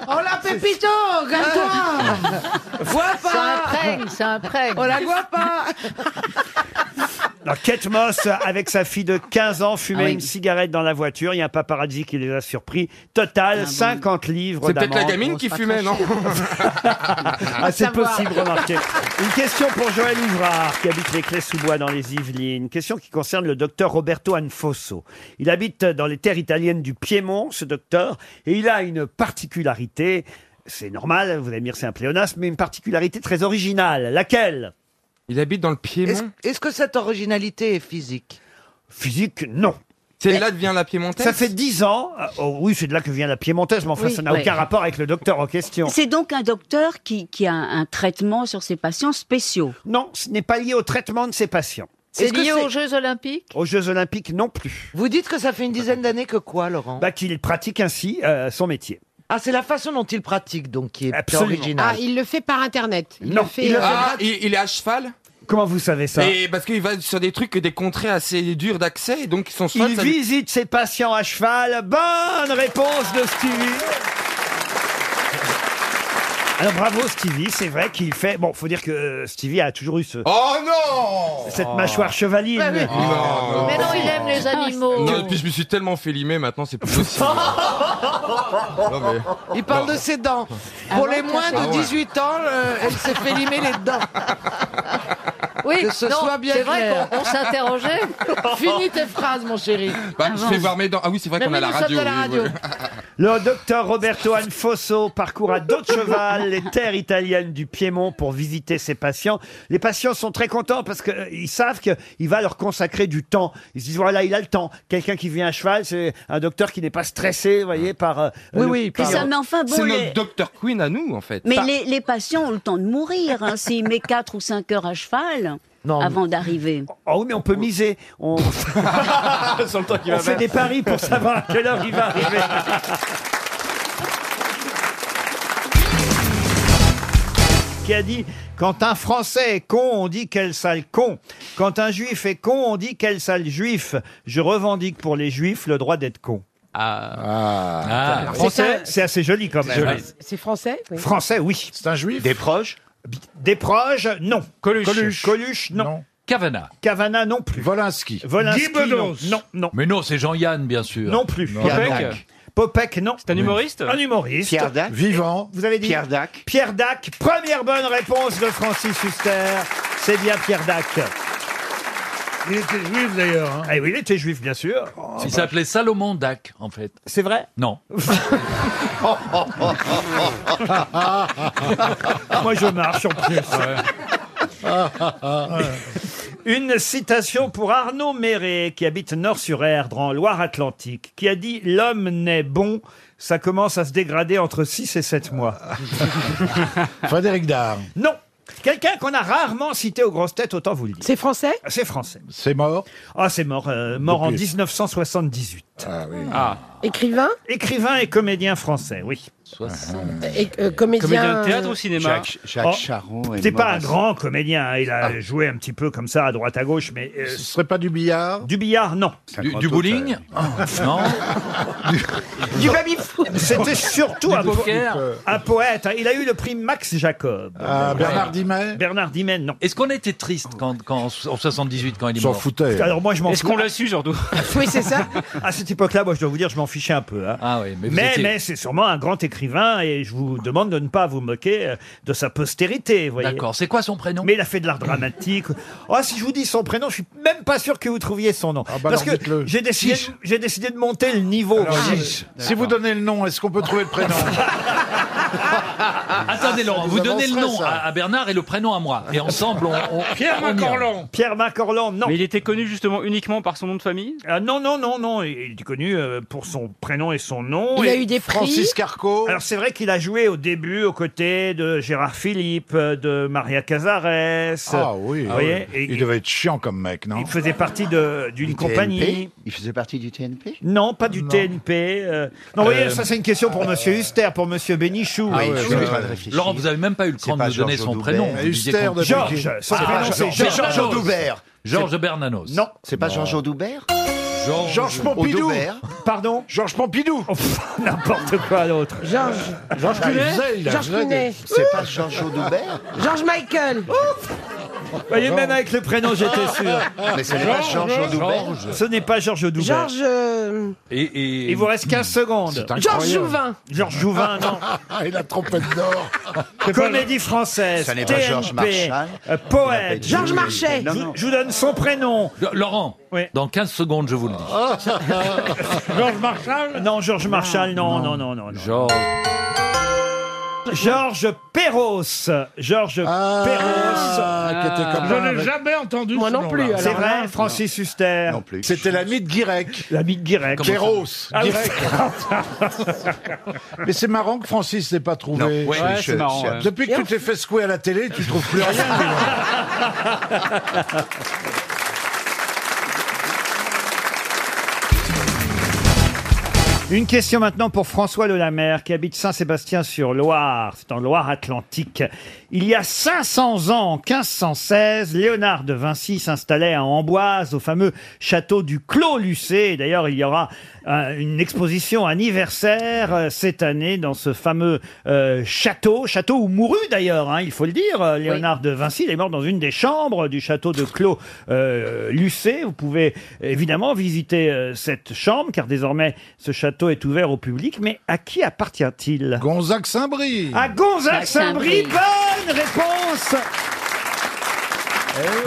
[SPEAKER 16] Oh la pépito, regarde-toi
[SPEAKER 21] Vois
[SPEAKER 15] C'est un prêgue, c'est un prêgue. On la voit pas
[SPEAKER 1] Alors, Kate Moss, avec sa fille de 15 ans, fumait
[SPEAKER 9] Ah oui.
[SPEAKER 1] une cigarette dans la voiture. Il y a un paparazzi qui les a surpris. Total, 50 livres
[SPEAKER 9] Ah, C'est peut-être la
[SPEAKER 1] d'amende.
[SPEAKER 24] Oh,
[SPEAKER 9] gamine qui fumait, [laughs] non
[SPEAKER 1] Ah, c'est possible, remarquez. Une question pour Joël Ouvrard, qui habite les Clés-sous-Bois dans les Yvelines. Une question qui concerne le docteur Roberto Anfosso. Il habite dans les terres italiennes du Piémont, ce docteur, et il a une particularité. C'est normal, vous allez me dire c'est un pléonasme, mais une particularité très originale. Laquelle
[SPEAKER 9] Il habite dans le Piémont.
[SPEAKER 1] Est-ce
[SPEAKER 21] que cette originalité est physique
[SPEAKER 1] Physique, non.
[SPEAKER 9] C'est là que vient la Piémontaise
[SPEAKER 1] Ça fait dix ans. euh, oh oui, c'est de là que vient la piémontaise, mais enfin,
[SPEAKER 11] Oui.
[SPEAKER 1] ça n'a
[SPEAKER 11] Ouais.
[SPEAKER 1] aucun rapport avec le docteur en question.
[SPEAKER 11] C'est donc un docteur qui, qui a un traitement sur ses patients spéciaux.
[SPEAKER 1] Non, ce n'est pas lié au traitement de ses patients.
[SPEAKER 15] C'est
[SPEAKER 1] Est-ce que
[SPEAKER 15] lié
[SPEAKER 1] c'est-
[SPEAKER 15] aux Jeux Olympiques
[SPEAKER 1] Aux Jeux Olympiques non plus.
[SPEAKER 21] Vous dites que ça fait une dizaine d'années que quoi, Laurent
[SPEAKER 1] Bah, qu'il pratique ainsi euh, son métier.
[SPEAKER 21] Ah, c'est la façon dont il pratique, donc, qui est
[SPEAKER 1] Absolument.
[SPEAKER 21] originale.
[SPEAKER 4] Ah, il le fait par Internet. Il
[SPEAKER 1] [laughs] Non,
[SPEAKER 4] le fait,
[SPEAKER 1] il le
[SPEAKER 4] euh,
[SPEAKER 9] Ah, il, il est à cheval
[SPEAKER 1] Comment vous savez ça
[SPEAKER 9] Et parce qu'il va sur des trucs, des contrées assez durs d'accès, et donc ils sont cheval,
[SPEAKER 1] Il
[SPEAKER 9] ça lui-
[SPEAKER 1] visite ses patients à cheval. Bonne réponse de Stevie. Alors bravo Stevie, c'est vrai qu'il fait. Bon, faut dire que euh, Stevie a toujours eu ce.
[SPEAKER 2] Oh non
[SPEAKER 1] Cette Oh.
[SPEAKER 9] oh.
[SPEAKER 1] mâchoire chevaline.
[SPEAKER 2] Bah oui. Non, non.
[SPEAKER 15] Mais non, il aime les animaux.
[SPEAKER 9] Non, et puis je me suis tellement fait limer, maintenant c'est
[SPEAKER 3] [laughs]
[SPEAKER 9] plus possible. Non, mais-
[SPEAKER 21] Il parle
[SPEAKER 9] Non.
[SPEAKER 21] de ses dents. Pour les moins
[SPEAKER 9] Ah
[SPEAKER 21] de
[SPEAKER 9] ouais.
[SPEAKER 21] 18 ans, euh, elle s'est fait limer les dents.
[SPEAKER 15] Oui,
[SPEAKER 21] que ce
[SPEAKER 15] non,
[SPEAKER 21] soit bien
[SPEAKER 15] c'est vrai
[SPEAKER 21] clair.
[SPEAKER 15] qu'on on s'interrogeait.
[SPEAKER 21] [laughs] Finis tes phrases, mon chéri.
[SPEAKER 9] Bah, je vais voir mes dents. Ah oui, c'est vrai
[SPEAKER 21] Mais
[SPEAKER 9] qu'on a
[SPEAKER 21] oui,
[SPEAKER 9] la
[SPEAKER 21] nous sommes à
[SPEAKER 9] radio.
[SPEAKER 21] la
[SPEAKER 9] oui, oui.
[SPEAKER 1] Le docteur Roberto Anfosso parcourt à dos de cheval les terres italiennes du Piémont pour visiter ses patients. Les patients sont très contents parce qu'ils savent qu'il va leur consacrer du temps. Ils se disent, voilà, il a le temps. Quelqu'un qui vient à cheval, c'est un docteur qui n'est pas stressé, vous voyez, par... euh, le-
[SPEAKER 5] mais
[SPEAKER 1] par-
[SPEAKER 5] ça, mais enfin, bon,
[SPEAKER 9] c'est
[SPEAKER 5] les-
[SPEAKER 9] notre docteur Queen à nous, en fait.
[SPEAKER 5] mais
[SPEAKER 9] Par- [laughs]
[SPEAKER 5] les, les patients ont le temps de mourir hein, s'ils mettent 4 ou 5 heures à cheval avant d'arriver.
[SPEAKER 1] Oh oui, mais on peut miser. On, on fait des paris pour savoir à quelle heure il va arriver. qui a dit quand un Français est con, on dit quel sale con. Quand un Juif est con, on dit quel sale Juif. Je revendique pour les Juifs le droit d'être con. Ah,
[SPEAKER 14] Ah.
[SPEAKER 1] C'est
[SPEAKER 14] Français.
[SPEAKER 1] un- c'est assez joli comme même.
[SPEAKER 4] Ah, C'est français oui.
[SPEAKER 1] Français, oui. C'est un Juif.
[SPEAKER 3] Des proches
[SPEAKER 1] Des proches, non.
[SPEAKER 14] Coluche.
[SPEAKER 1] Coluche, Coluche, non.
[SPEAKER 14] Cavana.
[SPEAKER 1] Cavana, non plus.
[SPEAKER 14] Volinsky.
[SPEAKER 1] Volinsky,
[SPEAKER 14] Guy Bedos.
[SPEAKER 1] non. non, non.
[SPEAKER 14] Mais non, c'est Jean-Yann, bien sûr.
[SPEAKER 1] Non plus.
[SPEAKER 14] Popek.
[SPEAKER 1] Popek, non. C'est
[SPEAKER 14] un humoriste
[SPEAKER 1] Un humoriste.
[SPEAKER 14] Pierre Dac.
[SPEAKER 1] Vivant. Vous avez dit
[SPEAKER 14] Pierre Dac.
[SPEAKER 1] Pierre Dac. Première bonne réponse de Francis Huster. C'est bien Pierre Dac.
[SPEAKER 8] Il était juif d'ailleurs.
[SPEAKER 14] hein.
[SPEAKER 1] Eh oui, il était juif, bien sûr.
[SPEAKER 14] Il s'appelait Salomon Dac, en fait.
[SPEAKER 1] C'est vrai [laughs] Oh.
[SPEAKER 14] Non. Oh.
[SPEAKER 1] Moi, je marche en plus. [laughs] Une citation pour Arnaud Méré, qui habite Nord-sur-Erdre, en Loire-Atlantique, qui a dit « L'homme naît bon, ça commence à se dégrader entre 6 et 7 mois. » [laughs] Frédéric Dard. Non Quelqu'un qu'on a rarement cité aux grosses têtes, autant vous le dire. C'est français C'est français. C'est mort Ah, c'est mort. euh, mort en
[SPEAKER 6] Depuis.
[SPEAKER 1] 1978. Ah oui.
[SPEAKER 4] Écrivain
[SPEAKER 1] Écrivain et comédien français, oui.
[SPEAKER 4] Et, euh, comédien...
[SPEAKER 3] Jacques, Jacques
[SPEAKER 1] Oh,
[SPEAKER 3] Charon.
[SPEAKER 1] C'était pas un grand comédien, hein, il a joué un petit peu comme ça à droite à gauche, mais ce serait pas du billard Du billard, non.
[SPEAKER 14] Du- du bowling Ah, Non.
[SPEAKER 1] du baby C'était surtout
[SPEAKER 14] Du
[SPEAKER 1] un, po-
[SPEAKER 14] poker.
[SPEAKER 1] un poète. hein. Il a eu le prix Max Jacob.
[SPEAKER 14] Bernard
[SPEAKER 1] Dimet. Ah, Bernard Dimet, non.
[SPEAKER 14] Est-ce qu'on était triste quand, quand, en 78 quand il est
[SPEAKER 1] S'en
[SPEAKER 14] mort
[SPEAKER 1] foutait. Alors, moi, je m'en
[SPEAKER 14] Est-ce
[SPEAKER 1] fous.
[SPEAKER 14] qu'on l'a su, surtout
[SPEAKER 1] [laughs] Oui, c'est ça. À cette époque-là, moi, je dois vous dire, je m'en fichais un peu. hein. mais
[SPEAKER 14] Ah mais vous étiez-
[SPEAKER 1] mais c'est sûrement un grand écrivain et je vous demande de ne pas vous moquer euh, de sa postérité. D'accord.
[SPEAKER 14] C'est quoi son prénom
[SPEAKER 1] Mais il a fait de l'art
[SPEAKER 14] [laughs]
[SPEAKER 1] dramatique. Oh, si je vous dis son prénom, je suis même pas sûr que vous trouviez son nom. Parce que j'ai décidé, j'ai décidé de [laughs] monter le niveau. Ah,
[SPEAKER 6] Alors,
[SPEAKER 1] vous voyez.
[SPEAKER 6] si, si vous donnez le nom, est-ce qu'on peut trouver le
[SPEAKER 1] [laughs]
[SPEAKER 6] prénom
[SPEAKER 1] Ah,
[SPEAKER 14] Attendez, Laurent,
[SPEAKER 6] nous
[SPEAKER 14] vous donnez le
[SPEAKER 6] avancerait,
[SPEAKER 14] nom
[SPEAKER 6] ça.
[SPEAKER 14] à, à Bernard et le prénom à moi. Et ensemble, on. on- on y va.
[SPEAKER 1] Pierre Macorlan, non.
[SPEAKER 17] Mais il était connu justement uniquement par son nom de famille
[SPEAKER 1] Ah, non, non, non, non. Il il est connu euh, pour son prénom et son nom.
[SPEAKER 17] Il
[SPEAKER 1] Et
[SPEAKER 17] a eu des prix. Francis
[SPEAKER 1] Carco. Alors, c'est vrai qu'il a joué au début aux côtés de Gérard Philippe, euh, de Maria Cazares.
[SPEAKER 6] Ah oui,
[SPEAKER 1] Vous voyez
[SPEAKER 6] il devait être chiant comme mec, non
[SPEAKER 1] Il faisait partie de- euh, d'une compagnie.
[SPEAKER 3] Il faisait partie du TNP
[SPEAKER 1] Non, pas du TNP. euh, Non, vous voyez,
[SPEAKER 3] Euh,
[SPEAKER 1] ça, c'est une question pour Monsieur Huster, pour Monsieur Bénichou.
[SPEAKER 14] Ah oui, oui, oui. Laurent, vous avez même pas eu le temps de
[SPEAKER 1] pas
[SPEAKER 14] nous donner
[SPEAKER 1] Georges
[SPEAKER 14] son
[SPEAKER 1] Audouber.
[SPEAKER 14] prénom.
[SPEAKER 1] Mais
[SPEAKER 14] Vous disiez
[SPEAKER 1] Huster
[SPEAKER 14] qu'on-
[SPEAKER 1] de Georges,
[SPEAKER 14] Georges.
[SPEAKER 1] son
[SPEAKER 14] Ah,
[SPEAKER 1] prénom, c'est Georges Bernanos.
[SPEAKER 14] Audouber. Georges
[SPEAKER 1] C'est-
[SPEAKER 14] Bernanos.
[SPEAKER 1] Non.
[SPEAKER 3] C'est pas Georges Audouber
[SPEAKER 14] Georges
[SPEAKER 6] Georges Pompidou
[SPEAKER 3] Audouber.
[SPEAKER 1] Pardon Oh,
[SPEAKER 6] Georges Pompidou
[SPEAKER 1] [laughs] N'importe quoi l'autre.
[SPEAKER 6] Georges
[SPEAKER 3] Georges
[SPEAKER 6] Ah, il
[SPEAKER 3] Cunet
[SPEAKER 6] faisait, il a
[SPEAKER 3] Georges
[SPEAKER 6] fait des-
[SPEAKER 3] Cunet.
[SPEAKER 6] C'est pas
[SPEAKER 3] Georges Audouber
[SPEAKER 4] George Michael.
[SPEAKER 1] Vous voyez, même avec le prénom, j'étais sûr.
[SPEAKER 3] Mais ce n'est pas Georges Georges, Audouber. Georges.
[SPEAKER 1] Ce n'est pas Georges Audouber.
[SPEAKER 4] Georges. euh,
[SPEAKER 14] Et, et-
[SPEAKER 1] Il vous reste 15 secondes.
[SPEAKER 4] incroyable. Georges Jouvin.
[SPEAKER 1] Georges Jouvin,
[SPEAKER 6] [laughs]
[SPEAKER 1] non.
[SPEAKER 6] Et la trompette d'or
[SPEAKER 1] Comédie française.
[SPEAKER 3] Ça n'est pas
[SPEAKER 1] TNP,
[SPEAKER 3] Georges Marchal.
[SPEAKER 1] euh, Poète.
[SPEAKER 3] Georges
[SPEAKER 1] Je-
[SPEAKER 3] Marchais.
[SPEAKER 1] Je,
[SPEAKER 3] Non, non.
[SPEAKER 1] je vous donne son prénom.
[SPEAKER 14] Laurent, dans 15 secondes, je
[SPEAKER 1] [laughs]
[SPEAKER 14] vous le dis.
[SPEAKER 8] [laughs]
[SPEAKER 1] Georges Marchal Non, Georges Marchal, non, non, non, non. non.
[SPEAKER 14] Georges.
[SPEAKER 1] Georges Perros. Georges Perros.
[SPEAKER 8] Je n'ai jamais entendu
[SPEAKER 1] Moi
[SPEAKER 8] ce
[SPEAKER 1] non
[SPEAKER 8] nom-là.
[SPEAKER 1] plus. C'est vrai, Francis Huster. Non plus.
[SPEAKER 6] C'était l'ami de Guirec.
[SPEAKER 1] L'ami de Guirec.
[SPEAKER 6] Comment ça Kéros,
[SPEAKER 1] Ah oui.
[SPEAKER 6] Guirec. [laughs] Mais c'est marrant que Francis n'ait pas trouvé.
[SPEAKER 3] Non, ouais, Ouais, je- c'est marrant, je- ouais.
[SPEAKER 6] Depuis que tu t'es fait secouer à la télé, tu trouves plus rien.
[SPEAKER 1] [laughs] Une question maintenant pour François Lelamer, qui habite Saint-Sébastien-sur-Loire. C'est en Loire-Atlantique. Il y a 500 ans, en 1516, Léonard de Vinci s'installait à Amboise, au fameux château du Clos Lucé. Et D'ailleurs, il y aura euh, une exposition anniversaire euh, cette année dans ce fameux euh, château. Château où mourut d'ailleurs, hein, il faut le dire, euh, Léonard de Vinci. Il est mort dans une des chambres du château de Clos euh, Lucé. Vous pouvez évidemment visiter euh, cette chambre, car désormais ce château est ouvert au public. Mais à qui appartient-il Gonzague Saint-Brie. À Gonzague Saint-Brie. Bonne réponse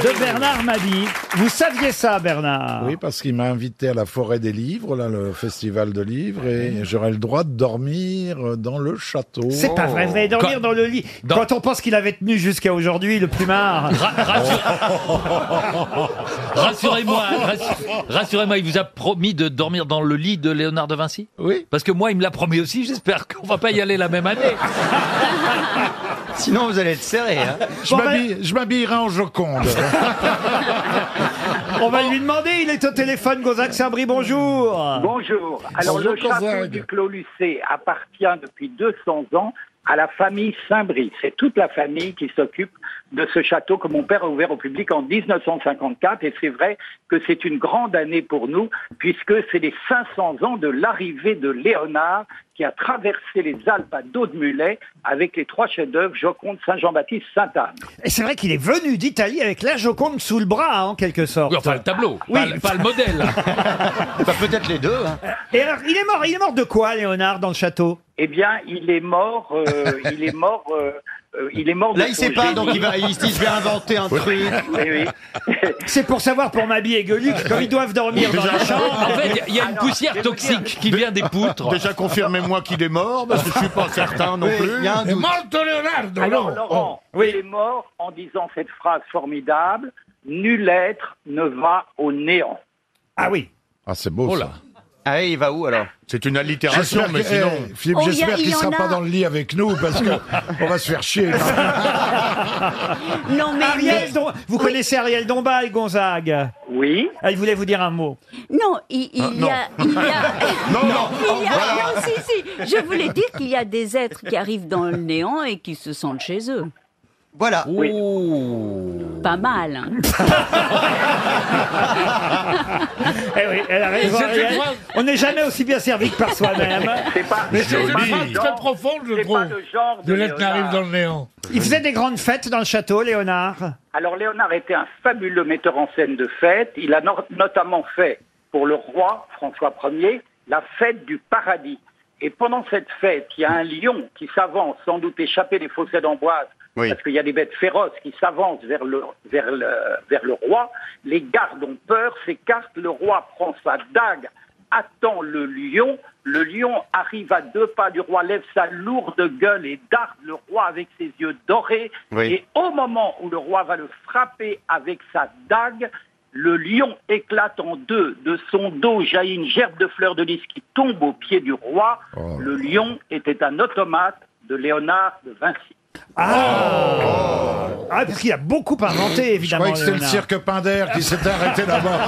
[SPEAKER 1] de Bernard Mabie. Vous saviez ça, Bernard
[SPEAKER 6] Oui, parce qu'il m'a invité à la Forêt des Livres, là, le festival de livres, et j'aurai le droit de dormir euh, dans le château.
[SPEAKER 1] C'est pas vrai, vous allez dormir dans le lit. Oh. Quand on pense qu'il avait tenu jusqu'à aujourd'hui, le plumard.
[SPEAKER 25] Rassurez-moi, rassu- rassurez-moi, il vous a promis de dormir dans le lit de Léonard de Vinci Oui. Parce que moi, il me l'a promis aussi, j'espère qu'on va pas y aller la même année.
[SPEAKER 22] Sinon, vous allez être serré. hein.
[SPEAKER 6] Je m'habille- je m'habillerai en Joconde.
[SPEAKER 1] on va lui demander, il est au téléphone, Gonzague Saint-Brie, bonjour.
[SPEAKER 12] Bonjour. Alors, le château du Clos Lucé appartient depuis 200 ans à la famille Saint-Brie. C'est toute la famille qui s'occupe de ce château que mon père a ouvert au public en 1954. Et c'est vrai que c'est une grande année pour nous, puisque c'est les 500 ans de l'arrivée de Léonard qui a traversé les Alpes à dos de mulet avec les trois chefs-d'œuvre Joconde, Saint-Jean-Baptiste, Sainte-Anne.
[SPEAKER 1] Et c'est vrai qu'il est venu d'Italie avec la Joconde sous le bras, hein, en quelque sorte.
[SPEAKER 25] Enfin, le tableau, pas, le- pas le
[SPEAKER 12] [laughs]
[SPEAKER 25] modèle.
[SPEAKER 12] Bah,
[SPEAKER 22] peut-être les deux.
[SPEAKER 12] hein.
[SPEAKER 1] Et alors, il est mort, il est mort de quoi, Léonard, dans le château
[SPEAKER 12] Eh bien, il est mort. euh,
[SPEAKER 22] [laughs]
[SPEAKER 12] il est mort. euh, euh, il est mort. de
[SPEAKER 22] Là, il
[SPEAKER 12] son
[SPEAKER 22] sait pas,
[SPEAKER 12] génie.
[SPEAKER 22] donc il va, il se dit, je vais inventer un truc.
[SPEAKER 12] Oui,
[SPEAKER 22] [laughs]
[SPEAKER 12] oui.
[SPEAKER 1] [laughs] C'est pour savoir pour Mabie et Gueluc quand ils doivent dormir dans la chambre.
[SPEAKER 25] En fait, il y a une poussière toxique [laughs] qui vient des poutres.
[SPEAKER 2] Déjà, confirmez-moi qu'il est
[SPEAKER 22] Oh,
[SPEAKER 2] mort,
[SPEAKER 22] bah,
[SPEAKER 2] parce que je suis pas certain non
[SPEAKER 12] Oui,
[SPEAKER 2] plus.
[SPEAKER 12] il y a un doute.
[SPEAKER 2] Morto Leonardo,
[SPEAKER 12] Alors,
[SPEAKER 2] non.
[SPEAKER 12] Laurent,
[SPEAKER 22] Oh.
[SPEAKER 12] il est mort en disant cette phrase formidable Nul être ne va au néant.
[SPEAKER 1] Ah oui.
[SPEAKER 6] Ah, c'est beau, ça.
[SPEAKER 22] Ah, il va où alors
[SPEAKER 2] C'est une allitération,
[SPEAKER 6] J'espère
[SPEAKER 2] Oh, mais
[SPEAKER 6] que-
[SPEAKER 2] sinon.
[SPEAKER 6] eh, Philippe, j'espère qu'il sera pas dans le lit avec nous, parce
[SPEAKER 2] [laughs]
[SPEAKER 6] qu'on va se faire chier.
[SPEAKER 5] Non, mais.
[SPEAKER 1] Ariel
[SPEAKER 5] mais-
[SPEAKER 1] Dom- Vous connaissez Ariel Dombal, Gonzague
[SPEAKER 12] Oui.
[SPEAKER 1] Elle voulait vous dire un mot.
[SPEAKER 5] Non, il, il
[SPEAKER 1] Ah,
[SPEAKER 5] y a.
[SPEAKER 1] non.
[SPEAKER 5] il y a-
[SPEAKER 1] [laughs] Non, non.
[SPEAKER 5] il y a-
[SPEAKER 1] Voilà.
[SPEAKER 5] non, si, si. Je voulais dire qu'il y a des êtres qui arrivent dans le néant et qui se sentent chez eux.
[SPEAKER 22] Voilà.
[SPEAKER 5] Pas mal.
[SPEAKER 1] [laughs]
[SPEAKER 5] hein.
[SPEAKER 1] Eh oui, elle a raison,
[SPEAKER 12] C'est une
[SPEAKER 1] Ariel.
[SPEAKER 12] phrase.
[SPEAKER 1] On n'est jamais aussi bien servi que par
[SPEAKER 8] [laughs]
[SPEAKER 1] soi-même.
[SPEAKER 12] C'est pas,
[SPEAKER 1] Mais
[SPEAKER 12] c'est
[SPEAKER 1] c'est
[SPEAKER 12] pas
[SPEAKER 1] joli.
[SPEAKER 12] le genre-
[SPEAKER 1] Très
[SPEAKER 12] c'est pas le genre de Léonard.
[SPEAKER 1] néant. Il faisait des grandes fêtes dans le château, Léonard.
[SPEAKER 12] Alors, Léonard était un fabuleux metteur en scène de fêtes. Il a no- notamment fait, pour le roi François Ier, la fête du paradis. Et pendant cette fête, il y a un lion qui s'avance, sans doute échappé des fossés d'Amboise,
[SPEAKER 13] Oui.
[SPEAKER 12] parce qu'il y a des bêtes féroces qui s'avancent vers le, vers, le, vers le roi. Les gardes ont peur, s'écartent, le roi prend sa dague, attend le lion. Le lion arrive à deux pas du roi, lève sa lourde gueule et darde le roi avec ses yeux dorés.
[SPEAKER 13] Oui.
[SPEAKER 12] Et au moment où le roi va le frapper avec sa dague, le lion éclate en deux. De son dos jaillit une gerbe de fleurs de lys qui tombe aux pieds du roi. Le lion était un automate de Léonard de Vinci. Oh.
[SPEAKER 1] Ah, parce qu'il a beaucoup inventé,
[SPEAKER 6] Je
[SPEAKER 1] évidemment.
[SPEAKER 6] croyais que c'était le
[SPEAKER 1] Léonard.
[SPEAKER 6] cirque Pinder qui s'était arrêté là-bas.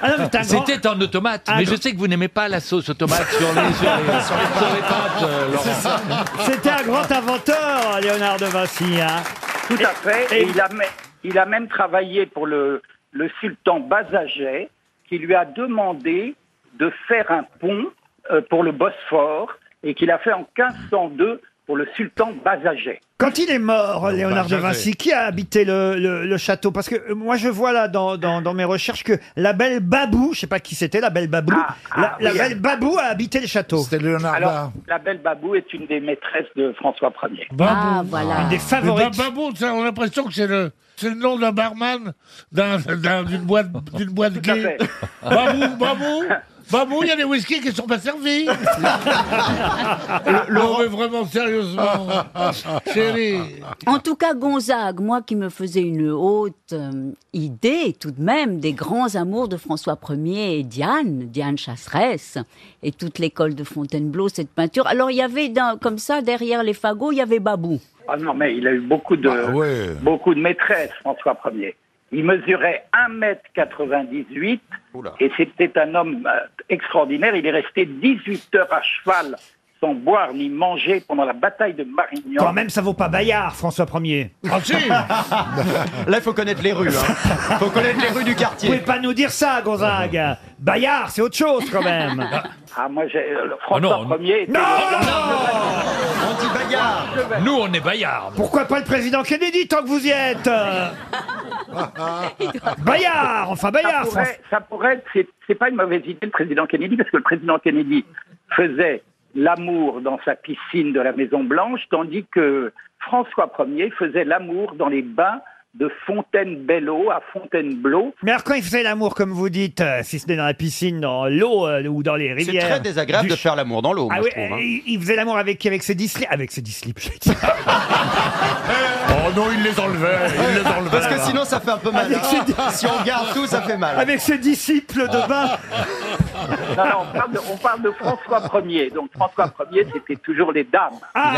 [SPEAKER 1] Ah non, mais t'as un grand-
[SPEAKER 25] C'était un automate,
[SPEAKER 1] Ah,
[SPEAKER 25] mais
[SPEAKER 1] non.
[SPEAKER 25] je sais que vous n'aimez pas la sauce automate sur les, sur les,
[SPEAKER 1] [laughs]
[SPEAKER 25] sur les pâtes, euh, Laurent.
[SPEAKER 1] C'est ça. C'était un grand inventeur, Léonard de Vinci. hein.
[SPEAKER 12] Tout à fait. Et il a, mê- il a même travaillé pour le, le sultan Bazaget, qui lui a demandé de faire un pont euh, pour le Bosphore, et qu'il a fait en 1502 pour le sultan Bazaget.
[SPEAKER 1] Quand il est mort, Léonard de
[SPEAKER 12] jamais.
[SPEAKER 1] Vinci, qui a habité le, le- le château Parce que euh, moi, je vois là dans, dans- dans mes recherches que la belle Babou, je sais pas qui c'était, la belle Babou, la, la
[SPEAKER 12] oui,
[SPEAKER 1] belle Babou a habité le château. C'était
[SPEAKER 6] Léonard.
[SPEAKER 12] Alors, la belle Babou est une des maîtresses de François Ier.
[SPEAKER 1] Ah, voilà. Une des favorites.
[SPEAKER 8] Mais Ba- Babou, ça, on a l'impression que c'est le, c'est le nom d'un barman d'un- d'un- d'une boîte, d'une boîte gay. Babou, Babou, Babou, il y a des whisky qui sont pas servis. Non, mais vraiment, sérieusement,
[SPEAKER 5] [laughs]
[SPEAKER 8] chérie.
[SPEAKER 5] En tout cas, Gonzague, moi qui me faisais une haute euh, idée tout de même des grands amours de François Ier et Diane, Diane Chasseresse, et toute l'école de Fontainebleau, cette peinture. Alors il y avait d'un- comme ça, derrière les fagots, il y avait Babou.
[SPEAKER 22] Bah
[SPEAKER 12] Ah non, mais il a eu beaucoup de, beaucoup de maîtresses, François Ier. Il mesurait 1m98 et c'était un homme euh, extraordinaire. Il est resté 18 heures à cheval sans boire ni manger pendant la bataille de Marignan.
[SPEAKER 1] Quand même, ça vaut pas Bayard, François 1er.
[SPEAKER 22] Ah,
[SPEAKER 12] [laughs]
[SPEAKER 22] Là, il faut connaître les rues. Hein. faut connaître les rues du
[SPEAKER 1] Vous
[SPEAKER 22] quartier.
[SPEAKER 1] pouvez pas nous dire ça, Gonzague. Bayard, c'est autre chose quand
[SPEAKER 12] [laughs]
[SPEAKER 1] même.
[SPEAKER 12] Ah, moi, j'ai. euh, François 1er était-
[SPEAKER 22] On dit Bayard.
[SPEAKER 25] Nous, on est Bayard.
[SPEAKER 1] Pourquoi pas le président Kennedy tant que vous y êtes euh [laughs] Bayard, enfin Bayard,
[SPEAKER 12] Ça pourrait, ça pourrait être- c'est, c'est pas une mauvaise idée le président Kennedy, parce que le président Kennedy faisait l'amour dans sa piscine de la Maison Blanche, tandis que François Ier faisait l'amour dans les bains de Fontainebello à Fontainebleau.
[SPEAKER 1] Mais alors quand il faisait l'amour, comme vous dites, euh, si ce n'est dans la piscine, dans l'eau euh, ou dans les
[SPEAKER 22] C'est
[SPEAKER 1] rivières...
[SPEAKER 22] très désagréable
[SPEAKER 1] du-
[SPEAKER 22] de faire l'amour dans l'eau,
[SPEAKER 1] Ah
[SPEAKER 22] moi,
[SPEAKER 1] oui,
[SPEAKER 22] je trouve.
[SPEAKER 1] euh,
[SPEAKER 22] hein.
[SPEAKER 1] il- il faisait l'amour avec qui Avec ses dislips Avec ses dislips, j'ai dit.
[SPEAKER 2] [laughs] Oh non, il les enlevait, il les enlevait.
[SPEAKER 22] [laughs] Parce que sinon, ça fait un peu mal.
[SPEAKER 1] Avec ses-
[SPEAKER 22] hein. Si on regarde tout, ça fait mal.
[SPEAKER 1] Avec ses disciples de bain
[SPEAKER 12] Ah. Non, non, on, parle de, on parle de François Ier. Donc François Ier, c'était toujours les dames.
[SPEAKER 1] Ah.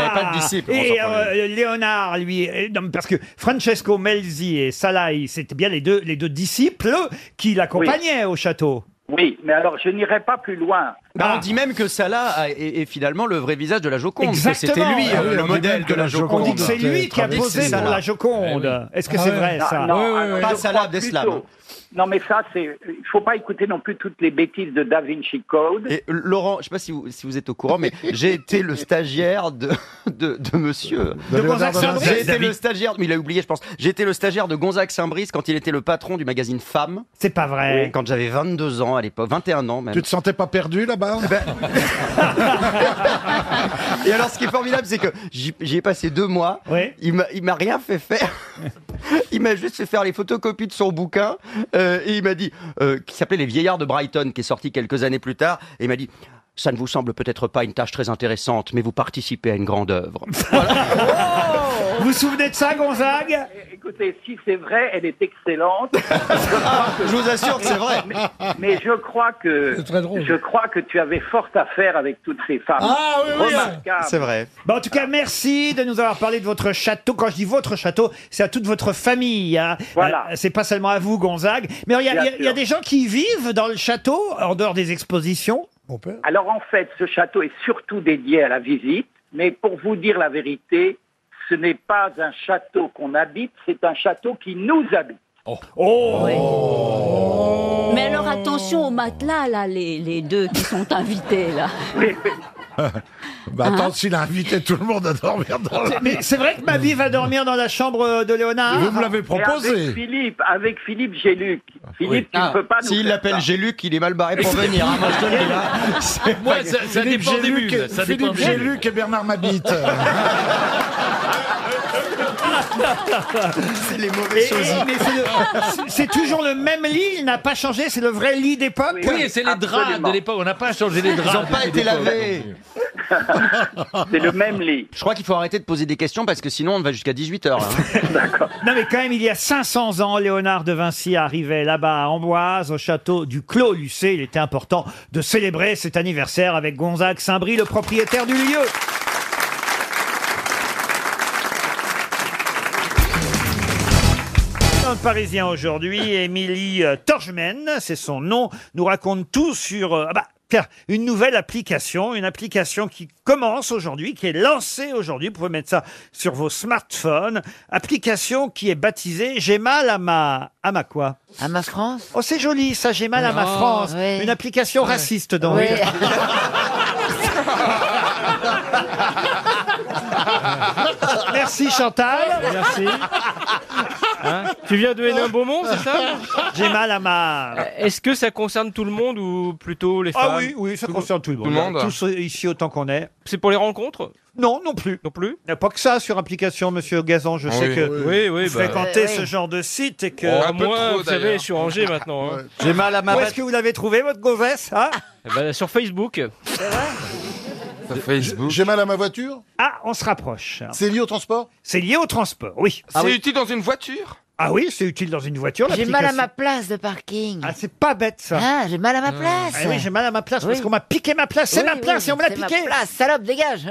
[SPEAKER 1] Et euh, Léonard, lui, euh, non, parce que Francesco Melzi et Salahi, c'était bien les deux, les deux disciples qui l'accompagnaient au château.
[SPEAKER 12] Oui, Ah. mais alors je n'irai pas plus loin.
[SPEAKER 1] Ah.
[SPEAKER 22] Bah, on dit même que Salah a- est, est finalement le vrai visage de la Joconde. que C'était
[SPEAKER 1] Exactement.
[SPEAKER 22] lui
[SPEAKER 1] Ah
[SPEAKER 22] euh,
[SPEAKER 1] oui,
[SPEAKER 22] le
[SPEAKER 1] on dit
[SPEAKER 22] modèle
[SPEAKER 1] même
[SPEAKER 22] de
[SPEAKER 1] que
[SPEAKER 22] la
[SPEAKER 1] la Joconde
[SPEAKER 22] Joconde.
[SPEAKER 1] On dit que c'est lui qui a
[SPEAKER 22] Travaillé,
[SPEAKER 1] posé
[SPEAKER 22] c'est
[SPEAKER 1] pour
[SPEAKER 22] Salah. Ah
[SPEAKER 1] la Joconde. Est-ce que c'est vrai
[SPEAKER 12] Non,
[SPEAKER 1] ça
[SPEAKER 12] non, alors,
[SPEAKER 22] Pas
[SPEAKER 12] je
[SPEAKER 22] Salah
[SPEAKER 12] crois
[SPEAKER 22] Abdeslam.
[SPEAKER 12] plutôt- Non, mais ça, c'est. Il faut pas écouter non plus toutes les bêtises de Da Vinci Code.
[SPEAKER 22] Et euh, Laurent, je ne sais pas si vous, si vous êtes au courant, mais j'ai été le stagiaire de, de, de monsieur.
[SPEAKER 6] De Gonzague Saint-Brice.
[SPEAKER 22] J'ai été
[SPEAKER 6] David.
[SPEAKER 22] le stagiaire, mais il a oublié, je pense. J'ai été le stagiaire de Gonzague Saint-Brice quand il était le patron du magazine Femme.
[SPEAKER 1] C'est pas vrai.
[SPEAKER 22] Quand j'avais 22 ans à l'époque, 21 ans même.
[SPEAKER 6] Tu te sentais pas perdu là-bas
[SPEAKER 2] Ben,
[SPEAKER 22] Et alors, ce qui est formidable, c'est que j'y j'y ai passé deux mois. Il m'a- il m'a rien fait faire. Il m'a juste fait faire les photocopies de son bouquin. euh, et il m'a dit, euh, qui s'appelait Les Vieillards de Brighton, qui est sorti quelques années plus tard. Et il m'a dit. Ça ne vous semble peut-être pas une tâche très intéressante, mais vous participez à une grande œuvre.
[SPEAKER 1] Vous vous souvenez de ça, Gonzague
[SPEAKER 12] Écoutez, si c'est vrai, elle est excellente. Je, crois que-
[SPEAKER 22] Ah, Je vous assure que c'est vrai.
[SPEAKER 12] Mais, mais je crois que je crois que tu avais fort à faire avec toutes ces femmes.
[SPEAKER 22] Ah
[SPEAKER 12] Remarquables.
[SPEAKER 1] Bah, en tout cas, merci de nous avoir parlé de votre château. Quand je dis votre château, c'est à toute votre famille. hein.
[SPEAKER 12] Voilà.
[SPEAKER 1] Euh, C'est pas seulement à vous, Gonzague. Mais il y, a-
[SPEAKER 12] Bien
[SPEAKER 1] il y a- il y a
[SPEAKER 12] sûr.
[SPEAKER 1] des gens qui vivent dans le château, en dehors des expositions.
[SPEAKER 12] Alors en fait, ce château est surtout dédié à la visite, mais pour vous dire la vérité, ce n'est pas un château qu'on habite, c'est un château qui nous habite.
[SPEAKER 22] Oh.
[SPEAKER 5] Mais alors attention aux matelas, là, les, les deux qui sont invités, là.
[SPEAKER 6] [laughs] Bah attends, s'il a invité tout le monde à dormir
[SPEAKER 25] Oh
[SPEAKER 6] dans la...
[SPEAKER 1] Mais c'est vrai que ma vie va dormir dans la chambre de Léonard.
[SPEAKER 6] Vous me l'avez
[SPEAKER 12] Et avec Philippe, avec Philippe Géluc. Philippe, tu
[SPEAKER 22] Ah,
[SPEAKER 12] ne peux pas nous
[SPEAKER 22] S'il
[SPEAKER 12] faire
[SPEAKER 22] l'appelle
[SPEAKER 12] ça.
[SPEAKER 22] Géluc, il est mal
[SPEAKER 12] [laughs]
[SPEAKER 22] barré pour venir. hein, moi, je te le
[SPEAKER 1] [laughs]
[SPEAKER 6] [laughs]
[SPEAKER 22] dis, là. C'est
[SPEAKER 25] Moi,
[SPEAKER 22] pas-
[SPEAKER 25] ça- ça
[SPEAKER 22] Philippe
[SPEAKER 25] dépend des
[SPEAKER 22] Géluc
[SPEAKER 25] bulles,
[SPEAKER 22] et-
[SPEAKER 25] ça dépend
[SPEAKER 6] Philippe
[SPEAKER 25] des bulles.
[SPEAKER 6] Géluc et Bernard Mabit.
[SPEAKER 22] [laughs] C'est les
[SPEAKER 1] Et-
[SPEAKER 22] mauvaises
[SPEAKER 1] et- mais c'est le- c'est toujours le même lit, il n'a pas changé, c'est le vrai lit d'époque.
[SPEAKER 25] Oui, et c'est les draps de l'époque. On n'a pas changé les
[SPEAKER 22] Ils
[SPEAKER 25] draps.
[SPEAKER 22] n'ont pas
[SPEAKER 25] depuis
[SPEAKER 22] été
[SPEAKER 25] l'époque.
[SPEAKER 22] lavés.
[SPEAKER 12] C'est le même lit.
[SPEAKER 22] Je crois qu'il faut arrêter de poser des questions parce que sinon on va jusqu'à hein. 18h.
[SPEAKER 1] Non mais quand même, il y a 500 ans, Léonard de Vinci arrivait là-bas à Amboise, au château du Clos Lucé. Il était important de célébrer cet anniversaire avec Gonzague Saint-Brie, le propriétaire du lieu. Un Parisien aujourd'hui, Émilie euh, Torgemen, c'est son nom, nous raconte tout sur euh, ah bah, tiens, une nouvelle application, une application qui commence aujourd'hui, qui est lancée aujourd'hui, vous pouvez mettre ça sur vos smartphones, application qui est baptisée J'ai mal à ma... à ma quoi À ma France Oh c'est joli ça, J'ai mal à ma
[SPEAKER 16] Oh,
[SPEAKER 1] France,
[SPEAKER 16] ouais.
[SPEAKER 1] une application raciste donc.
[SPEAKER 16] Oui.
[SPEAKER 1] Merci Chantal. Hein Merci.
[SPEAKER 17] tu viens de Hénin-Beaumont, c'est ça Euh,
[SPEAKER 1] J'ai mal à ma...
[SPEAKER 17] Est-ce que ça concerne tout le monde ou plutôt les femmes
[SPEAKER 1] Ah oui, oui, ça concerne tout le monde. Tous euh, ici autant qu'on est.
[SPEAKER 17] C'est pour les rencontres
[SPEAKER 1] Non, non plus.
[SPEAKER 17] Non plus
[SPEAKER 1] Il n'y a pas que ça sur application, monsieur Gazan. Je
[SPEAKER 17] Ah
[SPEAKER 1] sais
[SPEAKER 17] oui.
[SPEAKER 1] que
[SPEAKER 17] Oui, oui,
[SPEAKER 1] vous
[SPEAKER 17] bah.
[SPEAKER 1] fréquentez
[SPEAKER 17] Oui,
[SPEAKER 1] ce
[SPEAKER 17] oui.
[SPEAKER 1] genre de site et que.
[SPEAKER 17] Oh, Un peu moi, trop, vous savez, d'ailleurs. je suis rangé maintenant, hein. Ouais. J'ai mal à ma
[SPEAKER 1] Où
[SPEAKER 17] ba-
[SPEAKER 1] est-ce que vous l'avez trouvé, votre gonzesse hein
[SPEAKER 17] Eh ben, Sur Facebook.
[SPEAKER 6] Facebook. J'ai mal à ma voiture
[SPEAKER 1] Ah, on se rapproche.
[SPEAKER 6] C'est lié au transport
[SPEAKER 1] C'est lié au transport, oui.
[SPEAKER 3] Ah
[SPEAKER 17] Ah
[SPEAKER 9] C'est utile dans une voiture
[SPEAKER 1] Ah oui, c'est utile dans une voiture.
[SPEAKER 24] J'ai mal à
[SPEAKER 1] l'application.
[SPEAKER 24] ma place de parking.
[SPEAKER 1] Ah, c'est pas bête ça.
[SPEAKER 24] Ah, j'ai mal à ma place.
[SPEAKER 1] Eh oui, j'ai mal à ma place parce
[SPEAKER 24] Oui.
[SPEAKER 1] qu'on m'a piqué ma place. C'est
[SPEAKER 24] Oui,
[SPEAKER 1] ma
[SPEAKER 24] oui,
[SPEAKER 1] place et on me l'a
[SPEAKER 24] c'est ma
[SPEAKER 1] piqué.
[SPEAKER 24] place, salope,
[SPEAKER 1] [laughs]
[SPEAKER 24] dégage.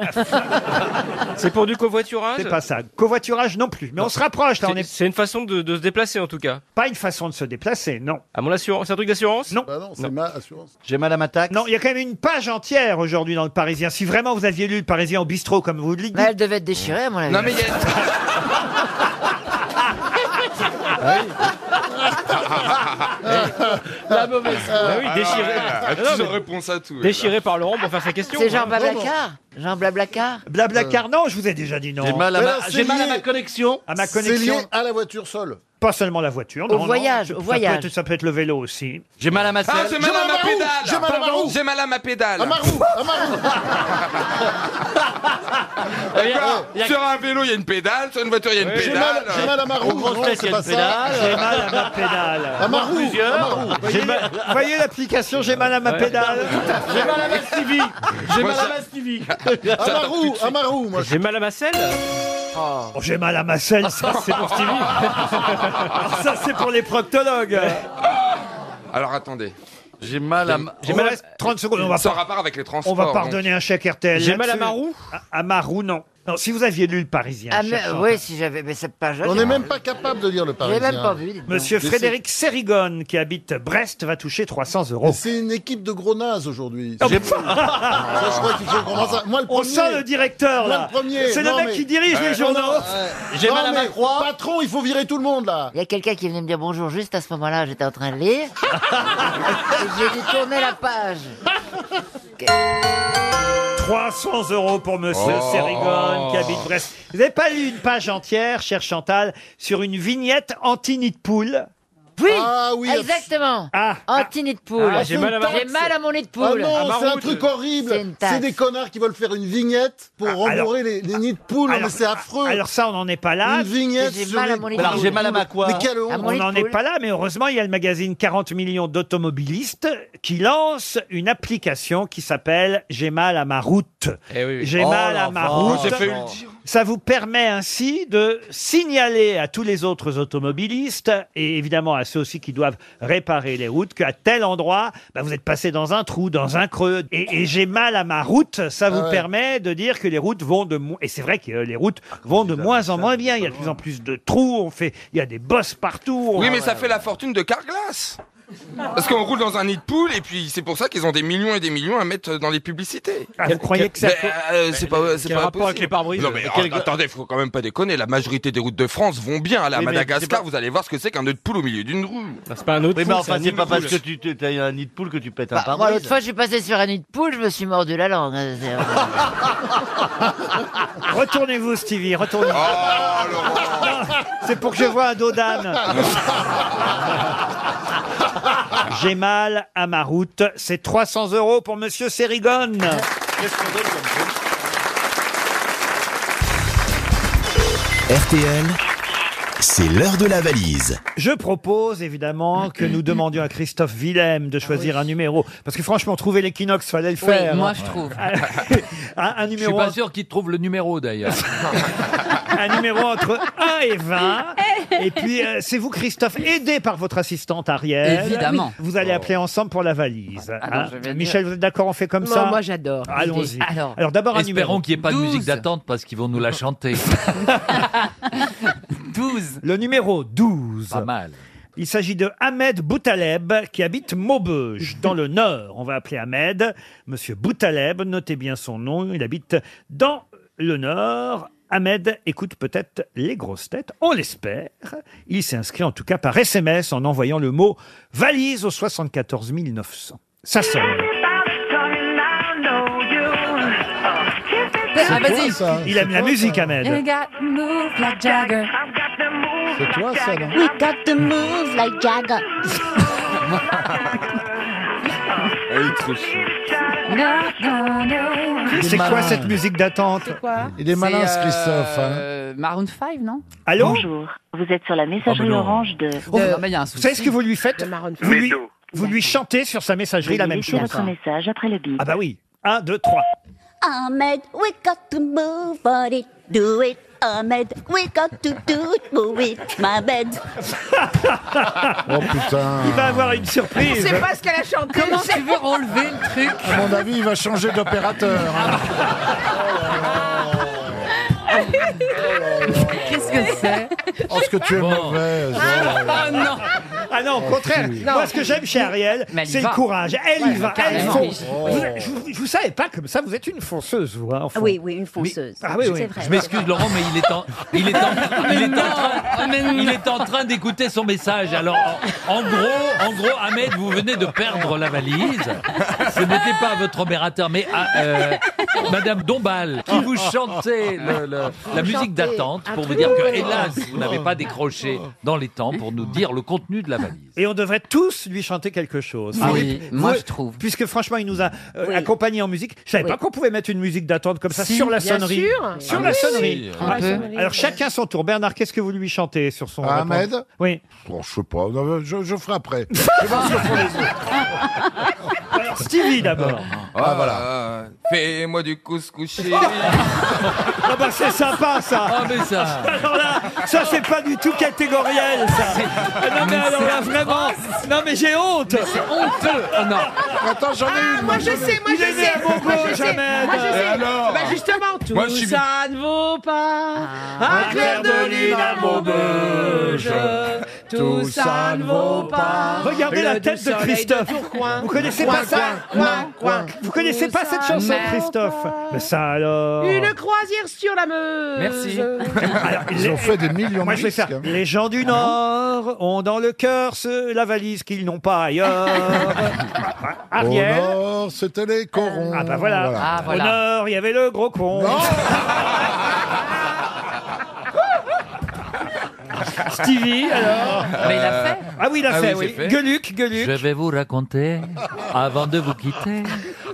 [SPEAKER 17] C'est pour du covoiturage
[SPEAKER 1] C'est pas ça. Covoiturage non plus. Mais on se rapproche là. On
[SPEAKER 17] C'est-
[SPEAKER 1] n'est
[SPEAKER 17] C'est une façon de, de se déplacer en tout cas.
[SPEAKER 1] pas une façon de se déplacer, non.
[SPEAKER 17] À mon assurance, c'est un truc d'assurance
[SPEAKER 1] Bah Non.
[SPEAKER 17] Bah c'est
[SPEAKER 1] ma
[SPEAKER 17] assurance.
[SPEAKER 1] J'ai mal à ma taxe. Non, il y a quand même une page entière aujourd'hui dans le Parisien. Si vraiment vous aviez lu le Parisien au bistrot, comme vous le dites. Mais elle
[SPEAKER 24] devait être déchirée, à mon avis.
[SPEAKER 1] Non, mais il y a-
[SPEAKER 17] Ah. [laughs] La mauvaise. Bah oui, déchiré.
[SPEAKER 9] Ah,
[SPEAKER 17] Non,
[SPEAKER 9] toujours
[SPEAKER 17] mais-
[SPEAKER 9] réponse à tout.
[SPEAKER 17] Déchiré par Laurent pour faire hein. sa question.
[SPEAKER 24] C'est Jean
[SPEAKER 17] Vraiment.
[SPEAKER 24] Blablacar. Jean Blablacar.
[SPEAKER 1] Blablacar, non, je vous ai déjà dit non.
[SPEAKER 3] J'ai mal à Mais ma- non, c'est j'ai mal à lié- ma
[SPEAKER 1] connexion. Bah, À ma connexion.
[SPEAKER 3] lié à la voiture
[SPEAKER 1] [laughs]
[SPEAKER 3] seule.
[SPEAKER 1] Pas seulement la voiture.
[SPEAKER 24] Au
[SPEAKER 1] non, non,
[SPEAKER 24] voyage,
[SPEAKER 1] ça-
[SPEAKER 24] au
[SPEAKER 1] ça
[SPEAKER 24] voyage.
[SPEAKER 1] peut être- ça peut être le vélo aussi.
[SPEAKER 3] J'ai mal à ma
[SPEAKER 9] Ah, j'ai mal à ma pédale.
[SPEAKER 3] J'ai mal à ma
[SPEAKER 9] Pardon,
[SPEAKER 3] roue.
[SPEAKER 9] J'ai mal à ma pédale.
[SPEAKER 3] À ma roue, à ma roue.
[SPEAKER 9] D'accord. Sur un vélo, il y a une pédale. Sur une voiture, il y a une
[SPEAKER 3] J'ai
[SPEAKER 9] pédale.
[SPEAKER 3] mal- j'ai mal à ma roue. Aux grosses Non, fesses, c'est il y a pas une ça. pédale.
[SPEAKER 1] J'ai mal à ma pédale.
[SPEAKER 3] À ma roue, à ma roue.
[SPEAKER 1] Voyez-
[SPEAKER 3] J'ai mal-
[SPEAKER 1] Voyez l'application, j'ai mal à ma
[SPEAKER 3] Ouais.
[SPEAKER 1] pédale.
[SPEAKER 3] J'ai mal à ma Stevie. J'ai mal à ma Stevie.
[SPEAKER 11] [laughs]
[SPEAKER 3] À ma roue, à ma roue, moi.
[SPEAKER 17] J'ai mal à ma selle
[SPEAKER 1] Oh, j'ai mal à ma selle, ça c'est pour Stevie. Alors, ça c'est pour les proctologues.
[SPEAKER 9] Alors attendez. J'ai mal à.
[SPEAKER 1] J'ai mal à- 30 secondes. On va
[SPEAKER 9] Sans
[SPEAKER 1] par-
[SPEAKER 9] rapport avec les transports.
[SPEAKER 1] On va
[SPEAKER 9] donc.
[SPEAKER 1] pardonner un chèque RTL.
[SPEAKER 9] J'ai mal à
[SPEAKER 1] là-dessus.
[SPEAKER 9] ma roue
[SPEAKER 1] à, à ma roue, non. Non, si vous aviez lu le Parisien.
[SPEAKER 24] Ah,
[SPEAKER 1] cher
[SPEAKER 24] mais-
[SPEAKER 1] Chantal.
[SPEAKER 24] oui, si j'avais. Mais c'est pas joli.
[SPEAKER 1] On est même
[SPEAKER 24] pas
[SPEAKER 6] capable de lire le
[SPEAKER 24] J'ai même pas vu. dites donc.
[SPEAKER 1] Monsieur Frédéric Sérigone, qui habite Brest, va toucher 300 euros.
[SPEAKER 6] C'est une équipe de gros nazes aujourd'hui.
[SPEAKER 1] Ah, [laughs]
[SPEAKER 6] J'ai-
[SPEAKER 1] bah-
[SPEAKER 6] Ça, je crois qu'il faut commencer à- Moi, le
[SPEAKER 1] On
[SPEAKER 6] premier.
[SPEAKER 1] sent le directeur,
[SPEAKER 6] Moi,
[SPEAKER 1] là.
[SPEAKER 6] le premier.
[SPEAKER 1] C'est le
[SPEAKER 6] Non,
[SPEAKER 1] mec
[SPEAKER 6] mais-
[SPEAKER 1] qui dirige les
[SPEAKER 6] Ouais.
[SPEAKER 1] journaux.
[SPEAKER 6] Non, non, ouais.
[SPEAKER 24] J'ai
[SPEAKER 6] Non,
[SPEAKER 24] mal à ma
[SPEAKER 6] mais
[SPEAKER 24] croix.
[SPEAKER 6] Patron, il faut virer tout le monde, là.
[SPEAKER 24] Il y a quelqu'un qui venait me dire bonjour juste à ce moment-là, j'étais en train
[SPEAKER 6] [laughs]
[SPEAKER 24] de lire. Et J'ai dû tourner la page.
[SPEAKER 1] 300 euros pour Monsieur
[SPEAKER 24] Oh.
[SPEAKER 1] Sérigone, qui habite Brest. Vous n'avez pas lu une page entière, cher Chantal, sur une vignette anti-nid de poule
[SPEAKER 24] Oui,
[SPEAKER 6] Ah oui,
[SPEAKER 24] exactement. Anti-nid de poule.
[SPEAKER 1] Ah, j'ai mal à ma-
[SPEAKER 24] J'ai mal à mon nid de
[SPEAKER 6] Ah
[SPEAKER 24] poule.
[SPEAKER 6] non, c'est un truc
[SPEAKER 24] C'est
[SPEAKER 6] horrible.
[SPEAKER 24] une taxe.
[SPEAKER 6] C'est des connards qui veulent faire une vignette pour
[SPEAKER 1] Ah, alors-
[SPEAKER 6] rembourrer les, les nids de poules. Non,
[SPEAKER 1] alors-
[SPEAKER 6] mais c'est affreux.
[SPEAKER 1] Alors ça, on n'en est pas là.
[SPEAKER 6] Une vignette J'ai sur mal à les- mon nid de Alors, poule. j'ai mal à ma quoi Mais quelle honte. À mon
[SPEAKER 1] On
[SPEAKER 6] nid de
[SPEAKER 1] n'en est
[SPEAKER 6] poule.
[SPEAKER 1] pas là, mais heureusement, il y a le magazine 40 millions d'automobilistes qui lance une application qui s'appelle J'ai mal à ma route.
[SPEAKER 6] Eh
[SPEAKER 1] J'ai
[SPEAKER 25] Oh,
[SPEAKER 1] mal à ma
[SPEAKER 25] l'enfant.
[SPEAKER 1] route.
[SPEAKER 25] J'ai failli le dire.
[SPEAKER 1] Ça vous permet ainsi de signaler à tous les autres automobilistes et évidemment à ceux aussi qui doivent réparer les routes qu'à tel endroit, bah, vous êtes passé dans un trou, dans un creux. Et, et j'ai mal à ma route. Ça vous
[SPEAKER 6] ouais.
[SPEAKER 1] permet de dire que les routes vont de moins. Et c'est vrai que euh, les routes vont de moins en moins bien. Il y a de plus en plus de trous. On fait. Il y a des bosses partout. on-
[SPEAKER 9] Oui, mais ça fait la fortune de Carglass. Parce qu'on roule dans un nid de poule et puis c'est pour ça qu'ils ont des millions et des millions à mettre dans les publicités.
[SPEAKER 1] Ah, vous croyez que ça-
[SPEAKER 9] Mais, euh, C'est pas, c'est
[SPEAKER 17] quel
[SPEAKER 9] pas
[SPEAKER 17] rapport
[SPEAKER 9] impossible.
[SPEAKER 17] avec les pare-brises
[SPEAKER 9] Non mais
[SPEAKER 17] Quel-
[SPEAKER 9] att- attendez, faut quand même pas déconner. La majorité des routes de France vont bien. Là, à
[SPEAKER 17] Oui, mais
[SPEAKER 9] Madagascar,
[SPEAKER 17] c'est pas-
[SPEAKER 9] vous allez voir ce que c'est qu'un nœud de poule au milieu d'une roue.
[SPEAKER 17] C'est pas un autre.
[SPEAKER 3] Oui, mais
[SPEAKER 17] poule,
[SPEAKER 3] enfin,
[SPEAKER 17] un
[SPEAKER 3] c'est
[SPEAKER 17] nid
[SPEAKER 3] pas
[SPEAKER 17] de
[SPEAKER 3] parce
[SPEAKER 17] poule.
[SPEAKER 3] que tu tu- t'as un nid de poule que tu pètes un
[SPEAKER 24] Bah, moi, l'autre
[SPEAKER 3] pare-brise.
[SPEAKER 24] fois, je suis passé sur un nid de poule, je me suis mordu la langue. [laughs] hein, c'est-
[SPEAKER 1] [laughs] Retournez-vous, Stevie. Retournez-vous.
[SPEAKER 6] Oh,
[SPEAKER 7] Ah,
[SPEAKER 4] [laughs]
[SPEAKER 1] C'est pour que je vois un dos d'âne. J'ai mal à ma route. C'est 300 euros pour Monsieur Sérigone.
[SPEAKER 13] RTL, c'est l'heure de la valise.
[SPEAKER 1] Je propose évidemment que nous demandions à Christophe Willem de
[SPEAKER 7] Ah
[SPEAKER 1] choisir un numéro. Parce que franchement, trouver l'équinoxe, fallait le
[SPEAKER 25] Oui,
[SPEAKER 1] faire.
[SPEAKER 25] moi
[SPEAKER 1] hein.
[SPEAKER 25] je trouve.
[SPEAKER 1] un, un
[SPEAKER 25] Je suis
[SPEAKER 1] numéro,
[SPEAKER 25] pas sûr qu'il trouve le numéro d'ailleurs.
[SPEAKER 1] [laughs] un numéro entre 1 et 20. Hein Et puis, euh, c'est vous, Christophe, aidé par votre assistante Ariel.
[SPEAKER 7] Évidemment.
[SPEAKER 1] Vous allez appeler ensemble pour la valise.
[SPEAKER 7] non,
[SPEAKER 1] hein.
[SPEAKER 7] je vais
[SPEAKER 1] Michel, vous êtes d'accord, on fait comme
[SPEAKER 7] Non,
[SPEAKER 1] ça
[SPEAKER 7] moi, j'adore.
[SPEAKER 1] Allons-y.
[SPEAKER 7] L'idée. Alors.
[SPEAKER 1] d'abord un numéro.
[SPEAKER 25] Espérons qu'il n'y ait pas de musique d'attente parce qu'ils vont nous la chanter.
[SPEAKER 1] 12. Le numéro 12.
[SPEAKER 25] Pas mal.
[SPEAKER 1] Il s'agit de Ahmed Boutaleb qui habite Maubeuge, dans le Nord. On va appeler Ahmed. Monsieur Boutaleb, notez bien son nom. Il habite dans le Nord. Ahmed écoute peut-être les grosses têtes, on l'espère. Il s'est inscrit en tout cas par SMS en envoyant le mot valise au 74 900. Ça sonne.
[SPEAKER 7] Ah, vas-y.
[SPEAKER 1] Il aime la musique, Ahmed.
[SPEAKER 7] got to move like Jagger.
[SPEAKER 6] [laughs] C'est toi, ça, non
[SPEAKER 7] We got to move like Jagger.
[SPEAKER 3] Ah,
[SPEAKER 7] Not gonna-
[SPEAKER 1] C'est quoi cette musique d'attente
[SPEAKER 6] Il est malin, ce Christophe. hein.
[SPEAKER 7] euh, Maroon 5, non
[SPEAKER 1] Allô
[SPEAKER 7] Bonjour, vous êtes sur la
[SPEAKER 1] Oh, mais
[SPEAKER 7] messagerie
[SPEAKER 1] non.
[SPEAKER 7] orange de...
[SPEAKER 1] Oh,
[SPEAKER 7] de-
[SPEAKER 1] vous-
[SPEAKER 7] Non, mais il y a un
[SPEAKER 1] Vous savez ce que vous lui faites vous lui, vous lui chantez sur sa messagerie la même chose.
[SPEAKER 7] message après le bip.
[SPEAKER 1] Ah bah oui. 1, 2, 3.
[SPEAKER 7] Ahmed, we got to move, but it, do it.
[SPEAKER 5] Ahmed, we got to do it, move it, my bed.
[SPEAKER 6] Oh putain.
[SPEAKER 1] [laughs] Il va avoir une surprise.
[SPEAKER 5] ce qu'elle a chanté.
[SPEAKER 7] Comment tu veux enlever le truc
[SPEAKER 6] À mon avis, il va changer d'opérateur. hein.
[SPEAKER 1] Oh,
[SPEAKER 7] Qu'est-ce que c'est
[SPEAKER 6] Oh, ce que tu es mauvaise. Oh là là.
[SPEAKER 7] Ah non
[SPEAKER 1] Ah non, au contraire.
[SPEAKER 6] si.
[SPEAKER 1] Moi, ce que j'aime chez Ariel,
[SPEAKER 6] Mais elle y
[SPEAKER 1] c'est le
[SPEAKER 6] va.
[SPEAKER 1] courage. Elle y
[SPEAKER 6] Ouais,
[SPEAKER 1] va, elle
[SPEAKER 6] carrément.
[SPEAKER 1] fonce.
[SPEAKER 6] Oh.
[SPEAKER 1] Vous, je, vous- je vous savais pas comme ça, vous êtes une fonceuse, vous. hein, au fond.
[SPEAKER 5] Oui, oui, une fonceuse.
[SPEAKER 1] Ah oui, oui.
[SPEAKER 5] C'est vrai.
[SPEAKER 25] Je m'excuse Laurent, mais il est en, il est en,
[SPEAKER 5] [laughs]
[SPEAKER 25] il est en train, il est en train d'écouter son message. Alors, en, en gros, en gros, Ahmed, vous venez de perdre la valise. Ce n'était pas votre opérateur, mais ah, euh, Madame Dombal, qui vous chantait le- le- la musique d'attente pour vous dire que, hélas, vous n'avez pas décroché dans les temps pour nous dire le contenu de la valise.
[SPEAKER 1] Et on devrait tous lui chanter quelque chose.
[SPEAKER 25] Ah
[SPEAKER 1] Philippe,
[SPEAKER 25] oui, moi,
[SPEAKER 1] vous-
[SPEAKER 25] je trouve.
[SPEAKER 1] Puisque franchement, il nous a euh, accompagnés en musique. Je savais pas qu'on pouvait mettre une musique d'attente comme ça
[SPEAKER 25] Si,
[SPEAKER 1] sur la
[SPEAKER 25] bien
[SPEAKER 1] sonnerie.
[SPEAKER 25] sûr.
[SPEAKER 1] Sur
[SPEAKER 25] Ah
[SPEAKER 1] la
[SPEAKER 25] oui,
[SPEAKER 1] sonnerie.
[SPEAKER 25] un Un peu. peu.
[SPEAKER 1] Alors chacun son tour. Bernard, qu'est-ce que vous lui chantez sur son
[SPEAKER 6] Ah,
[SPEAKER 1] répondeur
[SPEAKER 6] Ahmed
[SPEAKER 1] Oui.
[SPEAKER 6] Bon, je sais pas. Non, mais je, je ferai après. Je vais voir ce que font les autres.
[SPEAKER 1] Alors, Stevie d'abord.
[SPEAKER 6] Ah,
[SPEAKER 11] voilà. Fais-moi du couscous
[SPEAKER 17] [laughs]
[SPEAKER 11] chéri.
[SPEAKER 1] Ah bah c'est sympa ça.
[SPEAKER 25] Ah, mais ça.
[SPEAKER 1] [laughs] Alors là, ça c'est pas du tout catégoriel ça.
[SPEAKER 25] [laughs]
[SPEAKER 1] Ah, Non mais
[SPEAKER 25] Mais
[SPEAKER 1] alors là
[SPEAKER 25] c'est
[SPEAKER 1] vraiment. Non mais j'ai honte.
[SPEAKER 25] C'est honteux. Oh non.
[SPEAKER 6] Attends, j'en ai une.
[SPEAKER 7] Ah, Moi je
[SPEAKER 6] j'en ai
[SPEAKER 7] sais,
[SPEAKER 6] une.
[SPEAKER 7] moi
[SPEAKER 1] Il
[SPEAKER 7] je
[SPEAKER 1] est né
[SPEAKER 7] sais.
[SPEAKER 1] à Bongo,
[SPEAKER 7] moi, je sais,
[SPEAKER 1] Jamel.
[SPEAKER 7] Moi je sais.
[SPEAKER 1] Et alors
[SPEAKER 7] bah justement, tout
[SPEAKER 1] Moi, je suis- Ah,
[SPEAKER 7] ça ne vaut pas un clair de lune à Maubeuge. Tout ça ne vaut pas.
[SPEAKER 1] Regardez
[SPEAKER 7] le
[SPEAKER 1] la
[SPEAKER 7] doux
[SPEAKER 1] tête de
[SPEAKER 7] soleil
[SPEAKER 1] Christophe.
[SPEAKER 7] Tourcoing.
[SPEAKER 1] Vous connaissez
[SPEAKER 7] Coin,
[SPEAKER 1] pas ça
[SPEAKER 7] coin, coin, coin.
[SPEAKER 1] Vous connaissez pas
[SPEAKER 7] Tout
[SPEAKER 1] cette
[SPEAKER 7] ça
[SPEAKER 1] chanson,
[SPEAKER 7] ne vaut
[SPEAKER 1] Christophe
[SPEAKER 7] pas.
[SPEAKER 1] Mais ça alors.
[SPEAKER 7] Une croisière sur la Meuse.
[SPEAKER 1] Merci.
[SPEAKER 6] Alors, Ils ont fait des millions
[SPEAKER 1] Moi,
[SPEAKER 6] de
[SPEAKER 1] je vais
[SPEAKER 6] disques.
[SPEAKER 1] faire. Les gens
[SPEAKER 7] Ah
[SPEAKER 1] du Nord ont dans le cœur ce- la valise qu'ils n'ont pas
[SPEAKER 7] [laughs]
[SPEAKER 1] ailleurs. Ariel.
[SPEAKER 6] Au nord, Oh, c'était les corons.
[SPEAKER 24] Euh,
[SPEAKER 1] Ah bah voilà.
[SPEAKER 6] Ah,
[SPEAKER 1] Au Nord, il y avait le gros con. Stevie, alors
[SPEAKER 25] Mais il
[SPEAKER 11] Euh,
[SPEAKER 25] l'a fait.
[SPEAKER 1] Ah oui, il l'a
[SPEAKER 25] Ah
[SPEAKER 1] fait,
[SPEAKER 25] oui,
[SPEAKER 1] oui.
[SPEAKER 25] c'est fait.
[SPEAKER 1] Gueuluc, Gueuluc.
[SPEAKER 25] Je vais vous raconter, avant de vous quitter,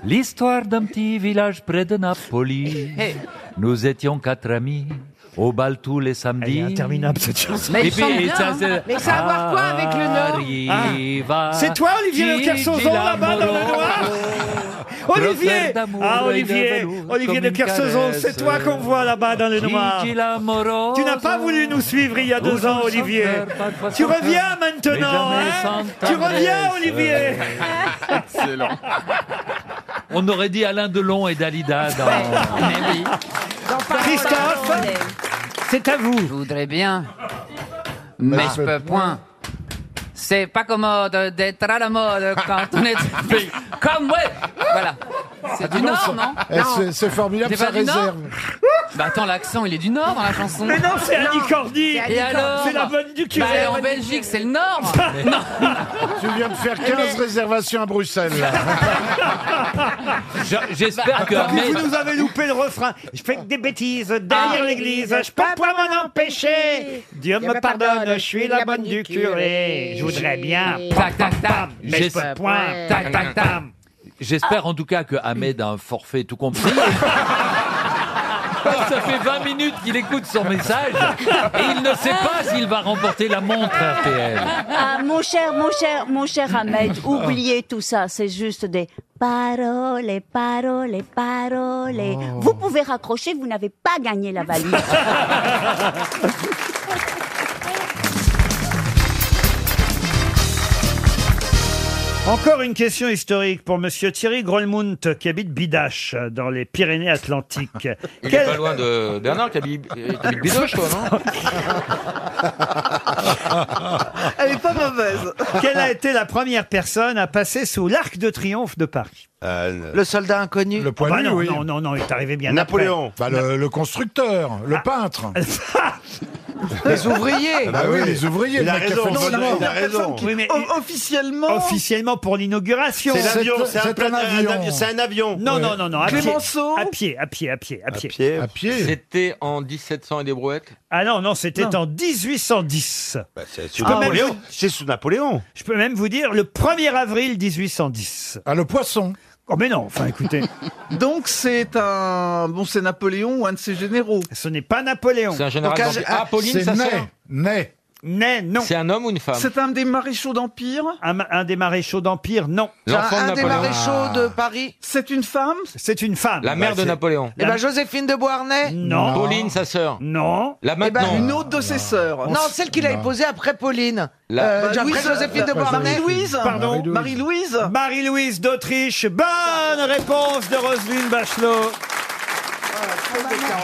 [SPEAKER 25] l'histoire d'un petit village près de Napoli. Nous étions quatre amis. Au bal tous les samedis.
[SPEAKER 1] Elle est interminable cette chanson.
[SPEAKER 7] Mais elle chante bien, hein. Mais ça a à voir quoi avec le Nord
[SPEAKER 25] Arriva.
[SPEAKER 1] Ah. C'est toi, Olivier
[SPEAKER 25] Gigi
[SPEAKER 1] Le Kersozon, là-bas, dans le
[SPEAKER 25] Lamoro.
[SPEAKER 1] noir Olivier
[SPEAKER 25] Refaire d'amour
[SPEAKER 1] Ah,
[SPEAKER 25] et de
[SPEAKER 1] Olivier
[SPEAKER 25] velours
[SPEAKER 1] Olivier
[SPEAKER 25] comme
[SPEAKER 1] de
[SPEAKER 25] une
[SPEAKER 1] Kersozon,
[SPEAKER 25] caresse.
[SPEAKER 1] c'est toi qu'on voit là-bas dans le
[SPEAKER 25] Gigi
[SPEAKER 1] noir
[SPEAKER 25] Lamoro.
[SPEAKER 1] Tu n'as pas voulu nous suivre il y a deux
[SPEAKER 25] Toujours
[SPEAKER 1] ans,
[SPEAKER 25] sans
[SPEAKER 1] Olivier
[SPEAKER 25] cœur, parfois
[SPEAKER 1] Tu
[SPEAKER 25] sans cœur,
[SPEAKER 1] reviens
[SPEAKER 25] mais
[SPEAKER 1] maintenant
[SPEAKER 25] jamais
[SPEAKER 1] hein
[SPEAKER 25] sans
[SPEAKER 1] Tu reviens,
[SPEAKER 25] tendresse.
[SPEAKER 1] Olivier
[SPEAKER 11] Excellent.
[SPEAKER 25] On aurait dit Alain Delon et Dalida
[SPEAKER 1] [laughs]
[SPEAKER 25] dans...
[SPEAKER 1] Christophe C'est à vous. Je
[SPEAKER 14] voudrais bien, mais
[SPEAKER 6] Ah.
[SPEAKER 14] je peux point. C'est pas commode d'être à la mode quand
[SPEAKER 6] [laughs]
[SPEAKER 14] on est comme moi. Voilà.
[SPEAKER 6] Ah,
[SPEAKER 14] C'est du Nord, non
[SPEAKER 6] Eh, c'est- C'est formidable,
[SPEAKER 14] T'es
[SPEAKER 6] ça
[SPEAKER 14] pas du Nord
[SPEAKER 6] réserve.
[SPEAKER 14] Bah attends, l'accent, il est du Nord dans la chanson.
[SPEAKER 1] Mais non, c'est Annie Cordy
[SPEAKER 14] Et alors
[SPEAKER 1] C'est la bonne du curé
[SPEAKER 14] Bah, elle est en Belgique, c'est
[SPEAKER 1] [laughs]
[SPEAKER 14] le Nord.
[SPEAKER 6] Tu viens de faire 15 réservations à Bruxelles. là.
[SPEAKER 25] Je- J'espère que
[SPEAKER 1] Tant pis,
[SPEAKER 25] Ahmed...
[SPEAKER 1] Bah, vous nous avez loupé le refrain. Je fais que des bêtises derrière
[SPEAKER 7] Ah.
[SPEAKER 1] l'église. Je peux pas m'en empêcher. Dieu me pardonne, je suis la bonne du curé. Je voudrais bien.
[SPEAKER 14] Tac, tac, tac.
[SPEAKER 1] Mais je peux point.
[SPEAKER 14] Tac, tac, tac.
[SPEAKER 25] J'espère en tout cas que Ahmed a un forfait tout compris. Ça fait 20 minutes qu'il écoute son message et il ne sait pas s'il va remporter la montre RTL.
[SPEAKER 5] Ah, mon cher, mon cher, mon cher Ahmed,
[SPEAKER 1] Ah.
[SPEAKER 5] oubliez tout ça. C'est juste des paroles, paroles, paroles.
[SPEAKER 1] Oh.
[SPEAKER 5] Vous pouvez raccrocher, vous n'avez pas gagné la valise.
[SPEAKER 1] [laughs] Encore une question historique pour Monsieur Thierry Grolmount qui habite Bidache dans les Pyrénées-Atlantiques.
[SPEAKER 11] [laughs] Il est
[SPEAKER 1] Quel-
[SPEAKER 11] pas loin de Bernard qui habite qui habite Bidoche, toi, non
[SPEAKER 1] [laughs] Elle est pas mauvaise. Quelle a été la première personne à passer sous l'arc de triomphe de Paris
[SPEAKER 2] Le soldat inconnu.
[SPEAKER 6] Euh, Le
[SPEAKER 1] Ah bah
[SPEAKER 6] poilu,
[SPEAKER 1] non,
[SPEAKER 6] oui.
[SPEAKER 1] non, non, non, il est arrivé bien
[SPEAKER 6] Napoléon. Bah, le, le constructeur,
[SPEAKER 1] Ah.
[SPEAKER 6] le
[SPEAKER 1] [laughs]
[SPEAKER 7] [laughs]
[SPEAKER 6] peintre.
[SPEAKER 2] Les ouvriers.
[SPEAKER 6] Ah bah oui, les ouvriers.
[SPEAKER 1] Il a
[SPEAKER 6] le mec qui a
[SPEAKER 1] raison,
[SPEAKER 6] fait le
[SPEAKER 1] non,
[SPEAKER 6] soldat.
[SPEAKER 1] non, il a
[SPEAKER 6] raison.
[SPEAKER 1] Oui, mais officiellement. Officiellement pour l'inauguration.
[SPEAKER 6] C'est l'avion, c'est un
[SPEAKER 1] C'est
[SPEAKER 6] plan- un avion.
[SPEAKER 1] c'est un avion. Non,
[SPEAKER 6] Ouais.
[SPEAKER 1] non, non, non. À pied,
[SPEAKER 6] Clémenceau
[SPEAKER 1] à pied, à pied, à pied, à pied.
[SPEAKER 6] À pied.
[SPEAKER 11] C'était en 1700 et des brouettes.
[SPEAKER 1] Ah non, non, c'était
[SPEAKER 11] Non.
[SPEAKER 1] en 1810.
[SPEAKER 26] Bah, c'est
[SPEAKER 1] sous Napoléon.
[SPEAKER 26] C'est sous Napoléon.
[SPEAKER 1] Je peux même vous dire le 1er avril 1810.
[SPEAKER 6] Ah, le poisson.
[SPEAKER 1] Oh mais non, enfin écoutez.
[SPEAKER 27] Donc c'est un bon, c'est Napoléon ou un de ses généraux.
[SPEAKER 1] Ce n'est pas Napoléon. Ah,
[SPEAKER 11] C'est un général Donc, un- d'Empire. un- Apolline,
[SPEAKER 6] C'est
[SPEAKER 11] sa
[SPEAKER 6] Ney.
[SPEAKER 11] sœur
[SPEAKER 6] Ney.
[SPEAKER 1] Ney, non. C'est un homme ou une femme
[SPEAKER 20] C'est un des maréchaux d'Empire
[SPEAKER 1] un, ma- un des maréchaux d'Empire, non.
[SPEAKER 21] un des maréchaux de Paris.
[SPEAKER 20] C'est une femme
[SPEAKER 1] C'est une femme.
[SPEAKER 9] La mère de Napoléon.
[SPEAKER 21] Eh ben Joséphine de Beauharnais
[SPEAKER 1] Non.
[SPEAKER 9] Pauline, sa sœur.
[SPEAKER 1] Non.
[SPEAKER 11] Eh
[SPEAKER 9] La
[SPEAKER 11] ben,
[SPEAKER 9] maintenant.
[SPEAKER 20] Eh ben, Une autre de ses sœurs.
[SPEAKER 21] Non, celle qu'il a épousée après Pauline.
[SPEAKER 9] La-
[SPEAKER 21] Euh,
[SPEAKER 20] Bah,
[SPEAKER 21] après
[SPEAKER 20] Louise-
[SPEAKER 21] Joséphine de
[SPEAKER 20] la-
[SPEAKER 21] Beauharnais.
[SPEAKER 20] Marie-Louise.
[SPEAKER 1] Pardon
[SPEAKER 20] Marie-Louise
[SPEAKER 1] Marie-Louise d'Autriche. Bonne réponse de Roselyne Bachelot. Ah,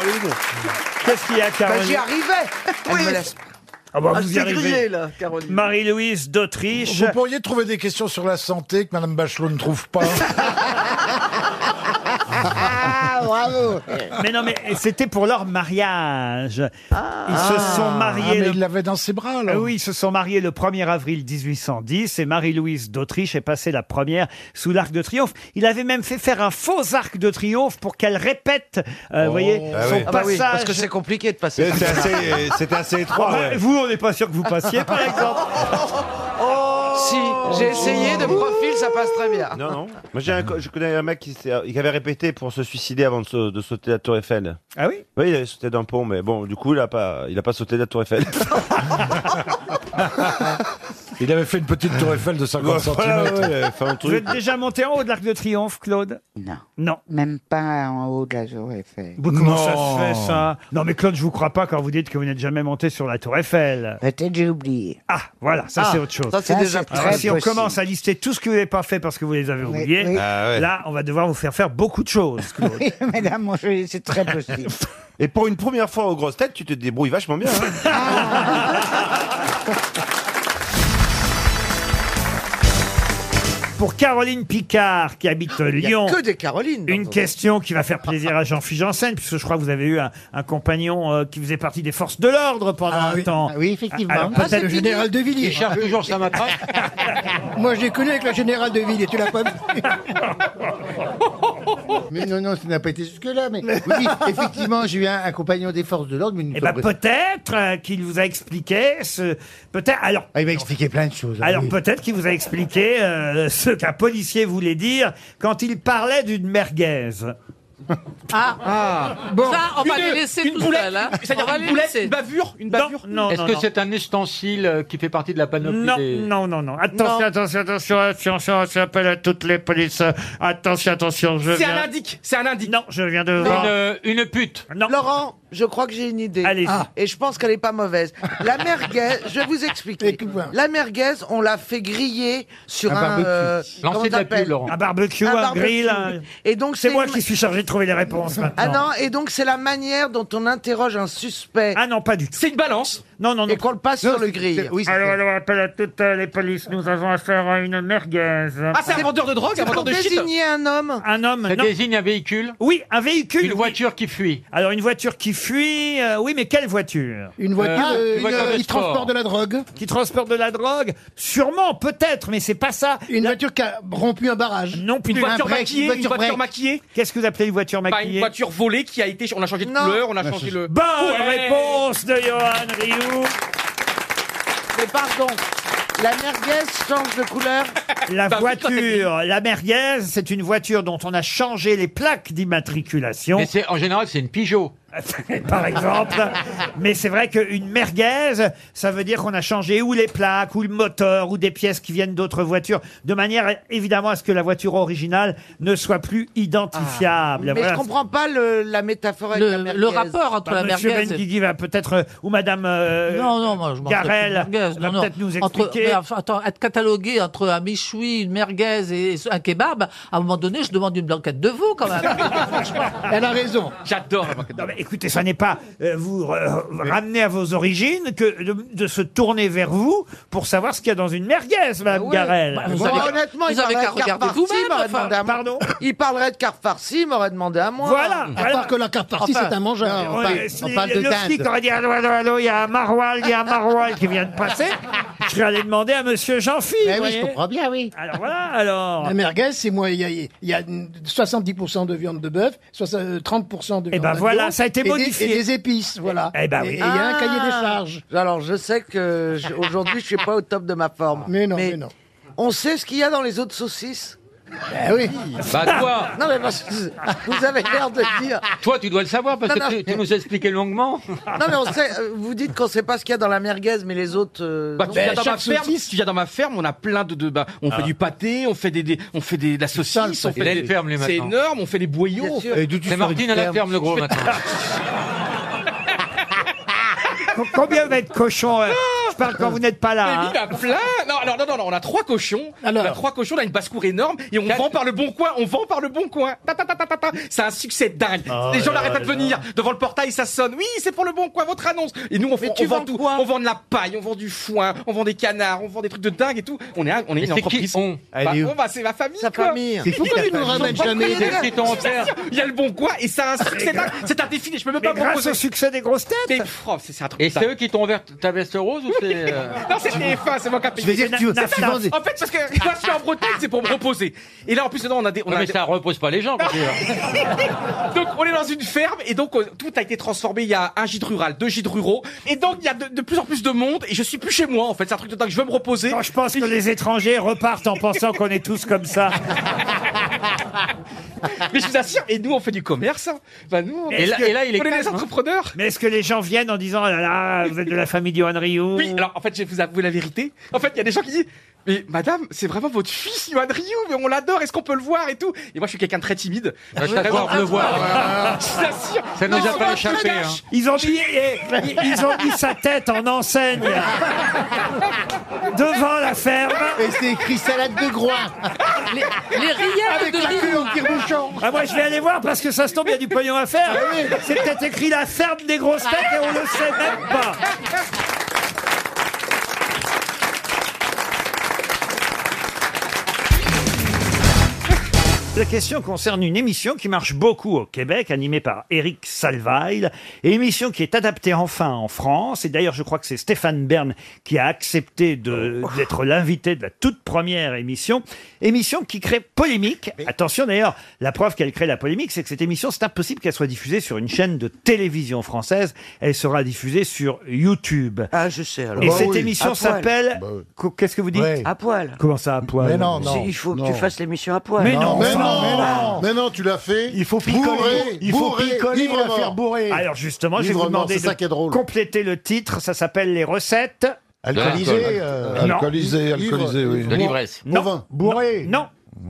[SPEAKER 1] Qu'est-ce qu'il y a, Caroline
[SPEAKER 21] Bah, j'y arrivais. Elle me laisse-
[SPEAKER 1] Ah bah,
[SPEAKER 20] Ah,
[SPEAKER 1] vous
[SPEAKER 20] je
[SPEAKER 1] y
[SPEAKER 20] t'ai
[SPEAKER 1] arrivez.
[SPEAKER 20] grillé, là, Caroline.
[SPEAKER 1] Marie-Louise d'Autriche.
[SPEAKER 6] Vous pourriez trouver des questions sur la santé que Madame Bachelot ne trouve pas.
[SPEAKER 24] Ah,
[SPEAKER 1] bravo [laughs] Mais non, mais c'était pour leur mariage. Ils se sont mariés.
[SPEAKER 6] Ah, mais
[SPEAKER 1] il l'avait dans ses bras, là. Oui, ils se sont mariés le 1er avril 1810 et Marie-Louise d'Autriche est passée la première sous l'arc de triomphe. Il avait même fait faire un faux arc de triomphe pour qu'elle répète, euh, vous voyez,
[SPEAKER 21] Ah
[SPEAKER 1] son
[SPEAKER 21] oui.
[SPEAKER 1] passage.
[SPEAKER 21] Ah bah oui, parce que
[SPEAKER 9] Oh.
[SPEAKER 21] c'est compliqué de
[SPEAKER 9] Eh,
[SPEAKER 21] passer.
[SPEAKER 1] C'est assez-
[SPEAKER 21] C'était assez
[SPEAKER 1] Ah bah, Vous, on n'est pas sûr que vous passiez, [laughs] par exemple.
[SPEAKER 21] si, j'ai essayé de profil, ça passe très bien.
[SPEAKER 3] Non,
[SPEAKER 21] [laughs]
[SPEAKER 3] non. Moi,
[SPEAKER 1] Ah.
[SPEAKER 3] j'ai un co- je connais un mec qui, s'est- qui avait répété pour se suicider avant de, sa- de sauter la Tour Eiffel.
[SPEAKER 1] Ah oui
[SPEAKER 3] Oui, il avait sauté d'un pont, mais bon, du coup, il a pas, il a pas sauté la Tour
[SPEAKER 1] [laughs]
[SPEAKER 3] Eiffel.
[SPEAKER 6] Il avait fait une petite tour Eiffel de 50 cm.
[SPEAKER 1] Vous êtes déjà monté en haut de l'arc de triomphe, Claude Non. Non.
[SPEAKER 4] Même pas en haut de la Tour Eiffel.
[SPEAKER 1] Bah, Comment ça se fait ça Non mais Claude, je vous crois pas quand vous dites que vous n'êtes jamais monté sur la Tour Eiffel.
[SPEAKER 4] Peut-être j'ai oublié.
[SPEAKER 1] Ah, voilà, ça
[SPEAKER 4] Ah,
[SPEAKER 1] c'est autre chose.
[SPEAKER 4] ça, c'est Ça, déjà c'est plus.
[SPEAKER 1] Alors,
[SPEAKER 4] très
[SPEAKER 1] Si on
[SPEAKER 4] possible.
[SPEAKER 1] commence à lister tout ce que vous n'avez pas fait parce que vous les avez oubliés,
[SPEAKER 4] oui.
[SPEAKER 3] Ah ouais.
[SPEAKER 1] là on va devoir vous faire faire beaucoup de choses. Claude.
[SPEAKER 4] Oui, madame, mon chéri, c'est très possible.
[SPEAKER 3] Et pour une première fois aux grosses têtes, tu te débrouilles vachement bien. hein.
[SPEAKER 1] Pour Caroline Picard qui habite
[SPEAKER 21] y a
[SPEAKER 1] Lyon.
[SPEAKER 21] que des Carolines.
[SPEAKER 1] Une question qui va faire plaisir à Jean-Philippe Janssen, puisque je crois que vous avez eu un, un compagnon euh, qui faisait partie des forces de l'ordre pendant un temps.
[SPEAKER 11] Ah oui, effectivement.
[SPEAKER 1] Alors,
[SPEAKER 11] Ah, c'est
[SPEAKER 1] peut-être-
[SPEAKER 11] le général de Villiers. Il
[SPEAKER 2] Ah,
[SPEAKER 11] cherche toujours sa matraque. [laughs] Moi, j'ai connu avec le général de Villiers, tu l'as pas vu Mais non, non, ça n'a pas été jusque-là. Mais oui, effectivement, j'ai eu un, un compagnon des forces de l'ordre. mais une
[SPEAKER 1] Eh
[SPEAKER 11] fois
[SPEAKER 1] ben
[SPEAKER 11] pressé.
[SPEAKER 1] peut-être euh, qu'il vous a expliqué ce peut-être alors
[SPEAKER 11] Ah, il m'a expliqué plein de choses. hein,
[SPEAKER 1] alors
[SPEAKER 11] oui.
[SPEAKER 1] peut-être qu'il vous a expliqué euh, ce qu'un policier voulait dire quand il parlait d'une merguez.
[SPEAKER 16] Ah,
[SPEAKER 11] bon.
[SPEAKER 16] Ça, on va
[SPEAKER 11] Une-
[SPEAKER 16] les laisser
[SPEAKER 11] une
[SPEAKER 16] tout
[SPEAKER 11] boulette.
[SPEAKER 16] seul. Hein.
[SPEAKER 11] C'est-à-dire
[SPEAKER 16] On va
[SPEAKER 11] une
[SPEAKER 16] les
[SPEAKER 11] boulette,
[SPEAKER 16] laisser.
[SPEAKER 11] une bavure, une
[SPEAKER 1] bavure Non,
[SPEAKER 11] Est-ce
[SPEAKER 1] non,
[SPEAKER 11] que
[SPEAKER 1] non.
[SPEAKER 11] c'est un ustensile euh, qui fait partie de la panoplie
[SPEAKER 1] Non,
[SPEAKER 11] des...
[SPEAKER 1] non, non, non. Attention, attention, attention, attention, attention, appel à toutes les polices. Attention, attention, je
[SPEAKER 11] C'est un
[SPEAKER 1] viens.
[SPEAKER 11] indique, c'est un euh, indique.
[SPEAKER 1] Non, je viens de
[SPEAKER 11] voir.
[SPEAKER 1] Une pute. Non.
[SPEAKER 21] Laurent, je crois que j'ai une idée.
[SPEAKER 1] Allez-y.
[SPEAKER 21] Ah. Et je pense qu'elle est pas mauvaise. La merguez, je vais vous expliquer. La merguez, on l'a fait griller sur
[SPEAKER 1] Un
[SPEAKER 21] un.
[SPEAKER 1] barbecue.
[SPEAKER 21] euh,
[SPEAKER 1] Lancez
[SPEAKER 21] comment
[SPEAKER 1] de la
[SPEAKER 21] t'appelles
[SPEAKER 1] pub, Laurent. Un barbecue, un grill, un-
[SPEAKER 21] Et donc
[SPEAKER 1] C'est moi
[SPEAKER 21] une-
[SPEAKER 1] qui suis chargé de trouver les réponses maintenant.
[SPEAKER 21] Ah non, et donc c'est la manière dont on interroge un suspect.
[SPEAKER 1] Ah non, pas du tout.
[SPEAKER 11] C'est une balance.
[SPEAKER 1] Non, non, non.
[SPEAKER 21] Et qu'on le passe sur le grill.
[SPEAKER 1] alors, appel à toutes euh, les polices. Nous avons affaire à une merguez.
[SPEAKER 11] Ah, c'est un vendeur de drogue,
[SPEAKER 21] C'est
[SPEAKER 11] un
[SPEAKER 21] pour
[SPEAKER 11] vendeur de shit.
[SPEAKER 21] désigner un homme.
[SPEAKER 1] Un homme,
[SPEAKER 11] Ça
[SPEAKER 1] non.
[SPEAKER 11] désigne un véhicule
[SPEAKER 1] Oui, un véhicule.
[SPEAKER 11] Une voiture qui fuit.
[SPEAKER 1] Alors, une voiture qui fuit, euh, oui, mais quelle voiture
[SPEAKER 11] Une voiture,
[SPEAKER 1] Ah,
[SPEAKER 11] Euh, euh, une une- voiture de qui sport. transporte de la drogue.
[SPEAKER 1] Qui transporte de la drogue Sûrement, peut-être, mais c'est pas ça.
[SPEAKER 11] Une voiture qui a rompu un barrage.
[SPEAKER 1] Non, plus
[SPEAKER 11] Une voiture
[SPEAKER 1] Un break,
[SPEAKER 11] maquillée, une voiture maquillée.
[SPEAKER 1] Qu'est-ce que vous appelez une voiture
[SPEAKER 11] Pas
[SPEAKER 1] maquillée
[SPEAKER 11] une voiture volée qui a été. On a changé de
[SPEAKER 1] Non.
[SPEAKER 11] couleur, on a
[SPEAKER 1] Ouais,
[SPEAKER 11] changé
[SPEAKER 1] c'est-
[SPEAKER 11] le.
[SPEAKER 1] Bonne
[SPEAKER 11] Bah, Ouais.
[SPEAKER 1] réponse de Johan Rioux.
[SPEAKER 21] Mais pardon, la merguez change de couleur.
[SPEAKER 1] La
[SPEAKER 21] Bah oui, toi, t'es
[SPEAKER 1] voiture, la merguez, c'est une voiture dont on a changé les plaques d'immatriculation.
[SPEAKER 11] Mais c'est- en général, c'est une Peugeot. [laughs]
[SPEAKER 1] [laughs] par exemple. Mais c'est vrai qu'une merguez, ça veut dire qu'on a changé ou les plaques, ou le moteur, ou des pièces qui viennent d'autres voitures, de manière évidemment à ce que la voiture originale ne soit plus identifiable.
[SPEAKER 21] Ah, Mais
[SPEAKER 1] Voilà.
[SPEAKER 21] je comprends pas le- la métaphore avec
[SPEAKER 1] Le-
[SPEAKER 21] la merguez.
[SPEAKER 1] le rapport entre
[SPEAKER 21] la
[SPEAKER 1] Bah, Monsieur Benguigui va peut-être, euh, ou Madame euh,
[SPEAKER 15] Non, non, moi je m'en
[SPEAKER 1] Garel
[SPEAKER 15] fais plus de merguez.
[SPEAKER 1] va
[SPEAKER 15] Non, non.
[SPEAKER 1] peut-être nous
[SPEAKER 15] Entre-
[SPEAKER 1] expliquer.
[SPEAKER 15] mais enfin, attends, être catalogué entre un michoui, une merguez et un kebab, à un moment donné, je demande une blanquette de veau quand même.
[SPEAKER 11] Elle a raison. J'adore la
[SPEAKER 1] Non, mais écoutez, ça n'est pas euh, vous euh, ramener à vos origines que de, de se tourner vers vous pour savoir ce qu'il y a dans une merguez, Madame Garel.
[SPEAKER 21] Bah, vous avez- honnêtement, il parlerait de carte farcie, m'aurait demandé à moi. Ah, Il parlerait de carte farcie, il m'aurait demandé à moi.
[SPEAKER 1] Voilà, voilà. Enfin,
[SPEAKER 15] euh,
[SPEAKER 11] on
[SPEAKER 1] oui,
[SPEAKER 11] parle-
[SPEAKER 1] si
[SPEAKER 11] on parle
[SPEAKER 1] le
[SPEAKER 11] de
[SPEAKER 1] flic
[SPEAKER 11] dinde.
[SPEAKER 1] aurait dit allô, allô, allô, il y a un maroilles, il y a un maroilles qui vient de passer. Je serais allé demander à Monsieur Jean-Phil.
[SPEAKER 11] Mais oui,
[SPEAKER 1] vous voyez.
[SPEAKER 11] je comprends bien, oui.
[SPEAKER 1] Alors voilà, alors.
[SPEAKER 11] La merguez, c'est moi, il y a, il y a 70% de viande de bœuf, soix- euh, 30% de viande
[SPEAKER 1] Eh ben
[SPEAKER 11] d'agneau,
[SPEAKER 1] voilà, ça a été
[SPEAKER 11] et des-
[SPEAKER 1] modifié.
[SPEAKER 11] et des épices, voilà.
[SPEAKER 1] Eh ben oui.
[SPEAKER 11] Et il y a un cahier des
[SPEAKER 21] Ah.
[SPEAKER 11] charges.
[SPEAKER 21] Alors, je sais [laughs] que je- aujourd'hui, je suis pas au top de ma forme. Mais non, mais, non. On sait ce qu'il y a dans les autres saucisses
[SPEAKER 11] Ben
[SPEAKER 2] Eh oui.
[SPEAKER 21] Bah toi
[SPEAKER 2] Non, mais parce que vous avez l'air de dire.
[SPEAKER 21] Toi, tu dois le savoir parce
[SPEAKER 7] Non,
[SPEAKER 21] que
[SPEAKER 7] non.
[SPEAKER 21] tu, tu nous as expliqué longuement.
[SPEAKER 7] Non, mais on sait, euh, vous dites qu'on sait pas ce qu'il y a dans la merguez, mais les autres. euh,
[SPEAKER 11] [laughs] Bah,
[SPEAKER 7] non.
[SPEAKER 11] tu, viens dans ma ferme, tu viens dans ma ferme, on a plein de, de- bah, on fait du pâté, on fait des, des- on fait des, de la saucisse, on
[SPEAKER 21] Il a
[SPEAKER 11] fait
[SPEAKER 21] une
[SPEAKER 11] des,
[SPEAKER 21] ferme, lui,
[SPEAKER 11] c'est
[SPEAKER 21] maintenant.
[SPEAKER 11] énorme, on fait des boyaux.
[SPEAKER 21] sûr. Et d'où tu C'est sors une Martine à la ferme ferme, le gros, maintenant. [laughs]
[SPEAKER 1] Com- Combien vous êtes cochons euh, Je parle quand vous n'êtes pas
[SPEAKER 11] Mais
[SPEAKER 1] là.
[SPEAKER 11] lui,
[SPEAKER 1] hein.
[SPEAKER 11] il a plein. Non, alors, non, non, non, on a trois cochons. On a trois cochons, on a une basse-cour énorme et on vend par le bon coin. On vend par le bon coin. Ta, ta, ta, ta, ta, ta. C'est un succès dingue.
[SPEAKER 1] Ah
[SPEAKER 11] Les gens
[SPEAKER 9] là
[SPEAKER 11] n'arrêtent pas de
[SPEAKER 9] là.
[SPEAKER 11] venir. Devant le portail, ça sonne. Oui, c'est pour le bon coin, votre annonce. Et nous, on, vend- on vend tout. On vend de la paille, on vend du foin, on vend des canards, on vend des trucs de dingue et tout. On est, un- on est
[SPEAKER 9] Mais
[SPEAKER 11] une
[SPEAKER 9] c'est qui
[SPEAKER 11] entreprise.
[SPEAKER 9] on
[SPEAKER 11] Bah,
[SPEAKER 9] Elle est où
[SPEAKER 11] on, bah, c'est ma famille.
[SPEAKER 9] Sa
[SPEAKER 11] quoi.
[SPEAKER 9] famille. C'est fou
[SPEAKER 11] Il
[SPEAKER 9] comme
[SPEAKER 11] a
[SPEAKER 9] il nous
[SPEAKER 11] pas-
[SPEAKER 9] ramène
[SPEAKER 11] son
[SPEAKER 9] jamais.
[SPEAKER 11] propre-
[SPEAKER 9] C'est ton enfer.
[SPEAKER 11] Il y a le bon coin et c'est un
[SPEAKER 1] Ah,
[SPEAKER 11] succès dingue. C'est indéfini. Je peux même
[SPEAKER 1] Mais
[SPEAKER 11] pas
[SPEAKER 1] grâce
[SPEAKER 11] proposer.
[SPEAKER 1] au succès des grosses têtes.
[SPEAKER 11] Mais, oh, c'est c'est un truc
[SPEAKER 21] Et c'est
[SPEAKER 11] dingue.
[SPEAKER 21] eux qui t'ont ouvert ta veste rose ou
[SPEAKER 11] [laughs]
[SPEAKER 21] c'est. euh,
[SPEAKER 11] Non, c'est TF1, c'est moi qui a payé.
[SPEAKER 21] Je vais dire que tu-
[SPEAKER 11] En
[SPEAKER 21] tu vends des-
[SPEAKER 11] fait, parce que quand je suis en Bretagne, c'est pour me reposer. Et là, en plus, dedans, on a des. On
[SPEAKER 21] Ouais,
[SPEAKER 11] a
[SPEAKER 21] mais
[SPEAKER 11] des-
[SPEAKER 21] ça repose pas les gens. quand tu vas.
[SPEAKER 11] [laughs] donc, on est dans une ferme et donc euh, tout a été transformé. Il y a un gîte rural, deux gîtes ruraux. Et donc, il y a de, de plus en plus de monde et je suis plus chez moi en fait. C'est un truc de dingue. Je veux me reposer.
[SPEAKER 1] Quand je pense que les étrangers repartent en pensant qu'on est tous comme
[SPEAKER 11] [laughs]
[SPEAKER 1] ça.
[SPEAKER 11] Mais je vous assure, et nous, on fait du commerce. hein. Enfin, nous, on-
[SPEAKER 1] Et là- et là, il est
[SPEAKER 11] on est des
[SPEAKER 1] calme, hein.
[SPEAKER 11] entrepreneurs.
[SPEAKER 1] Mais est-ce que les gens viennent en disant ah là là, vous êtes de la famille du Rioux
[SPEAKER 11] Oui, alors en fait, je vais vous avouer la vérité. En fait, il y a des gens qui disent Mais madame, c'est vraiment votre fils, Yohan Ryu, mais on l'adore, est-ce qu'on peut le voir et tout Et moi, je suis quelqu'un de très timide.
[SPEAKER 6] Bah,
[SPEAKER 21] Bah, je t'adore, le
[SPEAKER 1] Ah,
[SPEAKER 21] voir.
[SPEAKER 11] [laughs] Je t'assure.
[SPEAKER 21] Ça nous a
[SPEAKER 11] Non,
[SPEAKER 21] pas
[SPEAKER 11] je
[SPEAKER 21] échappé,
[SPEAKER 11] lâche.
[SPEAKER 21] hein.
[SPEAKER 1] Ils ont mis, eh, ils- ils ont mis sa tête en enseigne devant la ferme.
[SPEAKER 2] Et c'est écrit salade de groin.
[SPEAKER 28] Les, les rillettes
[SPEAKER 2] Avec
[SPEAKER 28] de
[SPEAKER 2] la queue au
[SPEAKER 28] Rioux.
[SPEAKER 2] tire-bouchon.
[SPEAKER 1] Ah moi je vais aller voir parce que ça se tombe il y a du pognon à faire. C'est peut-être écrit la ferme des grosses têtes et on le sait même pas. La question concerne une émission qui marche beaucoup au Québec, animée par Éric Salvail, et émission qui est adaptée enfin en France. Et d'ailleurs, je crois que c'est Stéphane Bern qui a accepté de-
[SPEAKER 7] Oh. [laughs]
[SPEAKER 1] d'être l'invité de la toute première émission. Émission qui crée polémique. Attention d'ailleurs, la preuve qu'elle crée la polémique, c'est que cette émission, c'est impossible qu'elle soit diffusée sur une chaîne de télévision française. Elle sera diffusée sur YouTube.
[SPEAKER 7] Ah, je sais alors.
[SPEAKER 1] Et
[SPEAKER 7] Bah
[SPEAKER 1] cette
[SPEAKER 7] oui,
[SPEAKER 1] émission
[SPEAKER 7] à poil.
[SPEAKER 1] s'appelle...
[SPEAKER 7] Bah oui.
[SPEAKER 1] Qu- Qu'est-ce que vous dites
[SPEAKER 7] Ouais. À poil.
[SPEAKER 1] Comment ça, à poil
[SPEAKER 7] Mais non, non. Il faut que tu Non. fasses l'émission à poil.
[SPEAKER 1] Mais non,
[SPEAKER 7] Non, mais
[SPEAKER 1] ça-
[SPEAKER 7] non, mais non.
[SPEAKER 16] Mais non, tu l'as fait.
[SPEAKER 1] Il faut
[SPEAKER 16] picoler, Bourré, il faut bourré, picoler, livre la mort. faire bourrer.
[SPEAKER 1] Alors justement, je vais
[SPEAKER 16] Livre
[SPEAKER 1] vous
[SPEAKER 16] mort,
[SPEAKER 1] demander
[SPEAKER 16] c'est ça qui est
[SPEAKER 1] de
[SPEAKER 16] drôle.
[SPEAKER 1] compléter le titre. Ça s'appelle les recettes.
[SPEAKER 16] Alcoolisé, De l'alcool. euh,
[SPEAKER 1] Non.
[SPEAKER 16] Alcoolisé, alcoolisé, oui. De l'ivresse.
[SPEAKER 1] Non. Bourré. Non.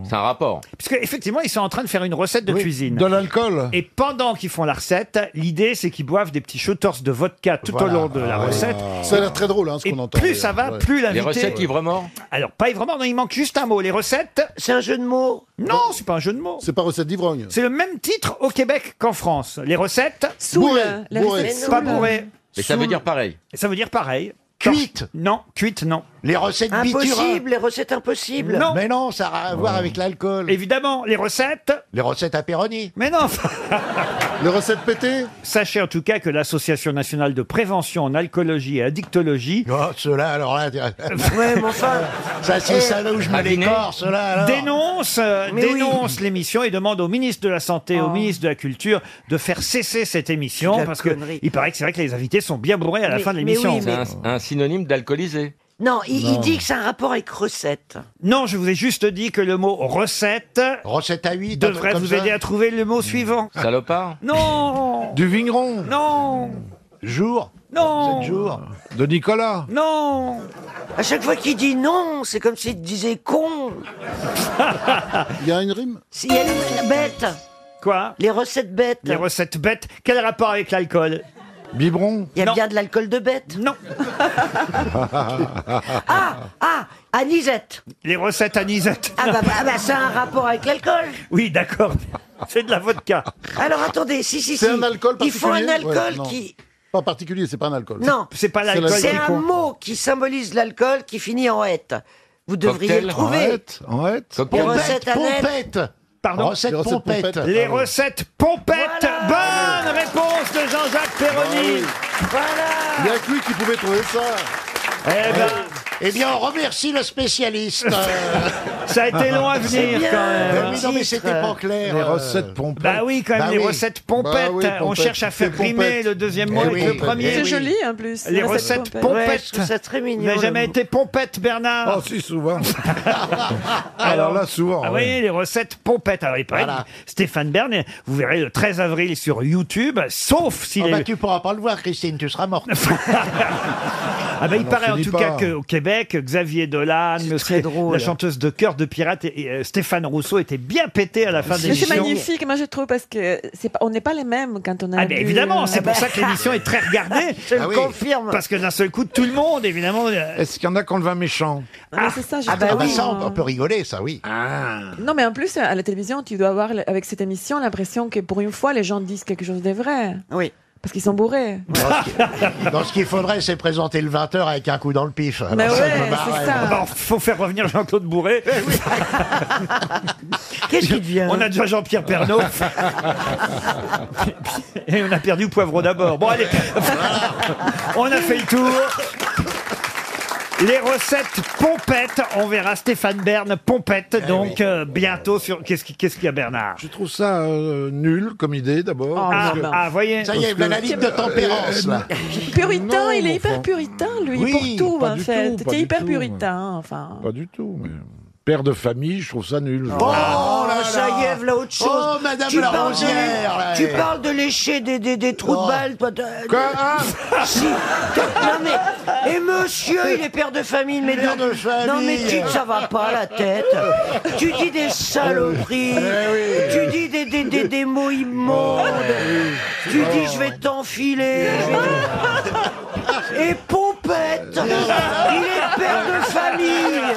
[SPEAKER 21] C'est un rapport.
[SPEAKER 1] Parce qu'effectivement, ils sont en train de faire une recette de
[SPEAKER 16] Oui,
[SPEAKER 1] cuisine.
[SPEAKER 16] de l'alcool.
[SPEAKER 1] Et pendant qu'ils font la recette, l'idée, c'est qu'ils boivent des petits shooters de vodka tout au
[SPEAKER 16] Voilà.
[SPEAKER 1] long de la
[SPEAKER 16] Ah oui.
[SPEAKER 1] recette.
[SPEAKER 16] Ça a l'air très drôle, hein, ce
[SPEAKER 1] Et
[SPEAKER 16] qu'on entend.
[SPEAKER 1] Plus ça va,
[SPEAKER 16] Ouais.
[SPEAKER 1] plus l'invité.
[SPEAKER 16] Les recettes
[SPEAKER 21] ivremort
[SPEAKER 1] Alors, pas ivremort, non, il manque juste un mot. Les recettes.
[SPEAKER 7] C'est un jeu de mots
[SPEAKER 1] Non, c'est pas un jeu de mots.
[SPEAKER 16] C'est pas recette d'ivrogne.
[SPEAKER 1] C'est le même titre au Québec qu'en France. Les recettes.
[SPEAKER 16] Soul, Bourré, la bourré.
[SPEAKER 9] recette
[SPEAKER 1] Pas
[SPEAKER 9] soul.
[SPEAKER 1] bourré.
[SPEAKER 9] Mais ça veut
[SPEAKER 1] Soul.
[SPEAKER 9] dire pareil.
[SPEAKER 1] Et ça veut dire pareil. Cuite. Non, cuite, non.
[SPEAKER 2] Les recettes
[SPEAKER 7] Impossible,
[SPEAKER 2] bitures.
[SPEAKER 7] les recettes impossibles.
[SPEAKER 1] [laughs] Non.
[SPEAKER 2] Mais non, ça a à voir avec l'alcool.
[SPEAKER 1] Évidemment, les recettes.
[SPEAKER 2] Les recettes à Péroni.
[SPEAKER 1] Mais non
[SPEAKER 16] [laughs] Les recettes pétées
[SPEAKER 1] Sachez en tout cas que l'Association nationale de prévention en alcoolologie et addictologie
[SPEAKER 2] Oh, ceux-là, alors
[SPEAKER 1] [laughs]
[SPEAKER 2] là. t'es-
[SPEAKER 7] Ouais, mais enfin.
[SPEAKER 2] Ça, c'est
[SPEAKER 7] Eh,
[SPEAKER 2] ça là où je me décore, ceux-là, alors.
[SPEAKER 1] dénonce, euh,
[SPEAKER 7] Mais oui.
[SPEAKER 1] dénonce l'émission et demande au ministre de la Santé,
[SPEAKER 2] Oh.
[SPEAKER 1] au ministre de la Culture de faire cesser cette
[SPEAKER 7] C'est de
[SPEAKER 1] émission
[SPEAKER 7] la
[SPEAKER 1] parce que
[SPEAKER 7] connerie.
[SPEAKER 1] il paraît que c'est vrai que les invités sont bien bourrés à la
[SPEAKER 7] Mais-
[SPEAKER 1] fin de
[SPEAKER 7] mais
[SPEAKER 1] l'émission.
[SPEAKER 7] oui, mais-
[SPEAKER 21] C'est un, un synonyme d'alcoolisé.
[SPEAKER 7] Non, il, il
[SPEAKER 1] Non.
[SPEAKER 7] dit que c'est un rapport avec recette.
[SPEAKER 1] Non, je vous ai juste dit que le mot recette
[SPEAKER 2] Recette à 8.
[SPEAKER 1] devrait vous aider à trouver le
[SPEAKER 16] Mmh.
[SPEAKER 1] mot suivant.
[SPEAKER 6] Ah.
[SPEAKER 21] Salopard
[SPEAKER 1] Non
[SPEAKER 2] Du vigneron.
[SPEAKER 1] [laughs] Non
[SPEAKER 2] Jour.
[SPEAKER 1] Non
[SPEAKER 2] Jour.
[SPEAKER 16] De Nicolas.
[SPEAKER 1] Non
[SPEAKER 7] À chaque fois qu'il dit non, c'est comme s'il disait con.
[SPEAKER 16] Il y a une rime
[SPEAKER 7] S'il y a les bêtes,
[SPEAKER 1] Quoi
[SPEAKER 7] les recettes bêtes,
[SPEAKER 1] Les recettes bêtes, quel rapport avec l'alcool
[SPEAKER 16] Biberon.
[SPEAKER 7] il y a
[SPEAKER 1] Non.
[SPEAKER 7] bien de l'alcool de bête.
[SPEAKER 1] Non.
[SPEAKER 7] [laughs] Ah, ah, anisette.
[SPEAKER 1] Les recettes anisette.
[SPEAKER 7] Ah bah, bah, bah, ça a un rapport avec l'alcool.
[SPEAKER 1] Oui, d'accord. C'est de la vodka.
[SPEAKER 7] Alors attendez, si, si, si.
[SPEAKER 16] C'est un alcool
[SPEAKER 7] Il
[SPEAKER 16] particulier
[SPEAKER 7] faut un
[SPEAKER 16] Ouais,
[SPEAKER 7] alcool
[SPEAKER 16] non.
[SPEAKER 7] qui...
[SPEAKER 16] Pas particulier, c'est pas un alcool.
[SPEAKER 7] Non,
[SPEAKER 1] C'est pas
[SPEAKER 16] C'est
[SPEAKER 1] l'alcool.
[SPEAKER 16] l'alcool.
[SPEAKER 7] c'est
[SPEAKER 1] qui
[SPEAKER 7] un
[SPEAKER 1] compte.
[SPEAKER 7] mot qui symbolise l'alcool qui finit en hête. Vous devriez
[SPEAKER 21] Cocktail,
[SPEAKER 7] le
[SPEAKER 16] En
[SPEAKER 7] trouver.
[SPEAKER 16] hête, en hête.
[SPEAKER 7] Les
[SPEAKER 21] Cocktail.
[SPEAKER 7] recettes à net.
[SPEAKER 2] Pompette.
[SPEAKER 1] Pardon
[SPEAKER 2] Recette
[SPEAKER 16] Les recettes
[SPEAKER 2] pompette.
[SPEAKER 16] pompettes.
[SPEAKER 1] Les recettes pompettes. Bonne réponse de
[SPEAKER 29] Bah
[SPEAKER 1] Jean-Jacques Perroni.
[SPEAKER 7] Voilà
[SPEAKER 16] Il y a que lui qui pouvait trouver ça.
[SPEAKER 1] Eh ben,
[SPEAKER 29] Eh bien, on remercie le spécialiste.
[SPEAKER 1] [laughs] Ça a été long à venir, quand
[SPEAKER 6] Ben
[SPEAKER 1] même. hein.
[SPEAKER 29] Non, mais c'était pas clair.
[SPEAKER 6] Les
[SPEAKER 29] euh.
[SPEAKER 6] recettes pompettes.
[SPEAKER 1] Bah oui, quand même,
[SPEAKER 6] Bah
[SPEAKER 1] les
[SPEAKER 6] oui.
[SPEAKER 1] recettes pompettes.
[SPEAKER 6] Bah oui,
[SPEAKER 1] On
[SPEAKER 6] pompettes.
[SPEAKER 1] cherche à faire
[SPEAKER 6] C'est
[SPEAKER 1] rimer
[SPEAKER 6] pompette.
[SPEAKER 1] le deuxième mot
[SPEAKER 6] Eh
[SPEAKER 1] avec
[SPEAKER 6] oui,
[SPEAKER 1] le premier.
[SPEAKER 6] eh C'est oui. joli,
[SPEAKER 1] en
[SPEAKER 30] plus.
[SPEAKER 1] hein, Les
[SPEAKER 30] Les recettes
[SPEAKER 1] recettes
[SPEAKER 30] pompettes.
[SPEAKER 1] pompettes.
[SPEAKER 30] Ouais, je trouve ça très mignon,
[SPEAKER 1] Vous n'avez
[SPEAKER 30] le
[SPEAKER 1] jamais
[SPEAKER 30] mot.
[SPEAKER 1] été pompette, Bernard
[SPEAKER 6] Oh, si, souvent. Alors là, souvent.
[SPEAKER 1] Ah
[SPEAKER 6] ouais.
[SPEAKER 1] oui, les recettes pompettes. Alors, il paraît
[SPEAKER 29] Voilà.
[SPEAKER 1] que Stéphane Bern, vous verrez le 13 avril sur YouTube, sauf s'il
[SPEAKER 29] Oh,
[SPEAKER 1] est...
[SPEAKER 29] bah, tu pourras pas le voir, Christine, tu seras morte.
[SPEAKER 1] [laughs] Ah ben, il
[SPEAKER 29] n'en
[SPEAKER 1] paraît en
[SPEAKER 29] finit
[SPEAKER 1] tout
[SPEAKER 29] pas.
[SPEAKER 1] cas qu'au Québec, Xavier Dolan, aussi, la chanteuse de cœur de pirate, et, et, euh, Stéphane Rousseau était bien pété à la fin de
[SPEAKER 4] Ah, Mais c'est
[SPEAKER 1] l'émission.
[SPEAKER 4] magnifique, moi je trouve, parce que c'est pas- on n'est pas les mêmes quand on a.
[SPEAKER 1] Ah ben, évidemment, c'est pour ça que l'émission
[SPEAKER 4] [laughs]
[SPEAKER 1] est très regardée.
[SPEAKER 4] Euh, Je le Ah oui. confirme.
[SPEAKER 1] Parce que d'un seul coup, tout le monde, évidemment. Est-ce qu'il y en a qu'on le va méchant
[SPEAKER 4] Ah, c'est ça, je
[SPEAKER 29] Ah, bah,
[SPEAKER 4] trouve.
[SPEAKER 29] oui, ça, on peut rigoler, ça, oui.
[SPEAKER 1] Ah.
[SPEAKER 4] Non, mais en plus, à la télévision, tu dois avoir, avec cette émission, l'impression que pour une fois, les gens disent quelque chose de vrai.
[SPEAKER 29] Oui.
[SPEAKER 4] Parce qu'ils sont bourrés.
[SPEAKER 29] [laughs] Donc, ce qu'il faudrait, c'est présenter le 20h avec un coup dans le pif. Alors, Bah
[SPEAKER 4] Mais ouais,
[SPEAKER 29] je me
[SPEAKER 4] c'est
[SPEAKER 29] barrerais.
[SPEAKER 4] ça.
[SPEAKER 1] Alors, faut faire revenir Jean-Claude Bourré. [laughs] Qu'est-ce qu'il devient On a déjà Jean-Pierre Pernaut. [laughs] Et on a perdu Poivron d'abord. Bon, allez. [laughs] on a fait le tour. Les recettes pompettes, on verra Stéphane Bern pompette
[SPEAKER 4] Eh
[SPEAKER 1] donc euh, bientôt sur qu'est-ce qui- qu'est-ce qu'il y a Bernard
[SPEAKER 6] Je trouve ça euh, nul comme idée d'abord.
[SPEAKER 1] Ah,
[SPEAKER 6] parce que-
[SPEAKER 1] ah, voyez.
[SPEAKER 29] Ça y est,
[SPEAKER 6] Parce que-
[SPEAKER 29] l'analyse de tempérance, là.
[SPEAKER 4] Puritain,
[SPEAKER 6] Non,
[SPEAKER 4] il est
[SPEAKER 6] mon
[SPEAKER 4] hyper
[SPEAKER 6] enfant.
[SPEAKER 4] puritain, lui,
[SPEAKER 6] Oui,
[SPEAKER 4] pour tout,
[SPEAKER 6] pas
[SPEAKER 4] en
[SPEAKER 6] du
[SPEAKER 4] fait.
[SPEAKER 6] tout, pas
[SPEAKER 4] T'es
[SPEAKER 6] du
[SPEAKER 4] hyper
[SPEAKER 6] tout,
[SPEAKER 4] puritain, enfin.
[SPEAKER 6] Pas du tout. Mais... Père de famille, je trouve ça nul.
[SPEAKER 7] Oh, là, ça y est, là, autre chose.
[SPEAKER 29] Oh, madame
[SPEAKER 7] tu
[SPEAKER 29] la
[SPEAKER 7] parles de-
[SPEAKER 29] rosière, là,
[SPEAKER 7] Tu
[SPEAKER 29] eh.
[SPEAKER 7] parles de lécher des, des, des trous
[SPEAKER 29] Oh.
[SPEAKER 7] de balles, toi. de-
[SPEAKER 29] hein
[SPEAKER 7] [laughs] Si. Non, mais. Et monsieur, il est père de famille, mais.
[SPEAKER 29] Père
[SPEAKER 7] non,
[SPEAKER 29] de famille.
[SPEAKER 7] Non, mais tu, ça va pas, la tête. Tu dis des saloperies.
[SPEAKER 29] Eh
[SPEAKER 7] Tu dis des, des, des, des mots immondes.
[SPEAKER 29] Oh,
[SPEAKER 7] Tu dis, je vais t'enfiler. je vais- Et pompette. Il est père de famille.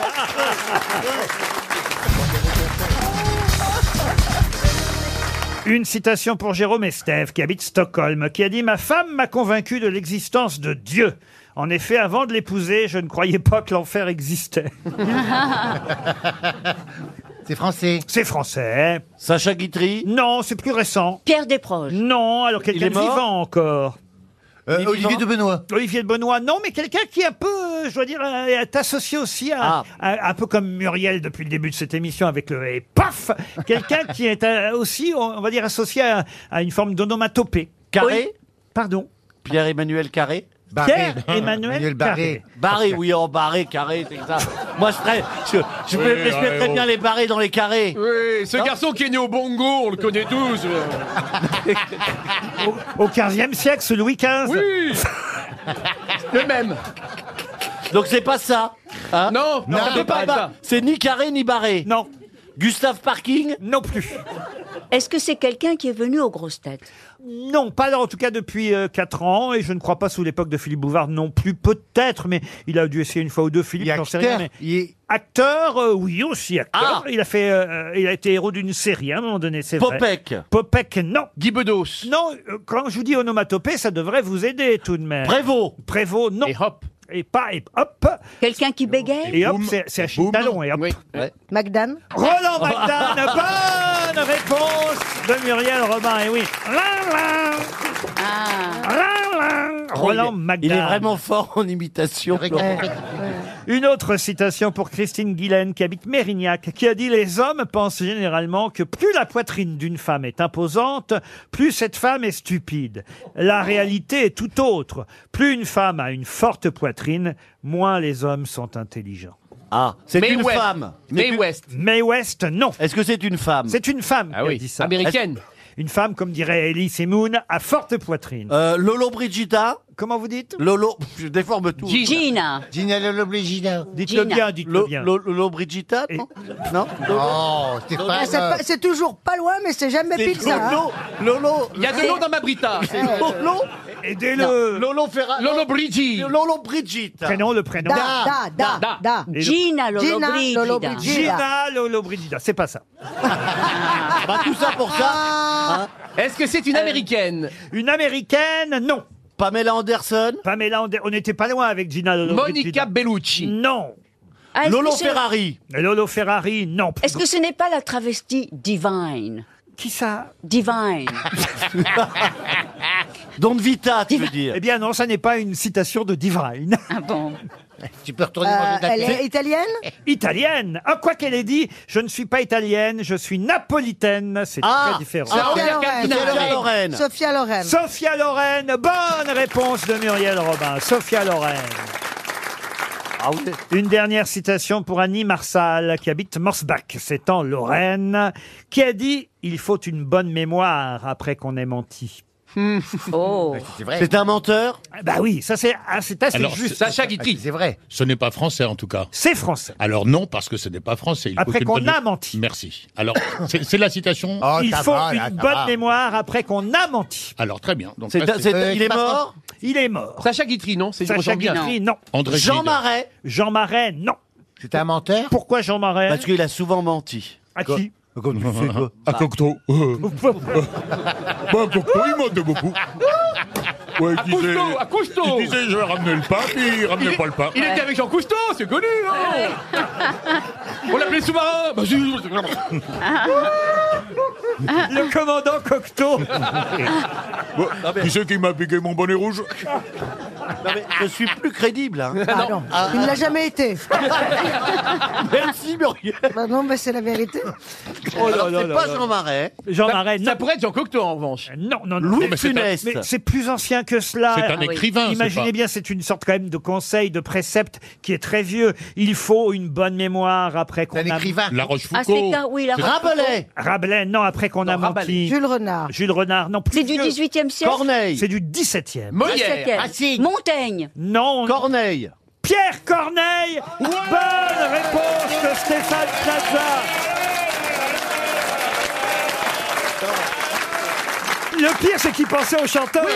[SPEAKER 1] Une citation pour Jérôme Estève, qui habite Stockholm, qui a dit Ma femme m'a convaincu de l'existence de Dieu. En effet, avant de l'épouser, je ne croyais pas que l'enfer existait. C'est français. C'est français. Sacha Guitry Non, c'est plus récent. Pierre Desproges Non, alors quelqu'un
[SPEAKER 8] est
[SPEAKER 1] de
[SPEAKER 8] mort
[SPEAKER 1] vivant encore.
[SPEAKER 8] Euh, Olivier de
[SPEAKER 1] Benoît. Olivier de Benoît, non, mais quelqu'un qui est un peu, euh, je dois dire, euh, est associé aussi à,
[SPEAKER 2] Ah.
[SPEAKER 1] à- un peu comme Muriel depuis le début de cette émission avec le et paf, quelqu'un qui est euh, aussi, on on va dire, associé à, à une forme d'onomatopée.
[SPEAKER 2] Carré
[SPEAKER 1] Pardon
[SPEAKER 2] Pierre-Emmanuel Carré
[SPEAKER 18] [laughs]
[SPEAKER 1] Pierre-Emmanuel Emmanuel Carré.
[SPEAKER 2] Barré, oui, en barré, carré, c'est ça. Moi, je, ferais- je, je,
[SPEAKER 18] Oui,
[SPEAKER 2] me- je mettrais
[SPEAKER 18] allez,
[SPEAKER 2] bien
[SPEAKER 18] oh.
[SPEAKER 2] les barrés dans les carrés.
[SPEAKER 18] Oui, ce garçon qui est né au Bongo, on le connaît tous.
[SPEAKER 1] [laughs] Au 15e siècle, sous Louis XV
[SPEAKER 18] Oui Le même
[SPEAKER 2] Donc c'est pas ça. hein
[SPEAKER 18] non, non,
[SPEAKER 2] c'est
[SPEAKER 18] c'est pas
[SPEAKER 2] bar-
[SPEAKER 18] ça.
[SPEAKER 2] C'est ni carré ni barré.
[SPEAKER 1] Non.
[SPEAKER 2] Gustave Parking
[SPEAKER 1] Non plus.
[SPEAKER 5] Est-ce que c'est quelqu'un qui est venu aux grosses têtes
[SPEAKER 1] Non, pas en tout cas depuis 4 ans, et je ne crois pas sous l'époque de Philippe Bouvard non plus, peut-être, mais il a dû essayer une fois ou deux, Philippe, j'en sais rien.
[SPEAKER 8] acteur,
[SPEAKER 1] mais- Acteur, euh, oui, aussi acteur.
[SPEAKER 8] Ah
[SPEAKER 1] il, a fait, euh, euh, il a été héros d'une série hein, à un moment donné, c'est vrai.
[SPEAKER 2] Popek.
[SPEAKER 1] Popek, non. Guy Bedos. Non, euh, quand je vous dis onomatopée, ça devrait vous aider tout de même. Prévost. Prévost, non. Et hop. Et pas, et hop.
[SPEAKER 5] Quelqu'un qui bégaye
[SPEAKER 1] Et hop, c'est c'est Achille Talon, et hop.
[SPEAKER 5] Magdame
[SPEAKER 1] Roland
[SPEAKER 2] [laughs]
[SPEAKER 1] Magdane, bonne réponse de Muriel Robin, et oui. Roland Magdane.
[SPEAKER 2] Il est vraiment fort en imitation. Florent.
[SPEAKER 1] Une autre citation pour Christine Guilaine, qui habite Mérignac, qui a dit Les hommes pensent généralement que plus la poitrine d'une femme est imposante, plus cette femme est stupide. La réalité est tout autre. Plus une femme a une forte poitrine, moins les hommes sont intelligents.
[SPEAKER 2] Ah, c'est Mae une West. femme. C'est Mae une- West.
[SPEAKER 1] Mae West, non.
[SPEAKER 2] Est-ce que c'est une femme
[SPEAKER 1] C'est une femme qui a dit ça.
[SPEAKER 2] Américaine.
[SPEAKER 1] Une femme, comme dirait Ellie Moon, à forte poitrine.
[SPEAKER 2] Euh, Lolo Brigida.
[SPEAKER 1] Comment vous dites
[SPEAKER 2] Lolo, je déforme tout.
[SPEAKER 5] Gina.
[SPEAKER 2] Gina Lolo Brigida.
[SPEAKER 1] Dites-le Gina. bien, dites-le bien.
[SPEAKER 2] Lolo Brigida, non Non
[SPEAKER 8] Oh,
[SPEAKER 21] Ah,
[SPEAKER 11] euh,
[SPEAKER 21] c'est pas- C'est toujours pas loin, mais c'est
[SPEAKER 2] Eh,
[SPEAKER 21] jamais pile ça. hein.
[SPEAKER 2] Lolo, Lolo.
[SPEAKER 18] Il y a de l'eau dans ma Brita.
[SPEAKER 2] C'est Lolo.
[SPEAKER 1] Aidez-le.
[SPEAKER 2] Lolo Ferra.
[SPEAKER 18] Lolo Brigi.
[SPEAKER 2] Lolo Brigitte.
[SPEAKER 1] Prénom, le prénom.
[SPEAKER 21] Da, da, da, da.
[SPEAKER 1] Et le-
[SPEAKER 5] Gina Lollobrigida.
[SPEAKER 1] Gina Lollobrigida, c'est pas ça.
[SPEAKER 2] [laughs]
[SPEAKER 1] Ah.
[SPEAKER 2] Bah, tout ça pour ça. hein.
[SPEAKER 18] Est-ce que c'est une américaine
[SPEAKER 1] Une américaine, non.
[SPEAKER 2] Pamela Anderson.
[SPEAKER 1] Pamela Ander- on n'était pas loin avec Gina Lollobrigida.
[SPEAKER 18] Monica Bellucci.
[SPEAKER 1] Non.
[SPEAKER 5] Ah, est-ce que c'est-
[SPEAKER 1] Lolo Ferrari, non.
[SPEAKER 5] Est-ce que ce n'est pas la travestie Divine
[SPEAKER 1] Qui ça [laughs]
[SPEAKER 5] Divine.
[SPEAKER 2] Don Vita, tu veux dire.
[SPEAKER 7] [laughs]
[SPEAKER 1] Eh bien non, ça n'est pas une citation de Divine.
[SPEAKER 5] Ah bon
[SPEAKER 1] Tu peux
[SPEAKER 7] retourner Euh, manger de la elle est
[SPEAKER 1] italienne
[SPEAKER 7] [laughs]
[SPEAKER 1] Italienne Ah, quoi qu'elle ait dit, je ne suis pas italienne, je suis napolitaine. C'est
[SPEAKER 7] Ah,
[SPEAKER 1] très différent.
[SPEAKER 7] Sophia Sophia Loren. Loren. Sophia Loren. Sophia Loren.
[SPEAKER 1] Sophia Loren. Bonne réponse de Muriel Robin. Sophia Loren. Une dernière citation pour Annie Marsal, qui habite Morsbach, c'est en Lorraine, qui a dit « Il faut une bonne mémoire après qu'on ait menti ». [laughs]
[SPEAKER 8] C'est
[SPEAKER 1] un menteur Bah oui, ça c'est ah, c'est assez
[SPEAKER 6] Alors,
[SPEAKER 1] juste.
[SPEAKER 6] Sacha Guitry.
[SPEAKER 1] C'est vrai.
[SPEAKER 6] Ce n'est pas français en tout cas.
[SPEAKER 1] C'est français.
[SPEAKER 6] Alors non, parce que ce n'est pas français. Il faut
[SPEAKER 1] Après
[SPEAKER 6] qu'une
[SPEAKER 1] qu'on
[SPEAKER 6] bonne-
[SPEAKER 1] a menti.
[SPEAKER 6] Merci. Alors, [coughs] c'est c'est la citation.
[SPEAKER 1] Il faut une bonne mémoire après qu'on a menti.
[SPEAKER 6] Alors très bien. Donc,
[SPEAKER 1] C'est-
[SPEAKER 6] là, Euh,
[SPEAKER 1] c'est- il est
[SPEAKER 6] [laughs]
[SPEAKER 1] mort Il est mort.
[SPEAKER 11] Sacha Guitry, non C'est une
[SPEAKER 1] Sacha
[SPEAKER 11] ressemble bien.
[SPEAKER 1] Guitry, non.
[SPEAKER 11] André Jean Gide.
[SPEAKER 1] Marais Jean Marais, non. C'est un menteur Pourquoi Jean Marais Ah,
[SPEAKER 2] Parce qu'il a souvent menti.
[SPEAKER 1] À qui
[SPEAKER 2] Comme tu sais, quoi.
[SPEAKER 1] Ah,
[SPEAKER 6] À
[SPEAKER 2] [laughs]
[SPEAKER 6] Cocteau. Euh. Bah, Cocteau, il mentait beaucoup.
[SPEAKER 1] Ah.
[SPEAKER 6] Ouais, il disait-
[SPEAKER 11] Cousteau, à Cousteau.
[SPEAKER 6] Il disait, je vais ramener le pain, puis il ramenait pas le pain.
[SPEAKER 11] Il était avec Jean Cousteau, c'est connu, non
[SPEAKER 2] Oh
[SPEAKER 11] On l'appelait sous-marin bah,
[SPEAKER 7] [laughs]
[SPEAKER 11] zut.
[SPEAKER 25] [laughs]
[SPEAKER 1] Le commandant Cocteau.
[SPEAKER 6] Bon, Tu sais qui m'a piqué mon bonnet rouge
[SPEAKER 2] Je suis plus crédible. hein.
[SPEAKER 7] Ah non, il ne l'a jamais été.
[SPEAKER 2] [laughs] Merci Muriel.
[SPEAKER 7] Bah non, mais c'est la vérité.
[SPEAKER 2] Oh là Alors, là c'est là pas là. Jean Marais.
[SPEAKER 1] Jean Marais, Euh,
[SPEAKER 11] Ça pourrait être Jean Cocteau, en revanche.
[SPEAKER 1] Non, non,
[SPEAKER 11] Louis
[SPEAKER 1] mais c'est un-
[SPEAKER 11] Funès.
[SPEAKER 1] mais c'est plus ancien que cela. Ah
[SPEAKER 11] C'est un écrivain, c'est
[SPEAKER 1] Imaginez
[SPEAKER 11] pas-
[SPEAKER 1] bien, c'est une sorte quand même de conseil, de précepte qui est très vieux. Il faut une bonne mémoire après qu'on a.
[SPEAKER 11] écrivain.
[SPEAKER 6] La
[SPEAKER 31] Ah, c'est car- oui, La Rochefoucauld. Rabelais.
[SPEAKER 1] Rabelais, non, après qu'on a menti.
[SPEAKER 7] Jules Renard.
[SPEAKER 1] Jules Renard, non plus.
[SPEAKER 31] C'est du
[SPEAKER 1] vieux.
[SPEAKER 31] 18e siècle Corneille.
[SPEAKER 1] C'est du 17e.
[SPEAKER 31] Molière. Racine. Montaigne.
[SPEAKER 1] Non.
[SPEAKER 2] Corneille.
[SPEAKER 1] Pierre Corneille. Bonne réponse de Stéphane Plaza. Le pire, c'est qu'il pensait au chanteur.